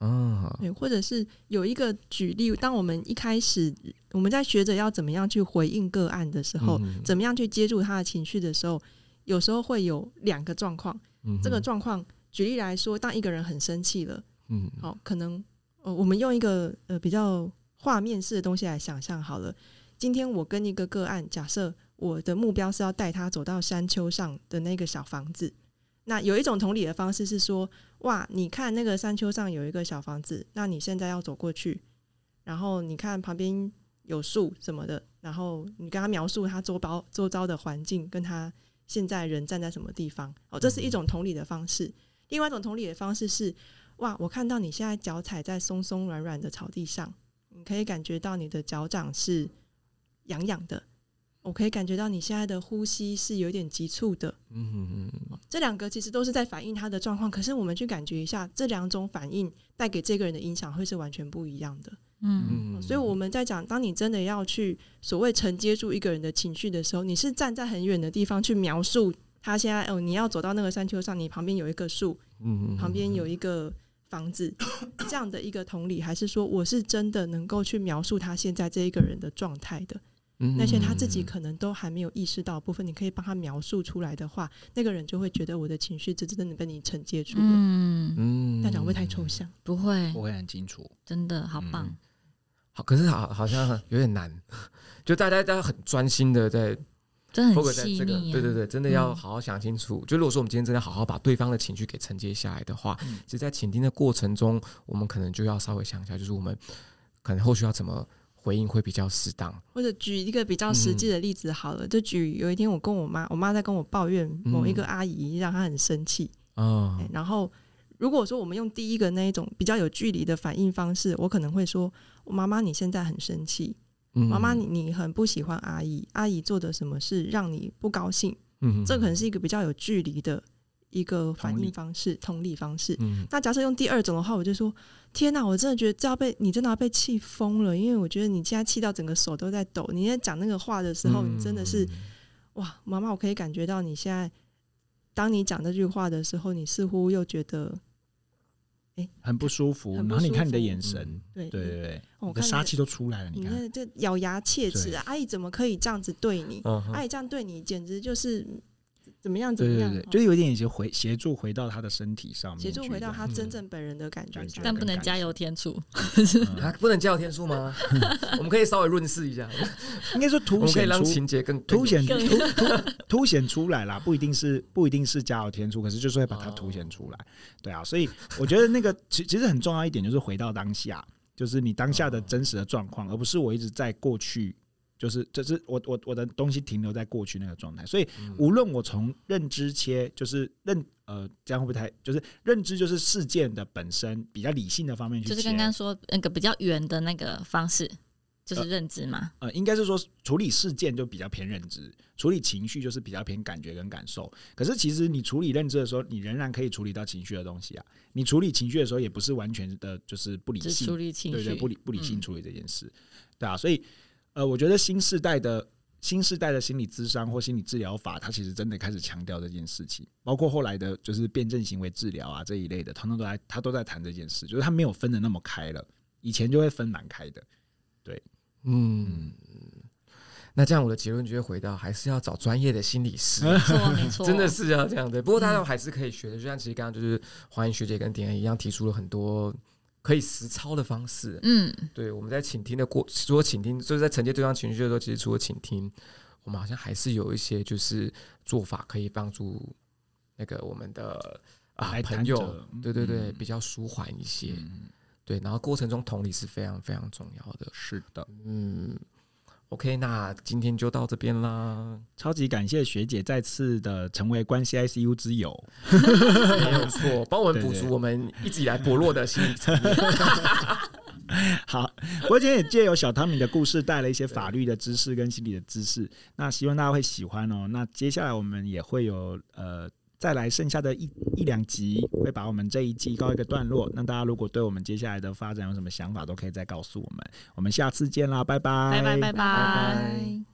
[SPEAKER 1] 嗯，
[SPEAKER 4] 对，或者是有一个举例，当我们一开始我们在学着要怎么样去回应个案的时候，
[SPEAKER 1] 嗯
[SPEAKER 4] 怎么样去接住他的情绪的时候，有时候会有两个状况。
[SPEAKER 1] 嗯
[SPEAKER 4] 这个状况，举例来说，当一个人很生气了，
[SPEAKER 1] 嗯
[SPEAKER 4] 好、可能呃，我们用一个呃比较画面式的东西来想象好了。今天我跟一个个案，假设我的目标是要带他走到山丘上的那个小房子。那有一种同理的方式是说，哇，你看那个山丘上有一个小房子，那你现在要走过去，然后你看旁边有树什么的，然后你跟他描述他周包周遭的环境，跟他现在人站在什么地方。哦，这是一种同理的方式。另外一种同理的方式是，哇，我看到你现在脚踩在松松软软的草地上，你可以感觉到你的脚掌是痒痒的，我可以感觉到你现在的呼吸是有点急促的。
[SPEAKER 1] 嗯嗯
[SPEAKER 4] 这两个其实都是在反映他的状况，可是我们去感觉一下，这两种反应带给这个人的影响会是完全不一样的。
[SPEAKER 3] 嗯
[SPEAKER 1] 嗯，
[SPEAKER 4] 所以我们在讲，当你真的要去所谓承接住一个人的情绪的时候，你是站在很远的地方去描述他现在哦，你要走到那个山丘上，你旁边有一个树，
[SPEAKER 1] 嗯
[SPEAKER 4] 旁边有一个房子，这样的一个同理，还是说我是真的能够去描述他现在这一个人的状态的？
[SPEAKER 1] 嗯
[SPEAKER 4] 那些他自己可能都还没有意识到的部分，你可以帮他描述出来的话，那个人就会觉得我的情绪真正的被你承接住了。
[SPEAKER 3] 嗯，
[SPEAKER 1] 嗯
[SPEAKER 4] 大家会不会太抽象？
[SPEAKER 3] 不会，
[SPEAKER 2] 我会很清楚。
[SPEAKER 3] 真的好棒
[SPEAKER 1] 嗯。好，可是好好像有点难，就大家大家很专心的在
[SPEAKER 4] 嗯
[SPEAKER 3] 真的
[SPEAKER 1] focus
[SPEAKER 3] 很
[SPEAKER 1] 在
[SPEAKER 3] 细
[SPEAKER 1] 这个，
[SPEAKER 3] 腻、啊，
[SPEAKER 1] 对对对，真的要
[SPEAKER 3] 嗯
[SPEAKER 1] 好好想清楚。就如果说我们今天真的好好把对方的情绪给承接下来的话，
[SPEAKER 2] 嗯
[SPEAKER 1] 其实，在倾听的过程中，我们可能就要稍微想一下，就是我们可能后续要怎么回应会比较适当。
[SPEAKER 4] 或者举一个比较实际的例子好了，就举有一天我跟我妈，我妈在跟我抱怨某一个阿姨让她很生气，
[SPEAKER 1] 啊、
[SPEAKER 4] 哎然后如果说我们用第一个那一种比较有距离的反应方式，我可能会说：“妈妈，你现在很生气，
[SPEAKER 1] 嗯
[SPEAKER 4] 妈妈，你你很不喜欢阿姨，阿姨做的什么事让你不高兴？
[SPEAKER 1] 嗯
[SPEAKER 4] 这可能是一个比较有距离的一个反
[SPEAKER 2] 同理
[SPEAKER 4] 应方式、同理方式。
[SPEAKER 1] 嗯
[SPEAKER 4] 那假设用第二种的话，我就说：天哪，我真的觉得这要被你真的要被气疯了，因为我觉得你现在气到整个手都在抖。你在讲那个话的时候，你真的是
[SPEAKER 2] 嗯
[SPEAKER 1] 嗯
[SPEAKER 4] 哇，妈妈，我可以感觉到你现在，当你讲这句话的时候，你似乎又觉得
[SPEAKER 2] 很不舒服，
[SPEAKER 4] 很
[SPEAKER 2] 然
[SPEAKER 4] 不
[SPEAKER 2] 后你看你的
[SPEAKER 4] 舒服
[SPEAKER 1] 嗯
[SPEAKER 2] 眼神，
[SPEAKER 4] 对
[SPEAKER 2] 对对对，
[SPEAKER 4] 哦我
[SPEAKER 2] 你的
[SPEAKER 4] 看那
[SPEAKER 2] 杀
[SPEAKER 4] 个
[SPEAKER 2] 气都出来了。你
[SPEAKER 4] 你
[SPEAKER 2] 看，
[SPEAKER 4] 那这咬牙切齿啊，阿姨怎么可以这样子对你？
[SPEAKER 1] 嗯哼
[SPEAKER 4] 阿姨这样对你，简直就是嗯怎么样怎
[SPEAKER 2] 对
[SPEAKER 4] 么
[SPEAKER 2] 对
[SPEAKER 4] 样
[SPEAKER 2] 对，，
[SPEAKER 4] 哦
[SPEAKER 2] 就是有点协回协助回到他的身体上面去
[SPEAKER 4] 协
[SPEAKER 2] 的，
[SPEAKER 4] 助回到他
[SPEAKER 1] 嗯
[SPEAKER 4] 真正本人的感觉
[SPEAKER 2] 感
[SPEAKER 4] 上。
[SPEAKER 2] 觉
[SPEAKER 3] 但不能加油添醋。
[SPEAKER 2] 嗯
[SPEAKER 1] 啊，不能加油天数 吗？我们可以稍微润饰一下，
[SPEAKER 2] 应该说
[SPEAKER 1] 我
[SPEAKER 2] 凸
[SPEAKER 1] 们可以
[SPEAKER 2] 显
[SPEAKER 1] 让
[SPEAKER 2] 出
[SPEAKER 1] 情节更
[SPEAKER 2] 凸显凸
[SPEAKER 3] 更
[SPEAKER 2] 凸凸显出来啦，不一定是不一定是加油添醋，可是就是会把它凸显出来。对啊，所以我觉得那个 其其实很重要一点就是回到当下，就是你当下的真实的状况，而不是我一直在过去。就是，就是我我我的东西停留在过去那个状态，所以无论我从认知切，就是认呃，这样会不会太就是认知就是事件的本身比较理性的方面去切，
[SPEAKER 3] 就是刚刚说那个比较圆的那个方式，就是认知嘛。
[SPEAKER 2] 呃，应该是说处理事件就比较偏认知，处理情绪就是比较偏感觉跟感受。可是其实你处理认知的时候，你仍然可以处理到情绪的东西啊。你处理情绪的时候，也不是完全的就是不理
[SPEAKER 3] 只处
[SPEAKER 2] 性，
[SPEAKER 3] 理情
[SPEAKER 2] 对
[SPEAKER 3] 绪，
[SPEAKER 2] 对，不理不理性
[SPEAKER 3] 嗯
[SPEAKER 2] 处理这件事，对啊。所以呃，我觉得新时代的新时代的心理咨商或心理治疗法，它其实真的开始强调这件事情，包括后来的就是辩证行为治疗啊这一类的，通通都在他都在谈这件事，就是他没有分的那么开了，以前就会分蛮开的。
[SPEAKER 1] 嗯，那这样我的结论就会回到，还是要找专业的心理师。
[SPEAKER 3] 没错没 错，
[SPEAKER 1] 真的是要这样对，不过大家还是可以学的，就像其实刚刚就是黄英学姐跟点恩一样，提出了很多可以实操的方式。
[SPEAKER 3] 嗯，
[SPEAKER 1] 对，我们在倾听的过，除了倾听，就是在承接对方情绪的时候，其实除了倾听，我们好像还是有一些就是做法可以帮助那个我们的啊、
[SPEAKER 2] 来
[SPEAKER 1] 朋
[SPEAKER 2] 谈
[SPEAKER 1] 友
[SPEAKER 2] 者，
[SPEAKER 1] 对对对，
[SPEAKER 2] 嗯
[SPEAKER 1] 比较舒缓一些。
[SPEAKER 2] 嗯，
[SPEAKER 1] 对，然后过程中同理是非常非常重要的。
[SPEAKER 2] 是的。
[SPEAKER 1] 嗯，OK，那今天就到这边啦，
[SPEAKER 2] 超级感谢学姐再次的成为关系 ICU 之友，
[SPEAKER 1] 没有错，帮我们
[SPEAKER 2] 对
[SPEAKER 1] 补
[SPEAKER 2] 对
[SPEAKER 1] 足我们一直以来薄弱的心理层面。
[SPEAKER 2] 好，我今天也借由小汤米的故事带了一些法律的知识跟心理的知识，那希望大家会喜欢哦。那接下来我们也会有呃。再来剩下的一一两集，会把我们这一季告一个段落。那大家如果对我们接下来的发展有什么想法，都可以再告诉我们。我们下次见啦，拜拜，
[SPEAKER 3] 拜拜拜
[SPEAKER 4] 拜拜